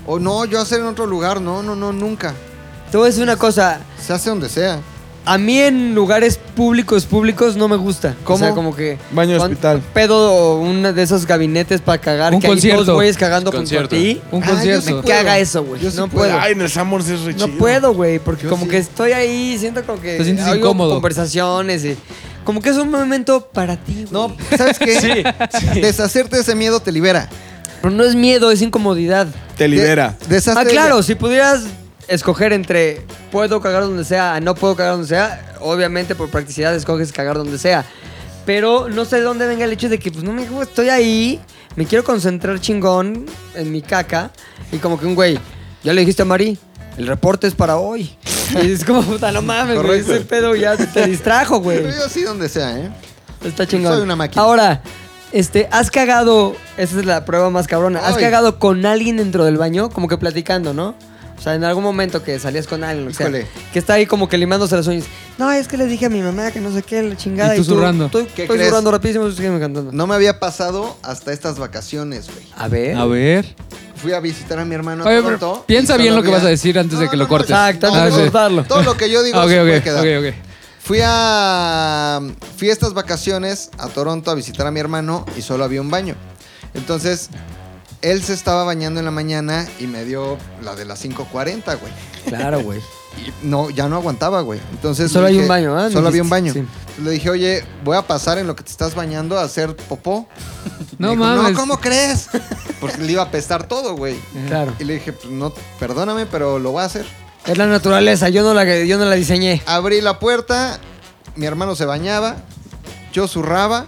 Speaker 5: O no, yo hacer en otro lugar. No, no, no, nunca.
Speaker 2: no. Te voy a decir una cosa.
Speaker 5: Se hace donde sea.
Speaker 2: A mí en lugares públicos, públicos, no me gusta.
Speaker 1: ¿Cómo?
Speaker 2: O sea, como que...
Speaker 1: Baño de
Speaker 2: con-
Speaker 1: hospital.
Speaker 2: Pedo o uno de esos gabinetes para cagar.
Speaker 3: Un
Speaker 2: que Hay
Speaker 3: concierto.
Speaker 2: dos güeyes cagando junto a
Speaker 4: Concierto.
Speaker 2: ti.
Speaker 3: Un
Speaker 5: Ah, yo
Speaker 3: concierto.
Speaker 5: sí puedo.
Speaker 2: Que haga eso, güey.
Speaker 1: Yo sí
Speaker 2: No puedo.
Speaker 1: Ay, en el Summers es re
Speaker 2: No
Speaker 1: chido.
Speaker 2: puedo, güey, porque
Speaker 5: Yo
Speaker 2: como
Speaker 5: sí.
Speaker 2: que estoy ahí, siento como que
Speaker 3: Te sientes
Speaker 2: oigo
Speaker 3: incómodo.
Speaker 2: conversaciones y como que es un momento para ti, güey.
Speaker 5: No,
Speaker 1: [LAUGHS]
Speaker 5: ¿sabes qué? Deshacerte de ese miedo te libera.
Speaker 2: pero no es miedo, es incomodidad.
Speaker 1: Te libera.
Speaker 5: De- deshazte
Speaker 2: Ah,
Speaker 5: de-
Speaker 2: claro, si pudieras escoger entre puedo cagar donde sea a no puedo cagar donde sea, obviamente por practicidad escoges cagar donde sea. Pero no sé de dónde venga el hecho de que, pues no me estoy ahí, me quiero concentrar chingón en mi caca. Y como que un güey, ya le dijiste a Mari, el reporte es para hoy. [LAUGHS] Y es como, puta, no mames, güey. Ese pedo ya te distrajo, güey.
Speaker 5: [LAUGHS] Pero yo sí donde sea, ¿eh?
Speaker 2: Está chingón.
Speaker 5: Soy una máquina.
Speaker 2: Ahora, este, has cagado, esa es la prueba más cabrona, has
Speaker 5: Ay.
Speaker 2: cagado con alguien dentro del baño, como que platicando, ¿no? O sea, en algún momento que salías con alguien, o sea,
Speaker 5: Híjole.
Speaker 2: que está ahí como que limándose los sueños. No, es que le dije a mi mamá que no sé qué, la chingada.
Speaker 3: Y tú zurrando.
Speaker 2: Estoy,
Speaker 5: ¿Qué
Speaker 2: estoy
Speaker 5: crees?
Speaker 2: zurrando rapidísimo, sígueme cantando.
Speaker 5: No me había pasado hasta estas vacaciones, güey.
Speaker 2: A ver.
Speaker 3: A ver.
Speaker 5: Fui a visitar a mi hermano a
Speaker 3: Oye, pero
Speaker 5: Toronto.
Speaker 3: piensa
Speaker 5: y
Speaker 3: bien
Speaker 5: solo
Speaker 3: lo que
Speaker 5: vi a-
Speaker 3: vas a decir antes de que lo cortes.
Speaker 2: Exacto,
Speaker 3: Ah,
Speaker 2: antes de
Speaker 3: sí.
Speaker 2: cortarlo.
Speaker 5: Todo lo que yo digo
Speaker 3: Ah, ok,
Speaker 5: se puede
Speaker 3: ok,
Speaker 5: quedar.
Speaker 3: ok, ok.
Speaker 5: Fui a. Fui a estas vacaciones a Toronto a visitar a mi hermano y solo había un baño. Entonces, él se estaba bañando en la mañana y me dio la de las 5.40, güey.
Speaker 2: Claro,
Speaker 3: [LAUGHS]
Speaker 2: güey.
Speaker 5: Y no, ya no aguantaba, güey. Entonces.
Speaker 2: Solo
Speaker 5: le
Speaker 2: hay
Speaker 5: dije-
Speaker 2: un baño, ¿ah?
Speaker 5: Solo había un baño.
Speaker 2: Sí.
Speaker 5: Le dije, oye, voy a pasar en lo que te estás bañando a hacer popó.
Speaker 3: [LAUGHS] No
Speaker 5: Me dijo,
Speaker 3: mames.
Speaker 5: No, ¿cómo crees? Porque le iba a pestar todo, güey.
Speaker 2: Claro.
Speaker 5: Y le dije, pues, no, perdóname, pero lo voy a hacer.
Speaker 2: Es la naturaleza, yo no la, yo no la diseñé.
Speaker 5: Abrí la puerta, mi hermano se bañaba, yo zurraba,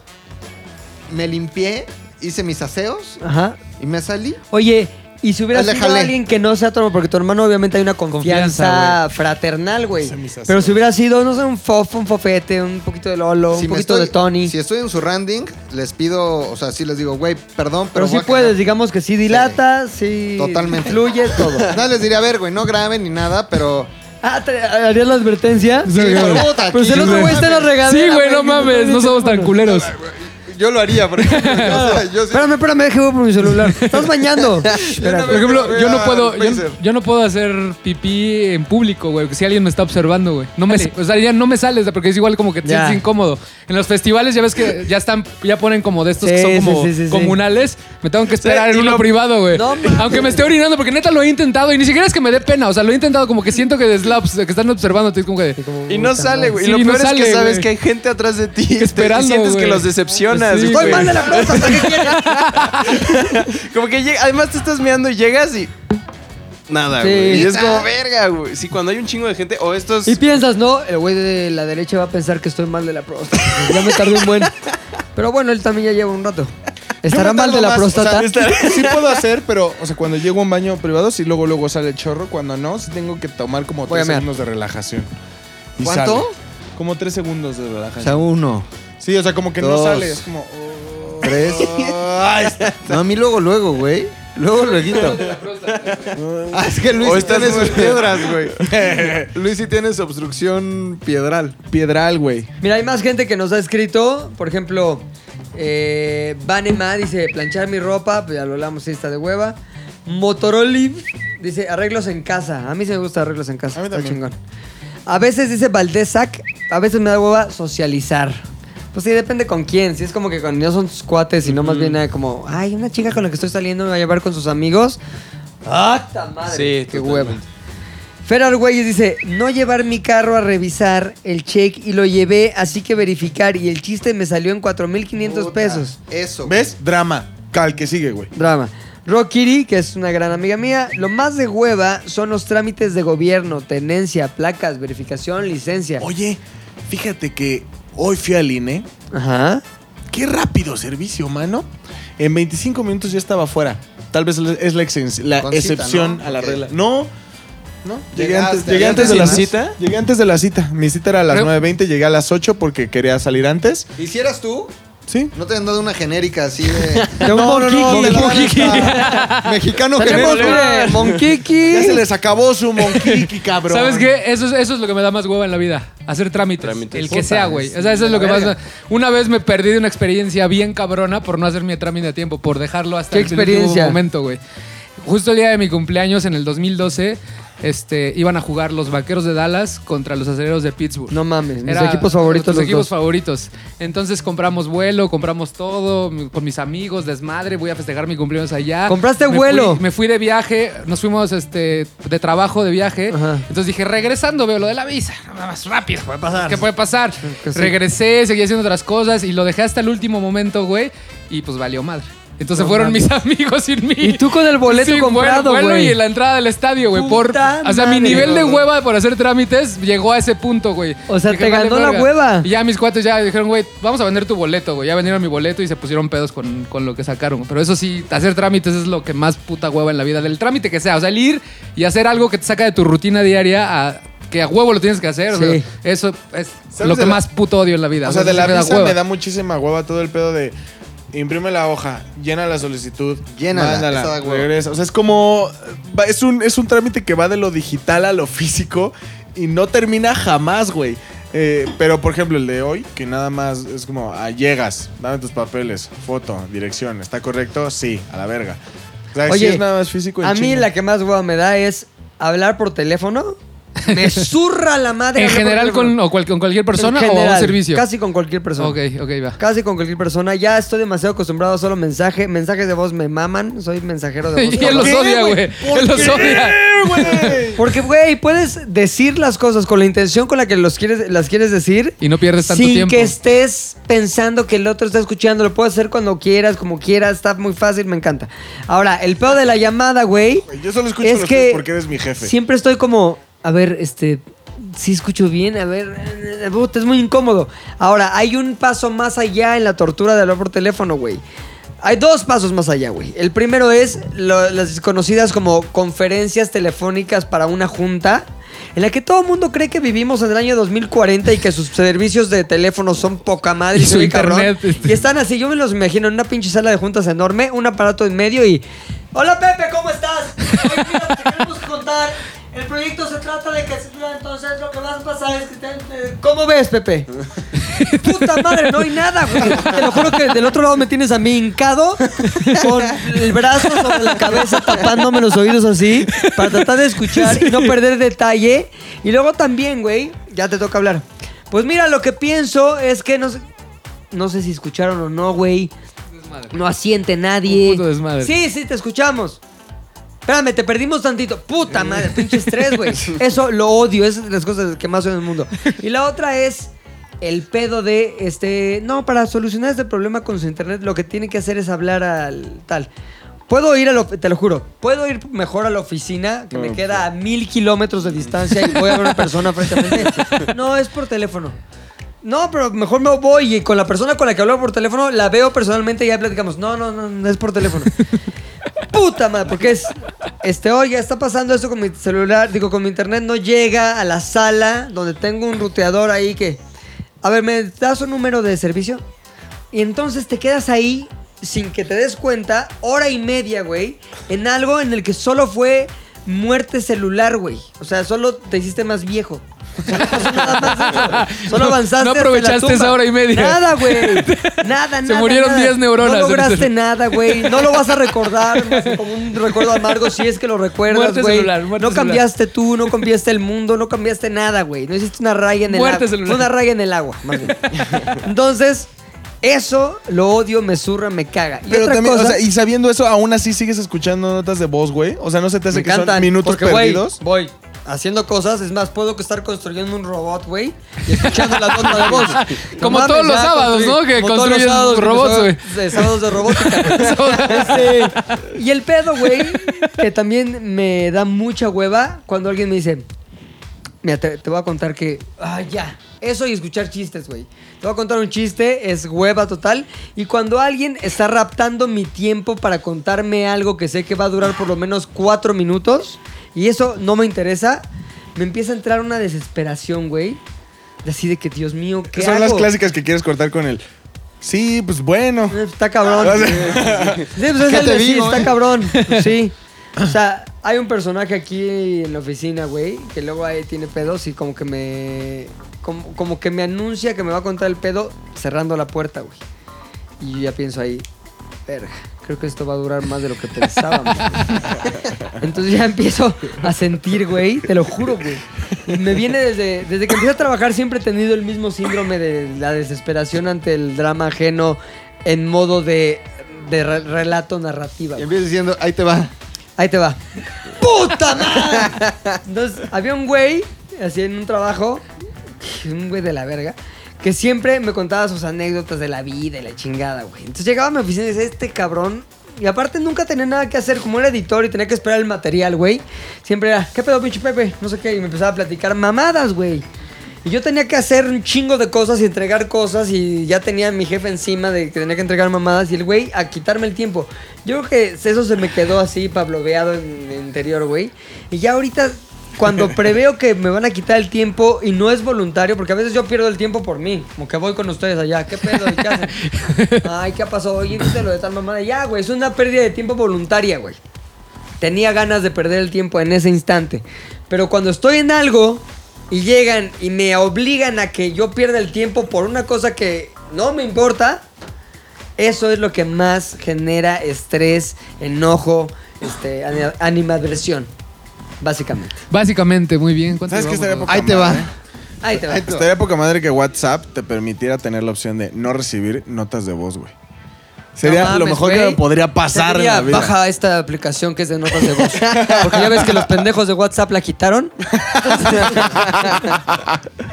Speaker 5: me limpié, hice mis aseos
Speaker 2: Ajá.
Speaker 5: y me salí.
Speaker 2: Oye, y si hubiera
Speaker 5: Le
Speaker 2: sido
Speaker 5: jalé.
Speaker 2: alguien que no sea tu hermano, porque tu hermano obviamente hay una confianza,
Speaker 3: Confianza,
Speaker 2: fraternal, güey.
Speaker 7: Se me hizo
Speaker 2: Pero
Speaker 7: así.
Speaker 2: si hubiera sido, no sé, un fofo, un fofete, un poquito de Lolo, un
Speaker 5: Si me
Speaker 2: poquito
Speaker 5: estoy-
Speaker 2: de Tony.
Speaker 5: Si estoy en zurranding, les pido, o sea, sí les digo, güey, perdón,
Speaker 2: pero
Speaker 5: pero.
Speaker 2: sí
Speaker 5: voy a
Speaker 2: puedes,
Speaker 5: cagar".
Speaker 2: digamos que sí dilata, sí,
Speaker 5: Totalmente.
Speaker 2: fluye
Speaker 5: [LAUGHS]
Speaker 2: todo.
Speaker 5: No les diría, a ver, güey, no graben ni nada, pero.
Speaker 2: ah, ¿te- ¿harías la advertencia?
Speaker 3: Sí,
Speaker 5: Sí,
Speaker 3: güey.
Speaker 5: pero puta,
Speaker 2: Pues el
Speaker 5: aquí,
Speaker 2: otro güey está en la regadera.
Speaker 3: Sí, güey, no mames, no somos tan culeros.
Speaker 5: Yo lo haría, por ejemplo. O sea, [LAUGHS] yo sí-
Speaker 2: Espérame, espérame, deje voy por mi
Speaker 5: [LAUGHS]
Speaker 2: celular. Estás bañando. Espérate.
Speaker 3: Por ejemplo, yo no puedo, yo,
Speaker 5: Pacer.
Speaker 3: yo no puedo hacer pipí en público, güey, si alguien me está observando, güey. No me, o sea, ya no me sales, porque es igual como que te
Speaker 2: Ya.
Speaker 3: sientes incómodo. En los festivales ya ves que ya están, ya ponen como de estos que
Speaker 2: Sí,
Speaker 3: son como
Speaker 2: sí, sí, sí, sí.
Speaker 3: comunales. Me tengo que esperar
Speaker 4: y
Speaker 3: en uno
Speaker 4: lo-
Speaker 3: privado, güey.
Speaker 2: No mames.
Speaker 3: Aunque me esté orinando, porque neta lo he intentado y ni siquiera es que me dé pena, o sea, lo he intentado como que siento que, es la obs- que están observándote, es como que...
Speaker 4: Y no sale, güey.
Speaker 3: Sí,
Speaker 4: y lo
Speaker 3: no
Speaker 4: peor es
Speaker 3: sale,
Speaker 4: que sabes
Speaker 3: güey.
Speaker 4: que hay gente atrás de ti.
Speaker 3: esperando,
Speaker 4: y sientes
Speaker 3: güey.
Speaker 4: que los decepcionas,
Speaker 3: Sí,
Speaker 4: güey.
Speaker 2: Estoy mal de la próstata, ¿qué quieres?
Speaker 4: Como que llega- además te estás meando y llegas y. Nada,
Speaker 2: Sí.
Speaker 4: güey. Y
Speaker 3: Ah,
Speaker 4: es como verga, güey. Sí, cuando hay un chingo de gente. O estos.
Speaker 2: Y piensas, ¿no? El güey de la derecha va a pensar que estoy mal de la próstata. Ya me tardé un buen. Pero bueno, él también ya lleva un rato. ¿Estará
Speaker 1: Yo me
Speaker 2: mal de
Speaker 1: tardo
Speaker 2: la
Speaker 1: más,
Speaker 2: próstata?
Speaker 1: o sea, sí puedo hacer, pero, o sea, cuando llego a un baño privado, sí luego luego sale el chorro. Cuando no, sí tengo que tomar como
Speaker 2: Voy a
Speaker 1: tres
Speaker 2: mear.
Speaker 1: segundos de relajación. Y
Speaker 5: ¿Cuánto?
Speaker 1: sale. Como tres segundos de relajación.
Speaker 5: O sea, uno,
Speaker 1: sí, o sea, como que no
Speaker 5: dos.
Speaker 1: sale. Es como. oh,
Speaker 5: [LAUGHS] tres.
Speaker 1: ay, está-
Speaker 5: No, a mí luego, luego, güey. Luego, luego. ah, es que Luis
Speaker 4: o
Speaker 5: sí
Speaker 4: están
Speaker 5: tiene sus
Speaker 4: esos piedras, güey.
Speaker 5: Luis sí tiene su obstrucción piedral.
Speaker 1: Piedral, güey.
Speaker 2: Mira, hay más gente que nos ha escrito. Por ejemplo, eh, Vanema dice, planchar mi ropa. Pues ya lo hablamos, sí, está de hueva. Motoroliv dice, arreglos en casa. A mí sí me gusta arreglos en casa.
Speaker 1: A mí
Speaker 2: está
Speaker 1: también.
Speaker 2: chingón. A veces dice Valdesac, a veces me da hueva socializar. Pues sí, depende con quién. Si es como que cuando no son sus cuates y no más viene como, ay, una chica con la que estoy saliendo me va a llevar con sus amigos. ¡Ah, ta madre!
Speaker 4: Sí,
Speaker 2: qué
Speaker 4: totalmente.
Speaker 2: hueva. Fer Argüelles dice, no llevar mi carro a revisar el check y lo llevé, así que verificar y el chiste me salió en 4.500 pesos.
Speaker 5: Eso. güey.
Speaker 1: ¿Ves? Drama. Cal, que sigue, güey.
Speaker 2: Drama. Rockiri, que es una gran amiga mía, lo más de hueva son los trámites de gobierno, tenencia, placas, verificación, licencia.
Speaker 3: Oh,
Speaker 7: Oye, fíjate que hoy fui al INE.
Speaker 2: Ajá.
Speaker 7: Qué rápido servicio, mano. En 25 minutos ya estaba fuera. Tal vez es la, exen- la
Speaker 5: Con cita,
Speaker 7: excepción
Speaker 5: ¿no?
Speaker 7: a la
Speaker 5: Ok.
Speaker 7: regla. No, no.
Speaker 1: Llegué
Speaker 5: Llegaste,
Speaker 1: antes, llegué
Speaker 5: ¿ya
Speaker 1: antes de
Speaker 5: te
Speaker 1: la
Speaker 5: sientas?
Speaker 1: cita. Llegué antes de la cita. Mi cita era a las
Speaker 3: Pero-
Speaker 1: 9.20, llegué a las 8 porque quería salir antes.
Speaker 5: ¿Y si eras tú?
Speaker 1: Sí.
Speaker 5: ¿No te han dado una genérica así de.
Speaker 2: De un monquiqui.
Speaker 5: de la neta. Mexicano
Speaker 2: Tenemos,
Speaker 5: genérico.
Speaker 2: mire, monquiqui.
Speaker 1: Ya se les acabó su monquiqui, cabrón.
Speaker 3: ¿Sabes qué? Eso es, eso es lo que me da más hueva en la vida. Hacer trámites.
Speaker 4: Trámites.
Speaker 3: El que sea, güey. O sea, eso es lo que más... Una vez me perdí de una experiencia bien cabrona por no hacer mi trámite a tiempo, por dejarlo hasta
Speaker 2: ¿Qué
Speaker 3: el
Speaker 2: experiencia?
Speaker 3: último momento, güey. Justo el día de mi cumpleaños, en el 2012, este, iban a jugar los Vaqueros de Dallas contra los Aceleros de Pittsburgh.
Speaker 2: No mames, mis
Speaker 3: Era
Speaker 2: equipos favoritos
Speaker 3: nuestros
Speaker 2: los
Speaker 3: equipos
Speaker 2: dos.
Speaker 3: favoritos. Entonces compramos vuelo, compramos todo mi- con mis amigos, desmadre, voy a festejar mi cumpleaños allá.
Speaker 2: ¿Compraste
Speaker 3: Me
Speaker 2: vuelo?
Speaker 3: fui- me fui de viaje, nos fuimos este de trabajo de viaje.
Speaker 2: Ajá.
Speaker 3: Entonces dije, regresando veo lo de la visa, nada más rápido, puede pasar. ¿Qué puede pasar?
Speaker 2: que sí.
Speaker 3: Regresé, seguí haciendo otras cosas y lo dejé hasta el último momento, güey, y pues valió madre. Entonces fueron mis [LAUGHS] amigos sin mí.
Speaker 2: Y tú con el boleto
Speaker 3: Sí,
Speaker 2: comprado,
Speaker 3: vuelo- vuelo
Speaker 2: güey.
Speaker 3: y la entrada del estadio, güey. Por,
Speaker 2: Puta
Speaker 3: o sea, mi
Speaker 2: madre,
Speaker 3: nivel de
Speaker 2: güey.
Speaker 3: hueva por hacer trámites llegó a ese punto, güey.
Speaker 2: O sea, te ganó la
Speaker 3: verga".
Speaker 2: hueva.
Speaker 3: Y ya mis cuates ya dijeron, güey, vamos a vender tu boleto, güey. Ya vendieron mi boleto y se pusieron pedos con, con lo que sacaron. Pero eso sí, hacer trámites es lo que más puta hueva en la vida. Del trámite que sea. O sea, el ir y hacer algo que te saca de tu rutina diaria a... Que a huevo lo tienes que hacer. o sea,
Speaker 2: Sí.
Speaker 3: eso es
Speaker 1: ¿Sabes
Speaker 3: lo que
Speaker 1: de la-
Speaker 3: más puto odio en la vida.
Speaker 1: O sea, de
Speaker 3: sí
Speaker 1: la
Speaker 3: me da
Speaker 1: visa
Speaker 3: hueva.
Speaker 1: me da muchísima hueva todo el pedo de imprime la hoja, llena la solicitud,
Speaker 5: Llénala, esa da
Speaker 1: mándala,
Speaker 5: hueva.
Speaker 1: regresa. O sea, es como va- es un es un trámite que va de lo digital a lo físico y no termina jamás, güey. Eh, pero por ejemplo el de hoy que nada más es como ah, llegas, dame tus papeles, foto, dirección, está correcto, sí, a la verga. O sea, sí
Speaker 2: Oye,
Speaker 1: es nada más físico. en
Speaker 2: A mí
Speaker 1: chinga. [LAUGHS]
Speaker 2: la que más hueva me da es hablar por teléfono.
Speaker 3: [LAUGHS]
Speaker 2: Me zurra la madre.
Speaker 3: En
Speaker 2: hablar por
Speaker 3: general
Speaker 2: teléfono.
Speaker 3: con, o cual- con cualquier persona
Speaker 2: En
Speaker 3: o un
Speaker 2: general,
Speaker 3: servicio.
Speaker 2: Casi con cualquier persona.
Speaker 3: Ok, ok, va.
Speaker 2: Casi con cualquier persona. Ya estoy demasiado acostumbrado a solo mensaje. Mensajes de voz me maman. Soy mensajero
Speaker 3: [LAUGHS]
Speaker 2: de voz.
Speaker 3: Y él los odia, güey. Él los odia.
Speaker 1: ¡Eh,
Speaker 2: Porque, güey, puedes decir las cosas con la intención con la que los quieres, las quieres decir.
Speaker 3: Y no pierdes tanto
Speaker 2: sin
Speaker 3: tiempo.
Speaker 2: que
Speaker 3: [LAUGHS]
Speaker 2: estés pensando que el otro está escuchando. Lo puedes hacer cuando quieras, como quieras. Está muy fácil, me encanta. Ahora, el pedo de la llamada, güey.
Speaker 1: yo solo escucho
Speaker 2: es
Speaker 1: los
Speaker 2: que
Speaker 1: tres porque eres mi jefe.
Speaker 2: Siempre estoy como, a ver, este, si escucho bien, a ver, eh, puta, es muy incómodo. Ahora, hay un paso más allá en la tortura de hablar por teléfono, güey. Hay dos pasos más allá, güey. El primero es lo- las conocidas como conferencias telefónicas para una junta, en la que todo el mundo cree que vivimos en el año 2040 y que sus servicios de teléfono son poca madre.
Speaker 3: Y
Speaker 2: se
Speaker 3: su
Speaker 2: ve cabrón.
Speaker 3: internet, este.
Speaker 2: Y están así, yo me los imagino en una pinche sala de juntas enorme, un aparato en medio y. Hola Pepe, ¿cómo estás? Oye, mira, te queremos contar. El proyecto se trata de que entonces lo que vas a pasar es que te, eh, ¿Cómo ves, Pepe? Puta madre, no hay nada, güey. Te lo juro que del otro lado me tienes a mí hincado con el brazo sobre la cabeza tapándome los oídos así para tratar de escuchar y no perder detalle. Y luego también, güey, ya te toca hablar. Pues mira, lo que pienso es que no sé, no sé si escucharon o no, güey. No asiente nadie.
Speaker 3: Un puto desmadre.
Speaker 2: Sí, sí, te escuchamos. Espérame, te perdimos tantito. Puta madre, pinche estrés,
Speaker 3: [LAUGHS]
Speaker 2: güey. Eso lo odio, es de las cosas que más odio en el mundo. Y la otra es el pedo de, este, no, para solucionar este problema con su internet, lo que tiene que hacer es hablar al tal. Puedo ir a la, te lo juro, puedo ir mejor a la oficina, que me queda a mil kilómetros de distancia y voy a ver una persona frente a frente. No, es por teléfono. No, pero mejor me voy y con la persona con la que hablo por teléfono la veo personalmente y ya platicamos. No, no, no, no es por teléfono. Puta madre, porque es. Este, oye, está pasando esto con mi celular, digo, con mi internet, no llega a la sala donde tengo un ruteador ahí que. A ver, ¿me das un número de servicio? Y entonces te quedas ahí, sin que te des cuenta, hora y media, güey, en algo en el que solo fue muerte celular, güey. O sea, solo te hiciste más viejo. O sea, no pasó nada más de eso. [LAUGHS] Solo
Speaker 3: No-
Speaker 2: avanzaste.
Speaker 3: no
Speaker 2: hasta la
Speaker 3: aprovechaste
Speaker 2: tumba.
Speaker 3: esa hora y media.
Speaker 2: Nada,
Speaker 3: [LAUGHS]
Speaker 2: güey. Nada, nada.
Speaker 3: Se murieron
Speaker 2: nada.
Speaker 3: 10 neuronas.
Speaker 2: No
Speaker 3: [LAUGHS]
Speaker 2: lograste nada, güey. No lo vas a recordar más que como un recuerdo amargo si es que lo recuerdas,
Speaker 3: Muerte
Speaker 2: güey.
Speaker 3: celular, muerte
Speaker 2: No
Speaker 3: celular.
Speaker 2: cambiaste tú, no cambiaste el mundo, no cambiaste nada, güey. No hiciste una raya en el
Speaker 3: Muerte
Speaker 2: agua.
Speaker 3: celular.
Speaker 2: Fue una raya en el agua, más
Speaker 3: [LAUGHS]
Speaker 2: bien. Entonces, eso lo odio, me zurra, me caga. Y
Speaker 1: Pero
Speaker 2: otra
Speaker 1: también,
Speaker 2: cosa,
Speaker 1: o sea, y sabiendo eso, aún así sigues escuchando notas de voz, güey. O sea, no se te hace
Speaker 2: me
Speaker 1: que son
Speaker 2: encantan,
Speaker 1: minutos
Speaker 2: porque, güey,
Speaker 1: perdidos.
Speaker 2: voy haciendo cosas, es más, puedo estar construyendo un robot, güey, y escuchando la nota de [LAUGHS] voz. No
Speaker 3: Como todos los sábados, ¿no? Que
Speaker 2: como todos
Speaker 3: construyes
Speaker 2: los sábados,
Speaker 3: robots,
Speaker 2: que
Speaker 3: güey.
Speaker 2: son- de Sábados de robótica, güey.
Speaker 3: [LAUGHS]
Speaker 2: Este, y el pedo, güey, [LAUGHS] que también me da mucha hueva cuando alguien me dice, Mira, te, te voy a contar que. Ah, ya. Eso y escuchar chistes, güey. Te voy a contar un chiste, es hueva total. Y cuando alguien está raptando mi tiempo para contarme algo que sé que va a durar por lo menos cuatro minutos, y eso no me interesa, me empieza a entrar una desesperación, güey. de Así de que, Dios mío, ¿qué
Speaker 1: Son
Speaker 2: hago?
Speaker 1: las clásicas que quieres cortar con el. Sí, pues bueno.
Speaker 2: Está
Speaker 5: [LAUGHS]
Speaker 2: cabrón.
Speaker 1: O sea-
Speaker 2: Sí, pues es
Speaker 5: ¿Qué
Speaker 2: el
Speaker 5: te
Speaker 2: de sí,
Speaker 5: digo,
Speaker 2: está
Speaker 5: eh? [LAUGHS]
Speaker 2: cabrón. Sí. O sea, hay un personaje aquí en la oficina, güey, que luego ahí tiene pedos y como que me. Como, como que me anuncia que me va a contar el pedo cerrando la puerta, güey. Y yo ya pienso ahí, verga, creo que esto va a durar más de lo que pensábamos. güey". Entonces ya empiezo a sentir, güey, te lo juro, güey. Y me viene desde, desde que empecé a trabajar, siempre he tenido el mismo síndrome de la desesperación ante el drama ajeno en modo de, de re- relato narrativa.
Speaker 5: Y
Speaker 2: güey.
Speaker 5: empiezas diciendo, ahí te va.
Speaker 2: Ahí te va. ¡Puta [LAUGHS] madre! Entonces, había un güey, así en un trabajo, un güey de la verga, que siempre me contaba sus anécdotas de la vida y la chingada, güey. Entonces llegaba a mi oficina y decía, este cabrón. Y aparte nunca tenía nada que hacer, como era editor y tenía que esperar el material, güey. Siempre era, ¿qué pedo, pinche Pepe? No sé qué. Y me empezaba a platicar mamadas, güey. Y yo tenía que hacer un chingo de cosas y entregar cosas y ya tenía a mi jefe encima de que tenía que entregar mamadas y el güey a quitarme el tiempo. Yo creo que eso se me quedó así pabloveado en el interior, güey. Y ya ahorita cuando preveo que me van a quitar el tiempo y no es voluntario, porque a veces yo pierdo el tiempo por mí, como que voy con ustedes allá, ¿qué pedo? ¿Y qué hacen? Ay, ¿qué pasó? Oye, viste lo de tal mamada. Ya, güey, es una pérdida de tiempo voluntaria, güey. Tenía ganas de perder el tiempo en ese instante. Pero cuando estoy en algo y llegan y me obligan a que yo pierda el tiempo por una cosa que no me importa, eso es lo que más genera estrés, enojo, este, ani- animadversión, básicamente.
Speaker 3: Básicamente, muy bien. ¿Cuánto
Speaker 1: ¿Sabes qué estaría
Speaker 3: llevamos?
Speaker 1: poca
Speaker 5: Ahí te
Speaker 1: madre?
Speaker 5: va.
Speaker 2: Ahí te va.
Speaker 1: Estaría poca madre que WhatsApp te permitiera tener la opción de no recibir notas de voz, güey. Sería
Speaker 2: No
Speaker 1: lo
Speaker 2: mames,
Speaker 1: mejor que
Speaker 2: güey.
Speaker 1: me podría pasar
Speaker 2: Te
Speaker 1: en
Speaker 2: diría,
Speaker 1: la vida.
Speaker 2: Baja esta aplicación que es de notas de voz. Porque ya ves que los pendejos de WhatsApp la
Speaker 1: [LAUGHS]
Speaker 2: quitaron.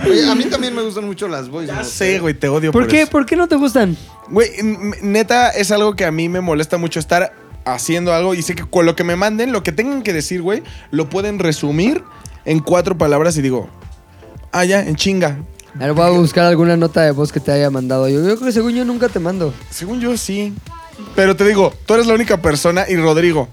Speaker 5: Oye, a mí también me gustan mucho las voice
Speaker 1: Ya
Speaker 5: notes.
Speaker 1: sé, güey, te odio
Speaker 2: ¿Por
Speaker 1: por,
Speaker 2: qué?
Speaker 1: eso.
Speaker 2: ¿Por qué no te gustan?
Speaker 1: Güey, n- neta, es algo que a mí me molesta mucho estar haciendo algo y sé que con lo que me manden, lo que tengan que decir, güey, lo pueden resumir en cuatro palabras y digo, ah, ya, en chinga.
Speaker 2: A ver, voy a buscar alguna nota de voz que te haya mandado. Yo, yo creo que según yo nunca te mando.
Speaker 1: Según yo, sí. Pero te digo, tú eres la única persona y Rodrigo,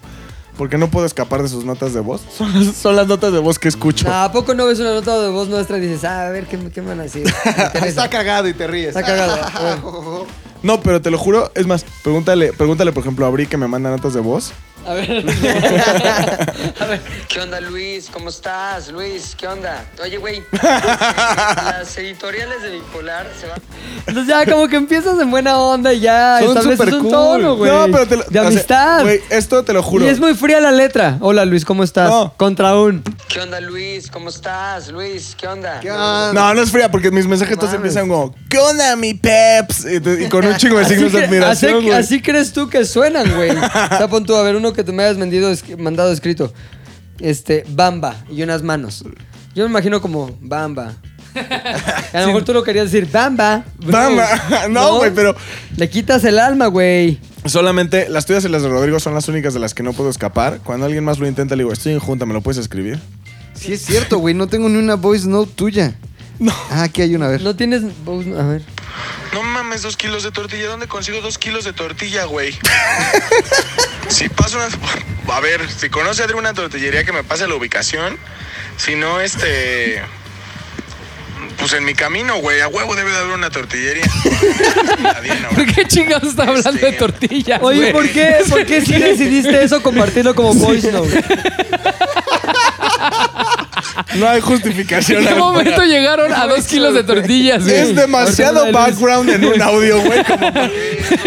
Speaker 1: porque no puedo escapar de sus notas de voz. [LAUGHS] Son las, son las notas de voz que escucho.
Speaker 2: [LAUGHS] No, ¿A poco no ves una nota de voz nuestra y dices, ah, a ver, ¿qué, qué me van a [LAUGHS] decir? Me interesa.
Speaker 5: Está cagado y te ríes.
Speaker 2: Está [LAUGHS] cagado.
Speaker 1: No, pero te lo juro, es más, pregúntale, pregúntale, por ejemplo, a Bri que me manda notas de voz.
Speaker 2: A ver. [LAUGHS] A ver. ¿Qué onda, Luis? ¿Cómo estás, Luis? ¿Qué onda? Oye, [LAUGHS] güey. Las editoriales de Bipolar se van. Entonces ya como que empiezas en buena onda y ya estableces
Speaker 1: súper
Speaker 2: un tono, güey.
Speaker 1: No, pero te lo,
Speaker 2: De
Speaker 1: o sea,
Speaker 2: amistad.
Speaker 1: Güey, esto te lo juro.
Speaker 2: y es muy fría la letra. Hola, Luis, ¿cómo estás?
Speaker 1: No.
Speaker 2: Contra un. ¿Qué onda, Luis? ¿Cómo estás, Luis? ¿Qué onda?
Speaker 5: ¿Qué
Speaker 4: Ah,
Speaker 5: onda?
Speaker 1: No, no es fría, porque mis mensajes todos empiezan como, ¿qué onda, mi peps? Y, te- y con un chingo de signos de
Speaker 2: cre-
Speaker 1: admiración,
Speaker 2: así-
Speaker 1: güey.
Speaker 2: así crees tú que suenan, [LAUGHS] güey. O sea, pon tú, a ver, uno que te me hayas vendido, es- mandado escrito. Este, bamba y unas manos. Yo me imagino como bamba. A lo mejor tú lo querías decir, bamba. [LAUGHS]
Speaker 1: Bamba. No, güey, pero-
Speaker 2: Le quitas el alma, güey.
Speaker 1: Solamente las tuyas y las de Rodrigo son las únicas de las que no puedo escapar. Cuando alguien más lo intenta, le digo, estoy en junta, ¿me lo puedes escribir?
Speaker 5: Sí, es cierto, güey. No tengo ni una voice note tuya. No. Ah, aquí hay una, a ver.
Speaker 2: No tienes... pues, A ver.
Speaker 10: No mames, dos kilos de tortilla. ¿Dónde consigo dos kilos de tortilla,
Speaker 1: [LAUGHS]
Speaker 10: güey? si paso una. A ver, si conoce de una tortillería que me pase la ubicación. Si no, este. Pues en mi camino, güey. A huevo debe de haber una
Speaker 1: [LAUGHS]
Speaker 10: tortillería. Adriana,
Speaker 3: [LAUGHS] ¿Por qué chingados está hablando
Speaker 10: Este-
Speaker 3: de tortillas?
Speaker 2: Oye,
Speaker 3: güey?
Speaker 2: ¿por qué, ¿por qué [LAUGHS] si decidiste eso compartirlo como voice note?
Speaker 1: No hay
Speaker 2: [LAUGHS]
Speaker 3: ¿En
Speaker 1: justificación.
Speaker 3: qué
Speaker 1: alguna.
Speaker 3: momento llegaron a dos kilos de tortillas, güey?
Speaker 1: Es demasiado [LAUGHS] background en un audio, güey.
Speaker 5: [LAUGHS]
Speaker 1: como para-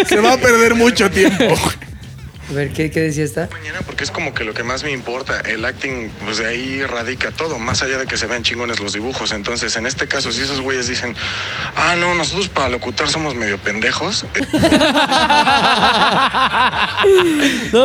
Speaker 1: Se va a perder mucho tiempo.
Speaker 2: A ver, ¿qué, qué decía esta?
Speaker 10: mañana porque es como que lo que más me importa. El acting, pues de ahí radica todo, más allá de que se vean chingones los dibujos. Entonces, en este caso, si esos güeyes dicen, ah, no, nosotros para locutar somos medio pendejos. eh,
Speaker 2: No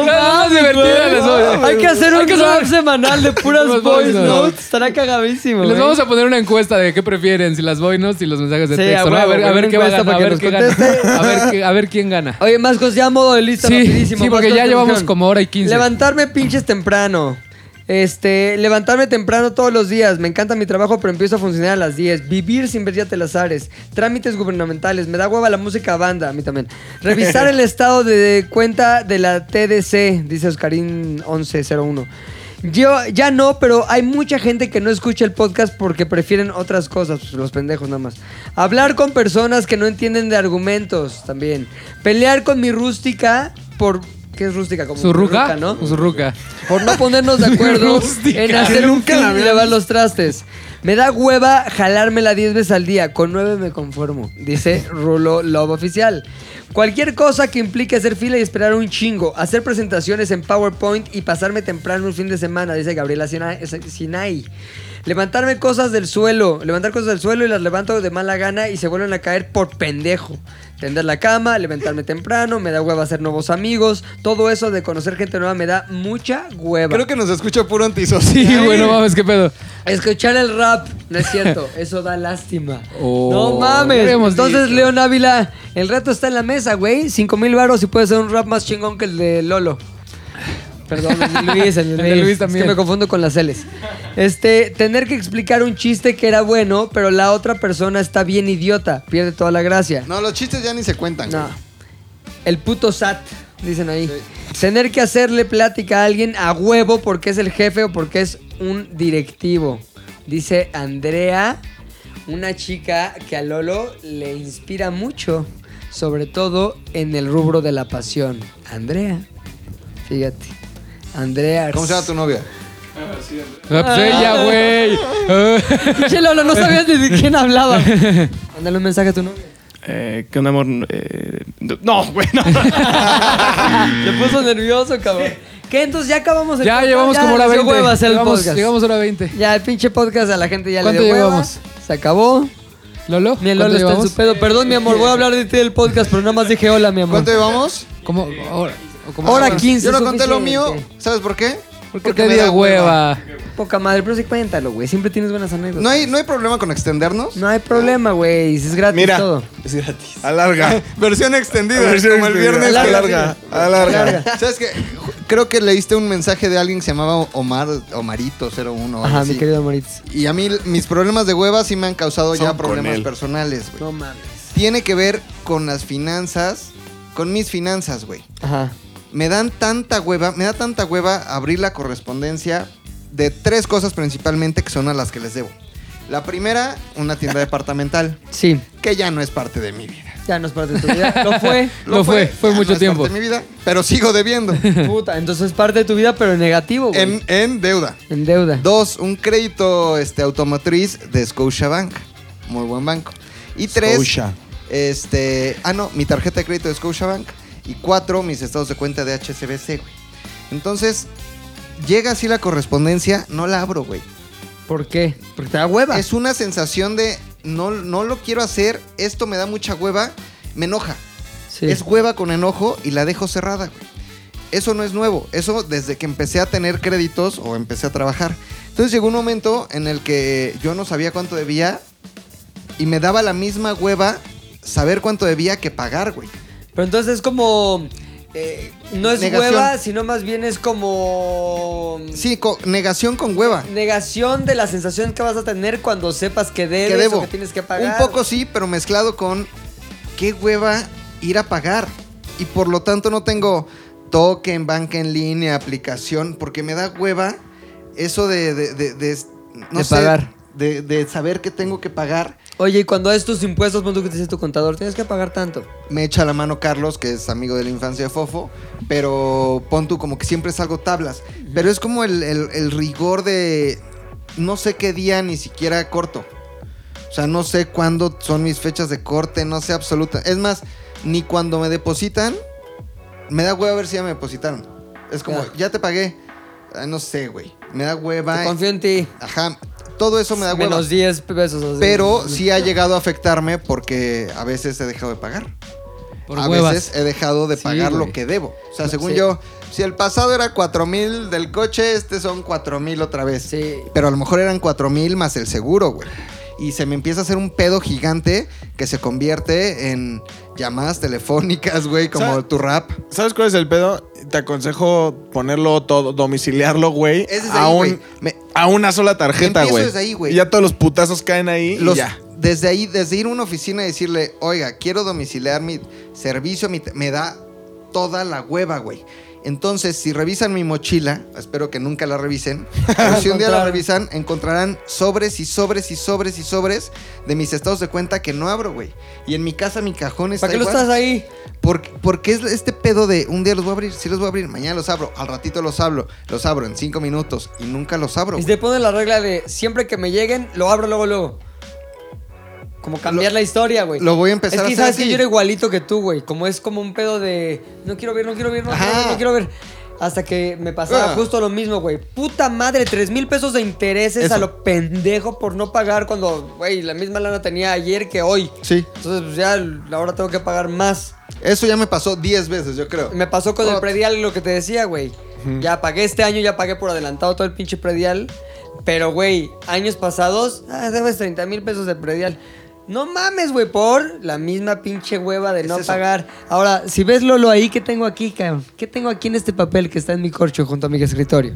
Speaker 3: Claro, más divertidas las voces.
Speaker 2: Hay que hacer
Speaker 3: Hay
Speaker 2: un
Speaker 3: que
Speaker 2: rap
Speaker 3: hacer-
Speaker 2: semanal
Speaker 3: [LAUGHS]
Speaker 2: de
Speaker 3: Los
Speaker 2: puras voice
Speaker 3: voice notes.
Speaker 2: notes. Estará cagadísimo.
Speaker 3: [LAUGHS] Les
Speaker 2: güey.
Speaker 3: vamos a poner una encuesta de qué prefieren, si las boinos y los mensajes de
Speaker 2: Sí,
Speaker 3: texto.
Speaker 2: a
Speaker 3: ¿no? A
Speaker 2: huevo,
Speaker 3: ver, a
Speaker 2: güey,
Speaker 3: ver
Speaker 2: una
Speaker 3: qué va a
Speaker 2: encuesta
Speaker 3: ganar, a
Speaker 2: para
Speaker 3: ver
Speaker 2: que
Speaker 3: qué
Speaker 2: nos conteste.
Speaker 3: gana. A ver, qué- a ver quién
Speaker 1: [LAUGHS]
Speaker 3: gana.
Speaker 2: Oye, Mascos, ya modo de lista
Speaker 3: Sí,
Speaker 2: rapidísimo.
Speaker 3: sí, porque
Speaker 2: Mascos,
Speaker 3: ya llevamos
Speaker 2: conclusión.
Speaker 3: como hora y quince.
Speaker 2: Levantarme pinches temprano. Este, levantarme temprano todos los días. Me encanta mi trabajo, pero empiezo a funcionar a las 10. Vivir sin ver ya telazares. Trámites gubernamentales. Me da hueva la música banda. A mí también. Revisar el estado de cuenta de la TDC, dice Oscarín 1101. Yo ya no, pero hay mucha gente que no escucha el podcast porque prefieren otras cosas, pues, los pendejos nada más. Hablar con personas que no entienden de argumentos también. Pelear con mi rústica por ¿qué es rústica? Como
Speaker 3: ¿Su ruca?
Speaker 2: ruca, ¿no?
Speaker 3: Su ruca.
Speaker 2: por no
Speaker 3: [LAUGHS]
Speaker 2: ponernos de acuerdo
Speaker 3: Rústica.
Speaker 2: en hacer un fin y lavar los trastes. Me da hueva jalármela 10 veces al día. Con 9 me conformo, dice Rulo Love Oficial. Cualquier cosa que implique hacer fila y esperar un chingo, hacer presentaciones en PowerPoint y pasarme temprano un fin de semana, dice Gabriela Sina- Sinai. Levantarme cosas del suelo, levantar cosas del suelo y las levanto de mala gana y se vuelven a caer por pendejo. Tender la cama, levantarme temprano, me da hueva hacer nuevos amigos, todo eso de conocer gente nueva me da mucha hueva.
Speaker 5: Creo que nos escucha puro antisocial.
Speaker 3: Sí, Ah, güey, no mames, qué pedo.
Speaker 2: Escuchar el rap, no es
Speaker 3: [LAUGHS]
Speaker 2: cierto, eso da lástima.
Speaker 3: Oh,
Speaker 2: no mames.
Speaker 3: ya hemos
Speaker 2: Entonces,
Speaker 3: dicho.
Speaker 2: León Ávila, el reto está en la mesa, güey. Cinco mil baros y puede ser un rap más chingón que el de Lolo. Perdón, el de Luis,
Speaker 3: [LAUGHS]
Speaker 2: el de Luis.
Speaker 3: también.
Speaker 2: Es que me confundo con las L's. Este, tener que explicar un chiste que era bueno, pero la otra persona está bien idiota. Pierde toda la gracia.
Speaker 5: No, los chistes ya ni se cuentan.
Speaker 2: No.
Speaker 5: güey.
Speaker 2: El puto SAT, dicen ahí. Tener que hacerle plática a alguien a huevo porque es el jefe o porque es un directivo. Dice Andrea, una chica que a Lolo le inspira mucho, sobre todo en el rubro de la pasión. Andrea, fíjate. Andrea.
Speaker 5: ¿Cómo se llama tu novia?
Speaker 3: Ah, pues ella, güey. Ah.
Speaker 2: [LAUGHS] Che, Lolo, no sabías ni de quién
Speaker 5: [LAUGHS]
Speaker 2: hablaba. Mándale un mensaje a tu novia.
Speaker 8: Eh, ¿Qué onda, amor? Eh, no, güey, no.
Speaker 2: [LAUGHS] Se puso nervioso, cabrón. ¿Qué? Entonces Pues ya acabamos el
Speaker 3: Ya
Speaker 2: podcast?
Speaker 3: llevamos como hora
Speaker 2: les dio
Speaker 3: 20.
Speaker 2: hueva hacer el
Speaker 3: llegamos,
Speaker 2: podcast.
Speaker 3: llegamos hora 20.
Speaker 2: Ya, el pinche podcast a la gente ya le
Speaker 3: ¿Cuánto
Speaker 2: dio hueva.
Speaker 3: llevamos?
Speaker 2: Se acabó.
Speaker 3: ¿Lolo?
Speaker 2: Mi
Speaker 3: ¿cuánto
Speaker 2: Lolo está en
Speaker 3: llevamos?
Speaker 2: su pedo. Perdón, mi amor, voy a hablar de ti del podcast, pero nada más dije hola, mi amor.
Speaker 5: ¿Cuánto llevamos?
Speaker 3: ¿Cómo? Hora, o como-
Speaker 2: Hora 15.
Speaker 5: Yo no conté lo mío.
Speaker 2: suficiente.
Speaker 5: ¿Sabes por qué?
Speaker 3: ¿Por qué
Speaker 5: Porque
Speaker 3: te
Speaker 5: me da
Speaker 3: dio hueva?
Speaker 2: Poca madre, pero sí cuéntalo, güey. Siempre tienes buenas anécdotas.
Speaker 5: ¿No hay, ¿No hay problema con extendernos?
Speaker 2: No hay problema, güey. Es gratis
Speaker 1: Mira.
Speaker 2: todo.
Speaker 1: Es gratis. Alarga.
Speaker 5: [LAUGHS] Versión extendida,
Speaker 1: Versión
Speaker 5: como
Speaker 1: extendida.
Speaker 5: el viernes.
Speaker 2: Alarga,
Speaker 1: Alarga. Alarga.
Speaker 5: ¿Sabes qué? Creo que leíste un mensaje de alguien que se llamaba Omar, Omarito01 o algo
Speaker 2: Ajá,
Speaker 5: así.
Speaker 2: mi querido Moritz.
Speaker 5: Y a mí mis problemas de hueva sí me han causado
Speaker 1: Son
Speaker 5: ya
Speaker 1: con
Speaker 5: problemas
Speaker 1: él.
Speaker 5: personales, güey.
Speaker 2: No mames.
Speaker 5: Tiene que ver con las finanzas, con mis finanzas, güey.
Speaker 2: Ajá.
Speaker 5: Me dan tanta hueva, me da tanta hueva abrir la correspondencia de tres cosas principalmente que son a las que les debo. La primera, una tienda departamental, [LAUGHS]
Speaker 2: Sí,
Speaker 5: que ya no es parte de mi vida.
Speaker 2: ya nos parte de tu vida. Lo
Speaker 5: [LAUGHS]
Speaker 2: fue.
Speaker 3: Lo fue, fue
Speaker 5: ya
Speaker 3: mucho
Speaker 5: no es
Speaker 3: tiempo.
Speaker 5: parte de mi vida, pero
Speaker 3: [LAUGHS]
Speaker 5: sigo debiendo.
Speaker 2: Puta, entonces parte de tu vida, pero en negativo, güey.
Speaker 5: en,
Speaker 2: En,
Speaker 5: en deuda.
Speaker 2: deuda.
Speaker 5: Dos, un crédito este, automotriz de Scotiabank. Muy buen banco. Y tres,
Speaker 1: Scotia.
Speaker 5: este. Ah, no, mi tarjeta de crédito de Scotiabank. Y cuatro, mis estados de cuenta de HSBC, güey. Entonces, llega así la correspondencia, no la abro, güey.
Speaker 2: ¿Por qué? Porque te da hueva.
Speaker 5: Es una sensación de no, no lo quiero hacer, esto me da mucha hueva, me enoja.
Speaker 2: Sí.
Speaker 5: Es hueva con enojo y la dejo cerrada, güey. Eso no es nuevo. Eso desde que empecé a tener créditos o empecé a trabajar. Entonces llegó un momento en el que yo no sabía cuánto debía y me daba la misma hueva saber cuánto debía que pagar, güey.
Speaker 2: Pero entonces es como. eh, no es
Speaker 5: Negación.
Speaker 2: hueva, sino más bien es como.
Speaker 5: Sí, co- negación con hueva.
Speaker 2: Negación de la sensación que vas a tener cuando sepas que debes
Speaker 5: Que debo.
Speaker 2: o que tienes que pagar.
Speaker 5: Un poco sí, pero mezclado con qué hueva ir a pagar. Y por lo tanto no tengo token, banca en línea, aplicación, porque me da hueva eso de... de, de- de- no
Speaker 2: De
Speaker 5: sé,
Speaker 2: pagar.
Speaker 5: De, de saber que tengo que pagar.
Speaker 2: Oye, y cuando es tus impuestos, pon tú que te dice tu contador, tienes que pagar tanto.
Speaker 5: Me echa la mano Carlos, que es amigo de la infancia de Fofo, pero pon tú como que siempre salgo tablas. Pero es como el, el- el rigor de no sé qué día ni siquiera corto. O sea, no sé cuándo son mis fechas de corte, no sé absoluta. Es más, ni cuando me depositan, me da hueva ver si ya me depositaron. Es como,
Speaker 2: Ya.
Speaker 5: ya te pagué. Ay, no sé, güey. Me da hueva.
Speaker 2: Te confío en ti.
Speaker 5: Ajá. Todo eso me da hueva.
Speaker 2: Menos 10 pesos. así.
Speaker 5: Pero sí ha llegado a afectarme porque a veces he dejado de pagar.
Speaker 3: Por
Speaker 5: a
Speaker 3: huevas.
Speaker 5: veces he dejado de
Speaker 2: Sí,
Speaker 5: pagar
Speaker 2: güey.
Speaker 5: lo que debo. O sea,
Speaker 2: No,
Speaker 5: según
Speaker 2: sí.
Speaker 5: yo, si el pasado era 4 mil del coche, este son 4 mil otra vez.
Speaker 2: Sí.
Speaker 5: Pero a lo mejor eran 4 mil más el seguro, güey. Y se me empieza a hacer un pedo gigante que se convierte en llamadas telefónicas, güey, como
Speaker 1: ¿Sabes?
Speaker 5: tu rap.
Speaker 1: ¿Sabes cuál es el pedo? Te aconsejo ponerlo todo, domiciliarlo, güey.
Speaker 5: Ese es
Speaker 1: a,
Speaker 5: ahí,
Speaker 1: un-
Speaker 5: güey. Me-
Speaker 1: a una sola tarjeta,
Speaker 5: Empiezo
Speaker 1: güey.
Speaker 5: desde ahí, güey.
Speaker 1: Y ya todos los putazos
Speaker 2: [LAUGHS]
Speaker 1: caen ahí y
Speaker 5: Los-
Speaker 1: ya.
Speaker 5: Desde ahí, desde ir a una oficina y decirle, oiga, quiero domiciliar mi servicio, mi t- me da toda la hueva, güey. Entonces, si revisan mi mochila, espero que nunca
Speaker 2: [LAUGHS]
Speaker 5: la revisen, pero si un día
Speaker 2: Encontraron.
Speaker 5: la revisan, encontrarán sobres y sobres y sobres y sobres de mis estados de cuenta que no abro, güey. Y en mi casa mi cajón está
Speaker 2: ¿Para qué lo
Speaker 5: igual.
Speaker 2: estás ahí?
Speaker 5: Porque, porque es este pedo de un día los voy a abrir, sí los voy a abrir, mañana los abro, al ratito los abro, los abro en cinco minutos y nunca los abro.
Speaker 2: Y
Speaker 5: güey.
Speaker 2: te ponen la regla de siempre que me lleguen, lo abro luego, luego. Como cambiar la historia, güey.
Speaker 5: lo voy a empezar
Speaker 2: es que
Speaker 5: a hacer
Speaker 2: sabes que
Speaker 5: así.
Speaker 2: yo era igualito que tú, güey. Como es como un pedo de no quiero ver, no quiero ver, no, quiero
Speaker 5: Ajá.
Speaker 2: ver, no quiero ver. Hasta que me pasaba
Speaker 5: Ah.
Speaker 2: justo lo mismo, güey. Puta madre, tres mil pesos de intereses
Speaker 5: Eso.
Speaker 2: a lo pendejo por no pagar cuando, güey, la misma lana tenía ayer que hoy.
Speaker 5: Sí.
Speaker 2: Entonces, pues ya ahora tengo que pagar más.
Speaker 5: Eso ya me pasó 10 veces, yo creo.
Speaker 2: Me pasó con el
Speaker 5: Ot-
Speaker 2: predial lo que te decía, güey. Ya pagué este año, ya pagué por adelantado todo el pinche predial. Pero, güey, años pasados, ah, debes 30 mil pesos de predial. No mames, güey, por la misma pinche hueva de no pagar. Ahora, si ves Lolo ahí, ¿qué tengo aquí, cabrón? ¿Qué tengo aquí en este papel que está en mi corcho junto a mi escritorio?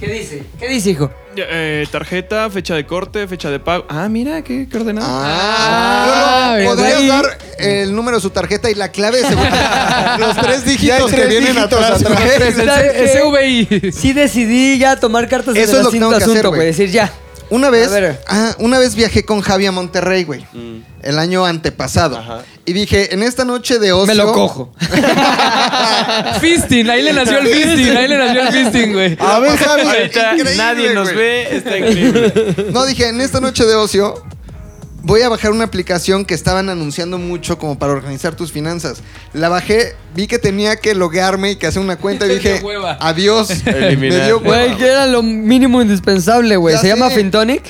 Speaker 2: ¿Qué dice? ¿Qué dice, hijo?
Speaker 8: Ya, eh, tarjeta, fecha de corte, fecha de pago. Ah, mira, qué, qué ordenado.
Speaker 5: Ah,
Speaker 3: Ah,
Speaker 5: Lolo,
Speaker 3: ¿verdad?
Speaker 5: ¿podrías
Speaker 3: Y-
Speaker 5: dar el número de su tarjeta y la clave de seguridad? Los tres dígitos
Speaker 1: hay tres
Speaker 5: que vienen
Speaker 1: dígitos
Speaker 5: atrás.
Speaker 1: atrás.
Speaker 5: güey.
Speaker 3: Es el
Speaker 2: ¿Sabes
Speaker 3: C-
Speaker 2: qué?
Speaker 3: SVI.
Speaker 2: Sí decidí ya tomar cartas en
Speaker 5: Eso
Speaker 2: el
Speaker 5: es lo que tengo
Speaker 2: asunto,
Speaker 5: que hacer,
Speaker 2: asunto,
Speaker 5: güey.
Speaker 2: güey. Decir, ya.
Speaker 5: Una
Speaker 2: A
Speaker 5: vez,
Speaker 2: ver.
Speaker 5: ah, una vez viajé con Javi a Monterrey, güey.
Speaker 4: Mm.
Speaker 5: El año antepasado.
Speaker 4: Ajá.
Speaker 5: Y dije, en esta noche de ocio.
Speaker 2: Me lo cojo.
Speaker 3: [LAUGHS] Fisting, ahí le nació el fisting, ahí le nació el fisting, güey.
Speaker 1: A
Speaker 4: [LAUGHS]
Speaker 1: ver, Javi.
Speaker 4: Ahorita
Speaker 5: Increíble,
Speaker 4: nadie nos
Speaker 5: güey.
Speaker 4: ve, está increíble.
Speaker 5: No, dije, en esta noche de ocio voy a bajar una aplicación que estaban anunciando mucho como para organizar tus finanzas. La bajé, vi que tenía que loguearme y que hacer una cuenta y dije,
Speaker 3: dio hueva.
Speaker 5: adiós.
Speaker 4: Eliminar.
Speaker 5: Me dio hueva.
Speaker 2: Güey, que era lo mínimo indispensable, güey.
Speaker 5: Ya
Speaker 2: ¿Se llama
Speaker 5: sé.
Speaker 2: Fintonic?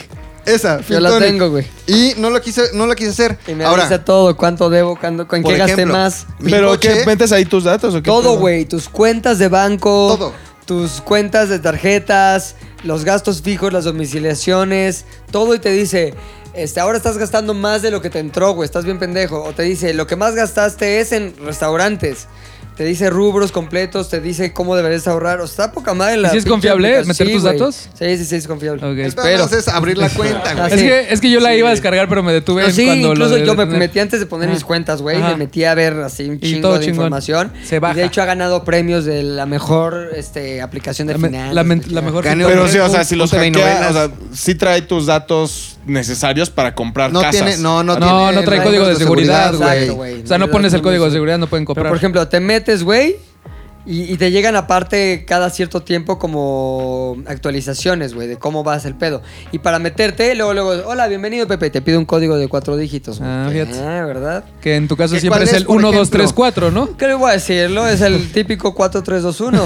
Speaker 5: Esa,
Speaker 2: Yo la
Speaker 5: Fintonic.
Speaker 2: tengo, güey.
Speaker 5: Y no lo quise, no la quise hacer.
Speaker 2: Y me avisa
Speaker 5: Ahora,
Speaker 2: todo, cuánto debo, cuándo- con
Speaker 5: por
Speaker 2: qué gasté
Speaker 5: ejemplo,
Speaker 2: más.
Speaker 5: mi
Speaker 1: ¿Pero
Speaker 5: coche-
Speaker 1: qué? ¿Metes ahí tus datos o qué?
Speaker 2: Todo,
Speaker 1: pedo?
Speaker 2: güey. Tus cuentas de banco.
Speaker 5: Todo.
Speaker 2: Tus cuentas de tarjetas, los gastos fijos, las domiciliaciones, todo y te dice, este, ahora estás gastando más de lo que te entró, güey, estás bien pendejo. O te dice, lo que más gastaste es en restaurantes. Te dice rubros completos, te dice cómo deberías ahorrar. O sea, está poca madre la
Speaker 3: ¿Y si es
Speaker 2: pinche
Speaker 3: confiable
Speaker 2: aplicación.
Speaker 3: meter
Speaker 2: Sí,
Speaker 3: tus
Speaker 2: güey.
Speaker 3: datos?
Speaker 2: Sí, sí, sí, es confiable.
Speaker 3: Ok.
Speaker 5: El pedo nada más es abrir la
Speaker 2: [LAUGHS]
Speaker 5: cuenta, güey.
Speaker 2: Ah,
Speaker 3: Es
Speaker 2: sí.
Speaker 3: que, es que yo la iba a descargar, pero me detuve
Speaker 2: No,
Speaker 3: en
Speaker 2: sí,
Speaker 3: Pues cuando lo
Speaker 2: incluso
Speaker 3: de
Speaker 2: yo me
Speaker 3: detener.
Speaker 2: metí antes de poner mis cuentas, güey.
Speaker 3: Ajá.
Speaker 2: Me metí a ver así un
Speaker 3: Y
Speaker 2: chingo
Speaker 3: todo
Speaker 2: de
Speaker 3: chingón.
Speaker 2: información.
Speaker 3: Se
Speaker 2: Y
Speaker 3: baja.
Speaker 2: de hecho ha ganado premios de la mejor este, aplicación de
Speaker 3: La, me-
Speaker 2: finanzas.
Speaker 3: la men-
Speaker 2: güey.
Speaker 3: la mejor.
Speaker 5: Gané
Speaker 1: Pero sí, o sea, si
Speaker 5: Un
Speaker 1: los
Speaker 5: TV y
Speaker 1: hackea, o sea,
Speaker 5: novelas.
Speaker 1: sí trae tus datos necesarios para comprar
Speaker 5: No
Speaker 1: casas.
Speaker 5: tiene, no,
Speaker 3: No,
Speaker 5: no, tiene
Speaker 3: no trae
Speaker 5: el
Speaker 3: código de seguridad,
Speaker 2: Exacto,
Speaker 5: güey.
Speaker 3: O sea, no pones el código de seguridad, no pueden
Speaker 2: Pero,
Speaker 3: comprar.
Speaker 2: por ejemplo, te metes, güey, y, y te llegan aparte cada cierto tiempo como actualizaciones, güey, de cómo vas el pedo. Y para meterte, luego, luego, hola, bienvenido, Pepe, te pido un código de cuatro dígitos. güey.
Speaker 3: Ah, fíjate.
Speaker 2: Ah, ¿verdad?
Speaker 3: que en tu caso
Speaker 5: ¿Que
Speaker 3: siempre
Speaker 5: cuál
Speaker 3: es
Speaker 5: es,
Speaker 3: el
Speaker 5: por
Speaker 3: 1, 2,
Speaker 5: ejemplo?
Speaker 3: 3, 4, ¿no?
Speaker 2: ¿Qué le voy a decirlo? Es el típico 4321.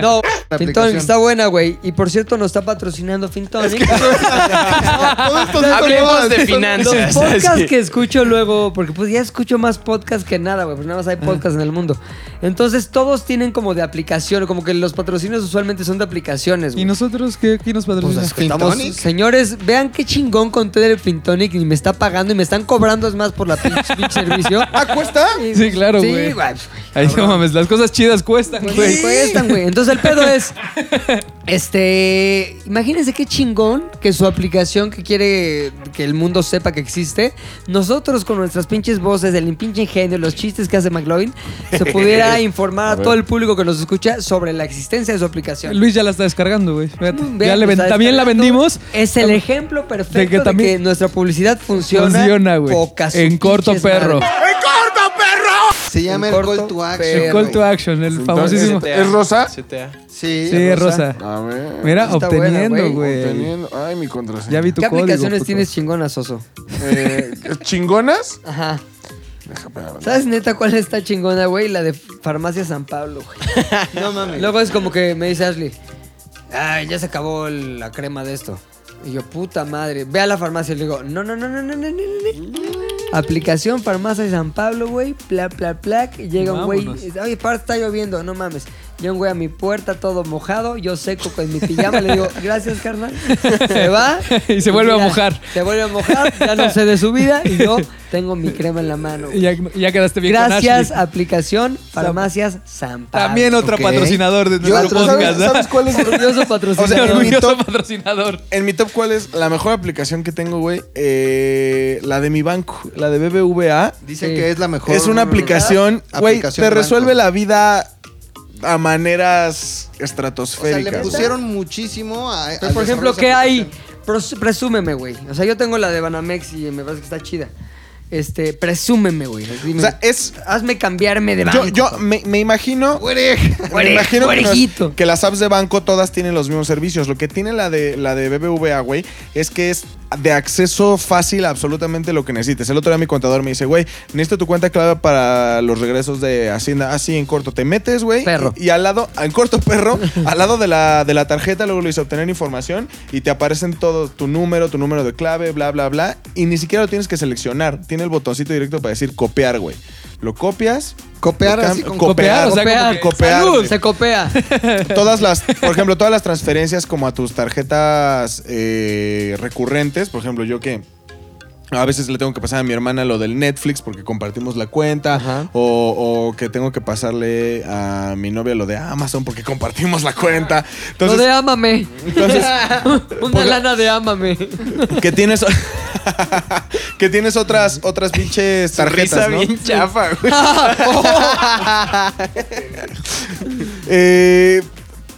Speaker 2: No, Fintonic
Speaker 5: aplicación.
Speaker 2: está buena, güey. Y por cierto, nos está patrocinando Fintonic. [LAUGHS]
Speaker 4: Hablemos de
Speaker 2: Los
Speaker 4: [LAUGHS] finanzas.
Speaker 2: podcasts
Speaker 4: así.
Speaker 2: que escucho luego, porque pues ya escucho más podcasts que nada, güey, pues nada más hay podcasts en el mundo. Entonces todos tienen como de aplicación, como que los patrocinios usualmente son de aplicaciones,
Speaker 3: ¿Y
Speaker 2: güey.
Speaker 3: nosotros qué, qué nos patrocina?
Speaker 5: Pues,
Speaker 2: Estamos-
Speaker 5: ¿Fintonic?
Speaker 2: señores, vean qué chingón conté el Fintonic y me está pagando y me están cobrando es más por la pinche, pinche servicio.
Speaker 1: ¿Ah, cuesta?
Speaker 2: Y-
Speaker 3: Sí, claro, güey.
Speaker 2: Sí, güey.
Speaker 3: Ay, no mames, las cosas chidas cuestan,
Speaker 2: Pues
Speaker 3: güey.
Speaker 2: sí, cuestan, güey. Entonces el pedo es. Este. Imagínense qué chingón que su aplicación que quiere que el mundo sepa que existe. Nosotros con nuestras pinches voces, el pinche ingenio, los chistes que hace McLovin, se
Speaker 3: [LAUGHS]
Speaker 2: pudiera informar a, todo el público que nos escucha sobre la existencia de su aplicación.
Speaker 3: Luis ya la está descargando, güey. Fíjate.
Speaker 2: Vean,
Speaker 3: ya le ven-
Speaker 2: Mm, pues, está
Speaker 3: también la
Speaker 2: descargando.
Speaker 3: vendimos.
Speaker 2: Es el ejemplo perfecto de que,
Speaker 3: también-
Speaker 2: nuestra publicidad funciona.
Speaker 3: Funciona, güey.
Speaker 2: Poca su
Speaker 3: En corto
Speaker 2: pinches
Speaker 3: perro.
Speaker 2: madre.
Speaker 5: Se llama el
Speaker 2: corto,
Speaker 5: call to action.
Speaker 2: pero-
Speaker 3: El call to
Speaker 5: güey.
Speaker 3: action, el
Speaker 1: Entonces,
Speaker 3: famosísimo.
Speaker 1: ¿Es es rosa?
Speaker 5: Sí,
Speaker 3: Sí, Rosa.
Speaker 1: A ver.
Speaker 3: Mira,
Speaker 2: Está
Speaker 3: obteniendo,
Speaker 2: buena, güey.
Speaker 3: güey.
Speaker 1: Obteniendo- Ay, mi contraseña.
Speaker 3: Ya vi tu
Speaker 2: ¿Qué
Speaker 3: código,
Speaker 2: aplicaciones
Speaker 3: puto.
Speaker 2: tienes chingonas, Oso?
Speaker 1: Eh, ¿Chingonas?
Speaker 2: Ajá.
Speaker 1: Déjame ver.
Speaker 2: ¿Sabes neta cuál está chingona, güey? La de Farmacia San Pablo,
Speaker 3: [LAUGHS]
Speaker 2: güey.
Speaker 5: No mames.
Speaker 2: Luego es como que me dice Ashley, ay, ya se acabó el- la crema de esto. Y yo, puta madre, ve a la farmacia. Y le digo, no, no, no, no, no, no, no, no. Aplicación Farmacia San Pablo, güey. Pla, pla, pla. Y llega un güey.
Speaker 3: Vámonos.
Speaker 2: dice, Oye, par, está lloviendo, no mames. Llega un güey a mi puerta todo mojado. Yo seco con mi pijama. le digo, gracias, carnal. [LAUGHS] Se va.
Speaker 3: [LAUGHS] Y se vuelve a
Speaker 2: mira,
Speaker 3: mojar.
Speaker 2: Se vuelve a mojar. Ya no sé de su vida. Y yo tengo mi crema en la mano. güey.
Speaker 3: Y Ya, y ya quedaste bien con
Speaker 2: Gracias,
Speaker 3: Ashley.
Speaker 2: aplicación Farmacias San Pablo.
Speaker 3: También otro
Speaker 5: Ok.
Speaker 3: patrocinador de
Speaker 1: Yo,
Speaker 3: nuestro
Speaker 1: ¿sabes,
Speaker 3: podcast. ¿eh? [LAUGHS]
Speaker 1: ¿Sabes cuál es?
Speaker 2: Orgulloso
Speaker 1: O sea,
Speaker 2: patrocinador. Pues,
Speaker 1: en mi
Speaker 3: Orgulloso
Speaker 1: top-
Speaker 3: patrocinador.
Speaker 1: En mi top, ¿cuál es la mejor aplicación que tengo, güey? Eh, la de mi banco, la de BBVA.
Speaker 5: Dicen
Speaker 2: Sí.
Speaker 5: que es la mejor.
Speaker 1: es una aplicación, güey, te
Speaker 5: banco.
Speaker 1: resuelve la vida a maneras
Speaker 5: O sea, le
Speaker 1: estratosféricas. güey.
Speaker 5: pusieron muchísimo a.
Speaker 2: Pero, por ejemplo, ¿qué hay? Pros- Presúmeme, güey. O sea, yo tengo la de Banamex y me parece que está chida. Este, presúmeme, güey. Dime,
Speaker 1: O sea, es...
Speaker 2: hazme cambiarme de
Speaker 1: Yo,
Speaker 2: banco.
Speaker 1: yo me, me imagino...
Speaker 2: Güere-
Speaker 1: Me imagino que,
Speaker 2: güerejito.
Speaker 1: nos- que las apps de banco todas tienen los mismos servicios. Lo que tiene la de, la de BBVA, güey, es que es de acceso fácil a absolutamente lo que necesites. El otro día mi contador me dice, güey, necesito tu cuenta clave para los regresos de Hacienda. Así en corto, te metes, güey.
Speaker 2: Perro.
Speaker 1: Y, y al lado, en corto, perro, [LAUGHS] al lado de la, de la tarjeta, luego le dice obtener información y te aparecen todo, tu número, tu número de clave, bla, bla, bla. Y ni siquiera lo tienes que seleccionar. Tiene el botoncito directo para decir copiar, güey. Lo copias.
Speaker 5: Copiar
Speaker 1: lo cam-
Speaker 5: así con
Speaker 3: copiar, o sea, como
Speaker 2: Copear.
Speaker 1: que copear,
Speaker 2: ¡Salud!
Speaker 1: güey.
Speaker 2: Se copea.
Speaker 1: todas las, por ejemplo, todas las transferencias como a tus tarjetas eh, recurrentes, por ejemplo, yo que a veces le tengo que pasar a mi hermana lo del Netflix porque compartimos la cuenta,
Speaker 2: Ajá.
Speaker 1: o, o que tengo que pasarle a mi novia lo de Amazon porque compartimos la cuenta.
Speaker 2: Lo de
Speaker 1: Entonces,
Speaker 2: ámame.
Speaker 1: entonces
Speaker 2: [LAUGHS] Una lana de ámame.
Speaker 1: que tienes [LAUGHS] que tienes otras otras pinches tarjetas, ¿no?
Speaker 4: chafa, güey.
Speaker 1: [LAUGHS] Eh,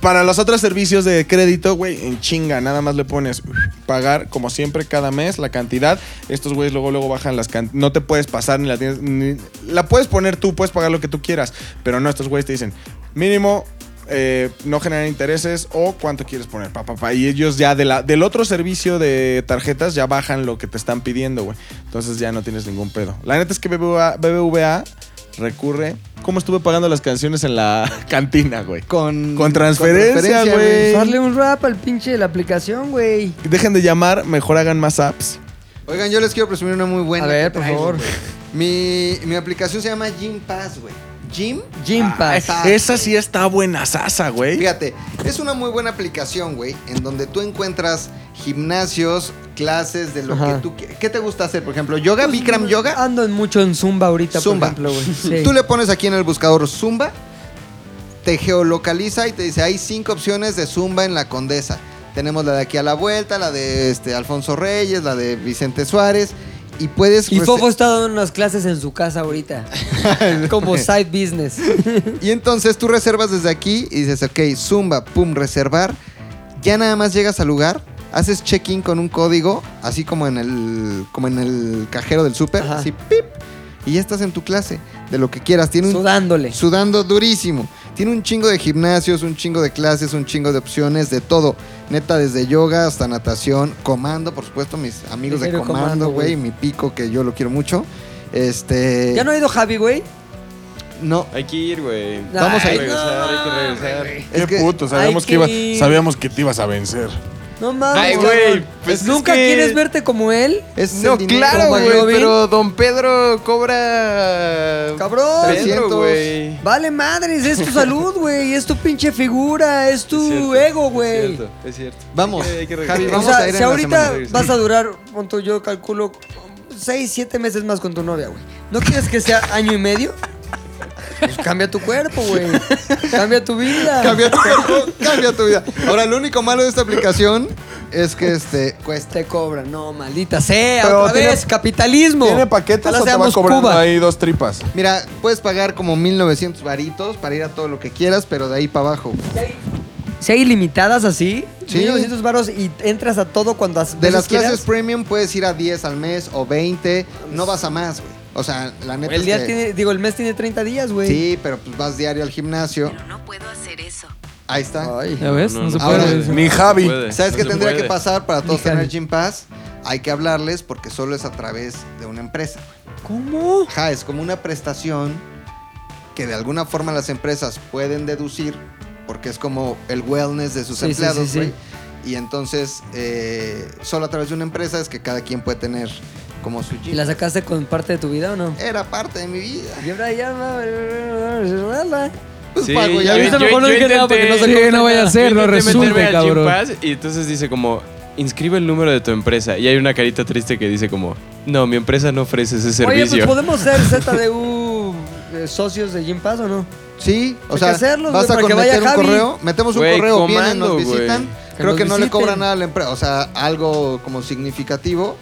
Speaker 1: para los otros servicios de crédito, güey, en chinga, nada más le pones uf, pagar como siempre cada mes la cantidad. Estos güeyes luego luego bajan las cantidades. No te puedes pasar ni la tienes. ni- la puedes poner tú, puedes pagar lo que tú quieras. Pero no, estos güeyes te dicen mínimo. eh, no generar intereses o cuánto quieres poner, pa, pa, pa. Y ellos ya de la- del otro servicio de tarjetas ya bajan lo que te están pidiendo, güey. Entonces ya no tienes ningún pedo. La neta es que BBVA, BBVA recurre. ¿Cómo estuve pagando las canciones en la [LAUGHS] cantina, güey?
Speaker 5: Con,
Speaker 1: Con transferencia, güey.
Speaker 2: Darle un rap al pinche de la aplicación, güey.
Speaker 1: Dejen de llamar, mejor hagan más apps.
Speaker 5: Oigan, yo les quiero presumir una muy buena.
Speaker 2: A
Speaker 5: que
Speaker 2: ver, por
Speaker 5: traigo,
Speaker 2: favor.
Speaker 5: güey. Mi, mi aplicación se llama Gym Pass, güey. Gym
Speaker 2: Gym Pass.
Speaker 5: Ah,
Speaker 1: Esa sí está buena sasa, güey.
Speaker 5: Fíjate, es una muy buena aplicación, güey, en donde tú encuentras gimnasios, clases de lo
Speaker 2: Ajá.
Speaker 5: que tú quieras. ¿Qué te gusta hacer? Por ejemplo, yoga, Bikram yoga,
Speaker 2: Ando en mucho en Zumba ahorita,
Speaker 5: Zumba.
Speaker 2: por ejemplo,
Speaker 5: [LAUGHS]
Speaker 2: güey. Sí.
Speaker 5: Tú le pones aquí en el buscador Zumba, te geolocaliza y te dice, hay cinco opciones de Zumba en la Condesa. Tenemos la de aquí a la vuelta, la de este Alfonso Reyes, la de Vicente Suárez y puedes
Speaker 2: Y
Speaker 5: rese-
Speaker 2: Fofo
Speaker 5: [LAUGHS]
Speaker 2: está dando unas clases en su casa ahorita.
Speaker 5: [LAUGHS]
Speaker 2: Como side business.
Speaker 5: Y entonces tú reservas desde aquí y dices, ok, Zumba, pum, reservar. Ya nada más llegas al lugar, haces check-in con un código, así como en el, como en el cajero del súper,
Speaker 2: Ajá.
Speaker 5: así, pip, y ya estás en tu clase, de lo que quieras. Tiene un,
Speaker 2: Sudándole.
Speaker 5: Sudando durísimo. Tiene un chingo de gimnasios, un chingo de clases, un chingo de opciones, de todo. Neta, desde yoga hasta natación, comando, por supuesto, mis amigos de
Speaker 2: Ligero
Speaker 5: comando,
Speaker 2: Comando,
Speaker 5: güey,
Speaker 2: güey.
Speaker 5: mi pico, que yo lo quiero mucho. Este.
Speaker 2: ¿Ya no ha ido Javi, güey?
Speaker 5: No.
Speaker 4: Hay que ir, güey.
Speaker 5: Vamos a
Speaker 4: Hay
Speaker 5: ir.
Speaker 4: que regresar, hay que regresar.
Speaker 5: Es que-
Speaker 2: sabíamos Ay, que iba- que- sabíamos
Speaker 1: que te ibas a vencer.
Speaker 2: No mames.
Speaker 4: Ay, güey,
Speaker 2: cabrón.
Speaker 4: pues es
Speaker 2: ¿Nunca
Speaker 4: que-
Speaker 2: quieres verte como él?
Speaker 5: Es
Speaker 4: No,
Speaker 5: el dinero,
Speaker 4: claro,
Speaker 2: Como
Speaker 4: güey,
Speaker 2: Globin.
Speaker 4: pero Don Pedro cobra...
Speaker 2: Cabrón.
Speaker 4: 300, güey.
Speaker 2: Vale madres, es tu salud, güey. Es tu pinche figura, es
Speaker 4: Es
Speaker 2: tu
Speaker 4: cierto,
Speaker 2: ego,
Speaker 4: Es
Speaker 2: güey.
Speaker 4: cierto, es cierto.
Speaker 5: Vamos,
Speaker 4: Hay que- hay que regresar.
Speaker 5: Javi,
Speaker 2: O
Speaker 5: vamos a
Speaker 2: sea,
Speaker 5: ir
Speaker 2: si
Speaker 5: en la
Speaker 2: ahorita
Speaker 5: semana.
Speaker 2: vas a durar, punto, yo calculo 6, 7 meses más con tu novia, güey. ¿No quieres que sea año y medio? Pues cambia tu cuerpo, güey. Cambia tu vida.
Speaker 5: Cambia tu cuerpo, cambia tu vida. Ahora, lo único malo de esta aplicación es que este cuesta.
Speaker 2: Te cobra, no, maldita sea.
Speaker 1: Pero
Speaker 2: otra
Speaker 1: tiene-
Speaker 2: vez, capitalismo.
Speaker 1: ¿Tiene paquetes
Speaker 2: Ojalá
Speaker 1: o te va
Speaker 2: seamos
Speaker 1: cobrando
Speaker 2: Cuba.
Speaker 1: ahí dos tripas?
Speaker 5: Mira, puedes pagar como 1900 varitos para ir a todo lo que quieras, pero de ahí para abajo.
Speaker 2: Si hay ilimitadas así,
Speaker 5: Sí.
Speaker 2: 1900 varos y entras a todo cuando has-
Speaker 5: De
Speaker 2: veces
Speaker 5: las clases
Speaker 2: quieras.
Speaker 5: premium puedes ir a 10 al mes o 20, no vas a más, güey. O sea, la neta
Speaker 2: El
Speaker 5: es
Speaker 2: día
Speaker 5: que-
Speaker 2: tiene, digo, el mes tiene 30 días, güey.
Speaker 5: Sí, pero pues vas diario al gimnasio.
Speaker 6: No puedo hacer eso.
Speaker 5: Ahí está.
Speaker 2: Ay.
Speaker 3: ¿Ya ves?
Speaker 4: No,
Speaker 3: No,
Speaker 4: no,
Speaker 3: se
Speaker 5: no.
Speaker 3: puede.
Speaker 5: Ahora-
Speaker 3: eso.
Speaker 1: Ni Javi.
Speaker 4: puede. pues,
Speaker 5: ¿Sabes
Speaker 4: No
Speaker 5: qué
Speaker 4: se
Speaker 5: tentaría
Speaker 4: puede.
Speaker 5: que pasar para todos
Speaker 2: Híjale.
Speaker 5: tener Gym Pass? Hay que hablarles porque solo es a través de una empresa.
Speaker 2: ¿Cómo?
Speaker 5: Ajá, es como una prestación que de alguna forma las empresas pueden deducir porque es como el wellness de sus
Speaker 2: Sí, sí,
Speaker 5: empleados,
Speaker 2: sí, sí.
Speaker 5: güey. Y entonces, eh, solo a través de una empresa es que cada quien puede tener como su
Speaker 2: ¿Y
Speaker 5: gym.
Speaker 2: la sacaste con parte de tu vida o no?
Speaker 5: Era parte de mi vida.
Speaker 2: Y ahora ya va.
Speaker 5: Pues
Speaker 4: Sí, yo-
Speaker 5: pago, ya ves.
Speaker 2: Ahorita mejor no dije nada porque no sé
Speaker 3: Sí,
Speaker 2: cómo
Speaker 3: no vaya a
Speaker 2: nada.
Speaker 3: ser, lo
Speaker 4: Intenté meterme
Speaker 3: resuelve,
Speaker 4: al Gym
Speaker 3: cabrón.
Speaker 4: Pass y entonces dice como, inscribe el número de tu empresa. Y hay una carita triste que dice como, no, mi empresa no ofrece ese
Speaker 2: Oye, pues
Speaker 4: servicio.
Speaker 2: podemos [LAUGHS] ser ZDU eh, socios de Gym Pass o no?
Speaker 5: Sí, o
Speaker 2: Hay
Speaker 5: sea,
Speaker 2: que hacerlo,
Speaker 5: vas
Speaker 2: güey,
Speaker 5: a
Speaker 2: para que vaya
Speaker 5: cometer un
Speaker 2: Javi.
Speaker 5: correo, metemos un
Speaker 4: Güey,
Speaker 5: correo, vienen,
Speaker 4: comando,
Speaker 5: nos
Speaker 4: güey.
Speaker 5: visitan.
Speaker 2: Que
Speaker 5: Creo
Speaker 2: nos
Speaker 5: que no le
Speaker 2: visiten.
Speaker 5: cobran nada a la empresa, o sea, algo como significativo.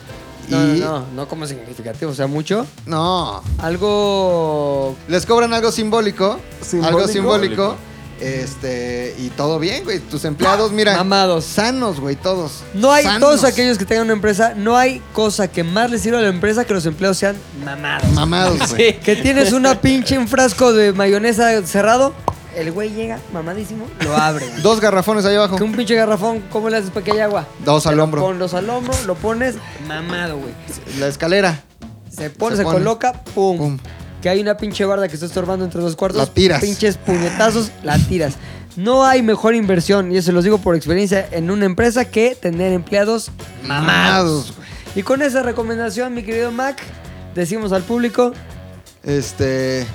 Speaker 2: No,
Speaker 5: y
Speaker 2: no, no, no como significativo, o sea, mucho.
Speaker 5: no,
Speaker 2: Algo.
Speaker 5: Les cobran algo simbólico, algo
Speaker 1: ¿Simbólico?
Speaker 5: simbólico, este, y todo bien, güey. Tus empleados, mira,
Speaker 2: Mamados.
Speaker 5: sanos, güey, todos.
Speaker 2: No hay,
Speaker 5: Sanos.
Speaker 2: todos aquellos que tengan una empresa, no hay cosa que más les sirva a la empresa que los empleados sean mamados.
Speaker 3: [LAUGHS]
Speaker 5: mamados,
Speaker 2: [LAUGHS]
Speaker 5: güey.
Speaker 2: Que tienes una pinche un frasco de mayonesa cerrado, El güey llega mamadísimo, lo [LAUGHS] abre. güey.
Speaker 5: Dos garrafones ahí abajo.
Speaker 2: Que un pinche garrafón, ¿cómo le haces para que haya agua?
Speaker 5: Dos
Speaker 2: Te
Speaker 5: al
Speaker 2: lo
Speaker 5: hombro.
Speaker 2: Pon dos al hombro, lo pones mamado, güey.
Speaker 5: La escalera.
Speaker 2: Se pone,
Speaker 5: Se
Speaker 2: se,
Speaker 5: pone.
Speaker 2: coloca, pum.
Speaker 5: Pum.
Speaker 2: Que hay una pinche barda que está estorbando entre los cuartos.
Speaker 5: La tiras.
Speaker 2: Pinches puñetazos, la tiras. No hay mejor inversión, y eso los digo por experiencia, en una empresa que tener empleados mamados.
Speaker 5: Mamados, güey.
Speaker 2: Y con esa recomendación, mi querido Mac, decimos al público,
Speaker 3: [LAUGHS]
Speaker 5: Este.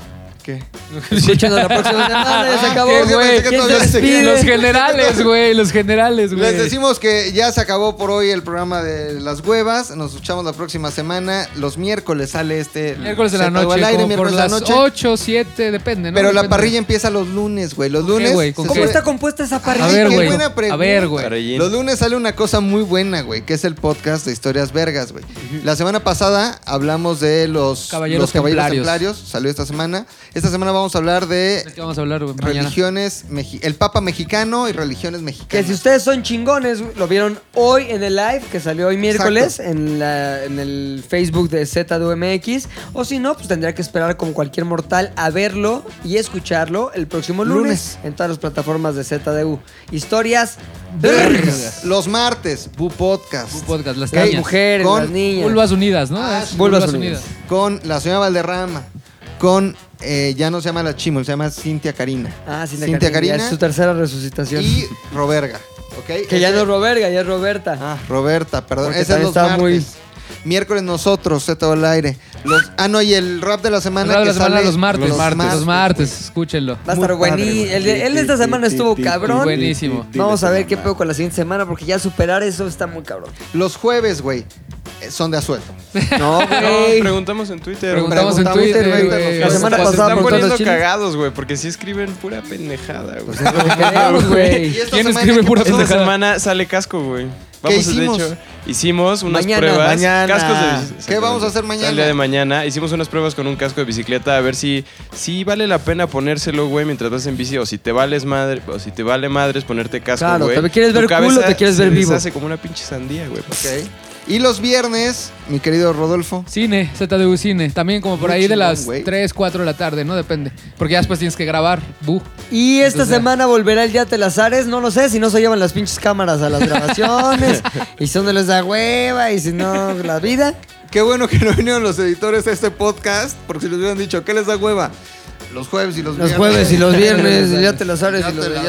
Speaker 5: ¿Qué?
Speaker 2: escúchenos la próxima semana, ya se acabó.
Speaker 3: ¿Qué,
Speaker 5: yo
Speaker 3: güey?
Speaker 5: pensé que
Speaker 2: ¿Quién se
Speaker 5: todavía
Speaker 2: despide?
Speaker 5: seguía.
Speaker 3: Los generales, güey. Los generales, güey.
Speaker 5: Les decimos que ya se acabó por hoy el programa de las huevas. Nos escuchamos la próxima semana. Los miércoles sale este.
Speaker 3: Miércoles de la
Speaker 5: Se acabó
Speaker 3: noche.
Speaker 5: al aire,
Speaker 3: como por
Speaker 5: miércoles de la
Speaker 3: las
Speaker 5: noche.
Speaker 3: 8, 7, depende, ¿no?
Speaker 5: Pero la
Speaker 3: Depende.
Speaker 5: parrilla empieza los lunes, güey. Los lunes.
Speaker 3: güey? ¿Con
Speaker 5: se
Speaker 2: ¿Cómo
Speaker 5: sube-
Speaker 2: está compuesta esa
Speaker 5: Ay,
Speaker 3: A
Speaker 2: parrilla?
Speaker 3: ver,
Speaker 5: qué
Speaker 3: güey.
Speaker 5: buena
Speaker 3: A ver, güey.
Speaker 4: Parrillín.
Speaker 5: Los lunes sale una cosa muy buena, güey, que es el podcast de historias vergas, güey. La semana pasada hablamos de los
Speaker 3: Caballeros
Speaker 5: los caballeros
Speaker 3: templarios.
Speaker 5: templarios. Salió esta semana. Esta semana vamos a hablar de
Speaker 3: ¿De qué vamos a hablar, güey? Mañana.
Speaker 5: religiones, meji- el Papa mexicano y religiones
Speaker 2: Que
Speaker 5: mexicanas.
Speaker 2: si ustedes son chingones, lo vieron hoy en el live que salió hoy miércoles en, la- en el Facebook de ZDUMX. O si no, pues tendría que esperar como cualquier mortal a verlo y escucharlo el próximo lunes,
Speaker 5: Lunes.
Speaker 2: en todas las plataformas de ZDU. Historias vergas.
Speaker 5: Vergas. Los martes, Bu Podcast.
Speaker 3: Un podcast, las
Speaker 2: Las
Speaker 3: cañas.
Speaker 2: mujeres,
Speaker 5: Con
Speaker 2: las niñas.
Speaker 3: Vulvas unidas, ¿no?
Speaker 5: Ah,
Speaker 3: Es
Speaker 5: sí.
Speaker 2: Vulvas unidas.
Speaker 5: Con la señora Valderrama. Con, eh, ya no se llama la Chimol, se llama Cintia Karina.
Speaker 2: Ah, Cintia, Karina.
Speaker 5: Cintia
Speaker 2: ya
Speaker 5: Karina
Speaker 2: Es su tercera resucitación.
Speaker 5: y Roberga. ¿ok?
Speaker 2: que ya
Speaker 5: Ese-
Speaker 2: no es Roberga, ya es Roberta.
Speaker 5: Ah, Roberta, perdón.
Speaker 2: Porque
Speaker 5: Ese es
Speaker 2: también
Speaker 5: los
Speaker 2: estaba
Speaker 5: martes.
Speaker 2: muy-
Speaker 5: Miércoles nosotros, Z al aire. Los... Ah, no, y el rap de la semana.
Speaker 3: Hablar de
Speaker 5: que
Speaker 3: la semana
Speaker 5: sale
Speaker 3: los martes.
Speaker 5: los
Speaker 3: Los martes, escúchenlo.
Speaker 2: Va a estar
Speaker 5: Muy padre,
Speaker 2: buenísimo.
Speaker 5: güey.
Speaker 2: El, de- el de esta semana estuvo cabrón.
Speaker 3: Buenísimo.
Speaker 2: Vamos a ver qué pedo con la siguiente semana, porque ya superar eso está muy cabrón.
Speaker 5: Los jueves, güey, eh, son
Speaker 3: [LAUGHS]
Speaker 5: de asueto.
Speaker 2: No, güey.
Speaker 4: Preguntamos en Twitter.
Speaker 3: Preguntamos en
Speaker 5: Preguntamos
Speaker 3: Twitter,
Speaker 5: en Twitter,
Speaker 3: güey.
Speaker 5: La semana
Speaker 4: Se
Speaker 2: pasada preguntó
Speaker 4: están
Speaker 2: a los
Speaker 4: poniendo
Speaker 2: chiles.
Speaker 4: cagados, güey, porque sí escriben pura pendejada, güey.
Speaker 2: Queremos, güey.
Speaker 5: Y esta
Speaker 3: ¿Quién
Speaker 5: semana
Speaker 3: escribe
Speaker 5: que-
Speaker 3: pura
Speaker 4: Esta
Speaker 3: pendejada?
Speaker 4: semana sale casco, güey. Vamos,
Speaker 5: hicimos?
Speaker 4: de hecho, hicimos unas
Speaker 2: Mañana.
Speaker 4: pruebas.
Speaker 1: Mañana.
Speaker 4: Cascos de
Speaker 5: ¿Qué vamos a hacer mañana?
Speaker 4: El día de mañana. Hicimos unas pruebas con un casco de bicicleta a ver si, si vale la pena ponérselo, güey, mientras vas en bici. O si te vales madre, o si te vale madres ponerte casco,
Speaker 2: Claro,
Speaker 4: güey.
Speaker 2: ¿te quieres
Speaker 4: Tu
Speaker 2: ver culo
Speaker 4: cabeza
Speaker 2: o te quieres
Speaker 4: se
Speaker 2: ver vivo?
Speaker 4: deshace como una pinche sandía, güey.
Speaker 5: Ok. Y los viernes, mi querido Rodolfo.
Speaker 3: Cine, ZDU Cine. También como por
Speaker 5: Muy
Speaker 3: ahí de
Speaker 5: chingón,
Speaker 3: las
Speaker 5: güey.
Speaker 3: 3, 4 de la tarde, ¿no? Depende. Porque ya después tienes que grabar. Bu.
Speaker 2: Y esta
Speaker 3: Entonces,
Speaker 2: semana volverá el Yate Lazares, no lo sé, si no se llevan las pinches cámaras a las grabaciones, y si no les da hueva, y si no, la vida.
Speaker 5: Qué bueno que no vinieron los editores a este podcast, porque si les hubieran dicho, ¿qué les da hueva? Los jueves y los,
Speaker 2: Los
Speaker 5: viernes.
Speaker 2: jueves y los [LAUGHS] viernes, el Yate Lazares y
Speaker 5: Yate
Speaker 2: los del Yate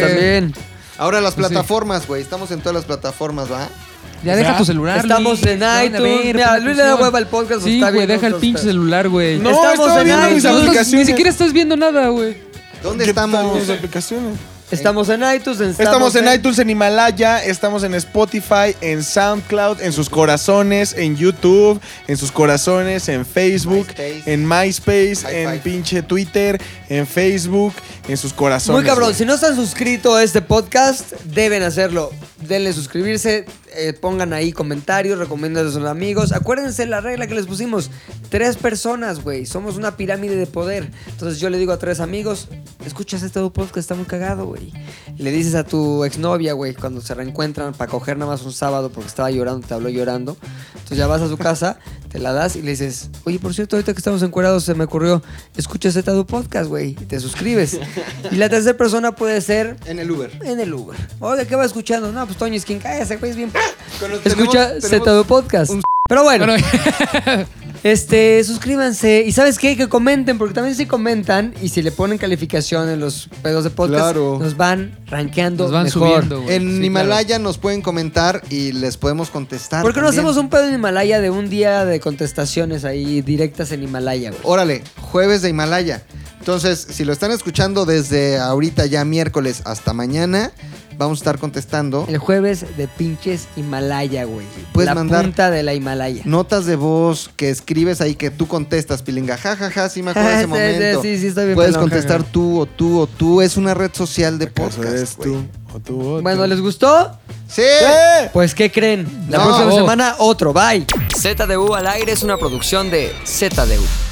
Speaker 2: Lazares también.
Speaker 5: Ahora las
Speaker 3: Pues sí.
Speaker 5: plataformas, güey. Estamos en todas las plataformas, ¿va?
Speaker 3: Ya deja tu celular.
Speaker 2: Estamos
Speaker 3: Luis.
Speaker 2: en
Speaker 3: Van a ver,
Speaker 2: iTunes.
Speaker 3: pon
Speaker 2: Mira, Luis le da
Speaker 3: atención.
Speaker 2: hueva al podcast,
Speaker 3: Sí,
Speaker 2: está
Speaker 3: güey,
Speaker 2: viendo
Speaker 3: deja el
Speaker 2: otros
Speaker 3: pinche
Speaker 2: pedos.
Speaker 3: celular, güey.
Speaker 1: No,
Speaker 2: Estamos
Speaker 1: estaba
Speaker 2: en
Speaker 1: viendo mis
Speaker 2: iTunes.
Speaker 3: No estás- ni
Speaker 1: aplicaciones.
Speaker 3: siquiera estás viendo nada, güey.
Speaker 5: ¿Dónde
Speaker 1: Yo
Speaker 5: estamos?
Speaker 1: estaba en mis aplicaciones.
Speaker 2: Estamos en iTunes, en-
Speaker 1: Estamos en iTunes, en Himalaya, estamos en Spotify, en SoundCloud, en sus corazones, en YouTube, en sus corazones, en Facebook,
Speaker 5: MySpace.
Speaker 1: en MySpace,
Speaker 5: Hi-Fi.
Speaker 1: en pinche Twitter, en Facebook, en sus corazones.
Speaker 2: Muy cabrón,
Speaker 1: güey.
Speaker 2: si no están suscritos a este podcast, deben hacerlo. Denle suscribirse, eh, pongan ahí comentarios, recomienden a sus amigos. Acuérdense la regla que les pusimos. Tres personas, güey. Somos una pirámide de poder. Entonces yo le digo a tres amigos, escuchas este podcast, está muy cagado, güey. Le dices a tu exnovia, güey, cuando se reencuentran para coger nada más un sábado porque estaba llorando, te habló llorando. Entonces ya vas a su casa, te la das y le dices, oye, por cierto, ahorita que estamos encuerados se me ocurrió, escucha ZDU Podcast, güey, y te
Speaker 3: [LAUGHS]
Speaker 2: suscribes. y la tercera persona puede ser
Speaker 5: En el Uber.
Speaker 2: en el Uber. Oiga, ¿qué va escuchando? No, pues Toño es quien cae, ese güey
Speaker 5: [LAUGHS]
Speaker 2: es bien...
Speaker 5: Pero tenemos-
Speaker 2: Escucha
Speaker 5: tenemos-
Speaker 2: ZDU Podcast. [LAUGHS] Pero bueno,
Speaker 3: Bueno,
Speaker 2: este, suscríbanse y ¿sabes qué? Que comenten, porque también si comentan y si le ponen calificación en los pedos de podcast,
Speaker 5: Claro.
Speaker 2: nos van rankeando
Speaker 3: nos van
Speaker 2: mejor.
Speaker 3: subiendo, güey.
Speaker 5: En
Speaker 3: Sí, claro.
Speaker 5: Himalaya nos pueden comentar y les podemos contestar.
Speaker 2: ¿Por qué no
Speaker 5: también.
Speaker 2: hacemos un pedo en Himalaya de un día de contestaciones ahí directas en Himalaya, güey?
Speaker 5: Órale, jueves de Himalaya. Entonces, si lo están escuchando desde ahorita ya miércoles hasta mañana, vamos a estar contestando
Speaker 2: El jueves de pinches Himalaya, güey.
Speaker 5: Puedes
Speaker 2: la
Speaker 5: mandar-
Speaker 2: punta de la Himalaya.
Speaker 5: notas de voz que escribes ahí que tú contestas, Pilinga. Ja, ja, ja, sí me acuerdo
Speaker 2: [LAUGHS]
Speaker 5: de
Speaker 2: Sí,
Speaker 5: ese
Speaker 2: sí,
Speaker 5: momento.
Speaker 2: sí, sí, estoy bien
Speaker 5: Puedes
Speaker 2: pelón,
Speaker 5: contestar
Speaker 2: jaja.
Speaker 5: tú o tú o tú. Es una red social de
Speaker 1: ¿Acaso
Speaker 5: podcast.
Speaker 1: eres
Speaker 5: güey.
Speaker 1: tú o tú o tú?
Speaker 2: Bueno, ¿les gustó?
Speaker 5: ¡Sí!
Speaker 1: ¡Eh!
Speaker 2: Pues, ¿qué creen? La
Speaker 5: No. Oh.
Speaker 2: próxima semana, otro. Bye. ZDU al aire es una producción de ZDU.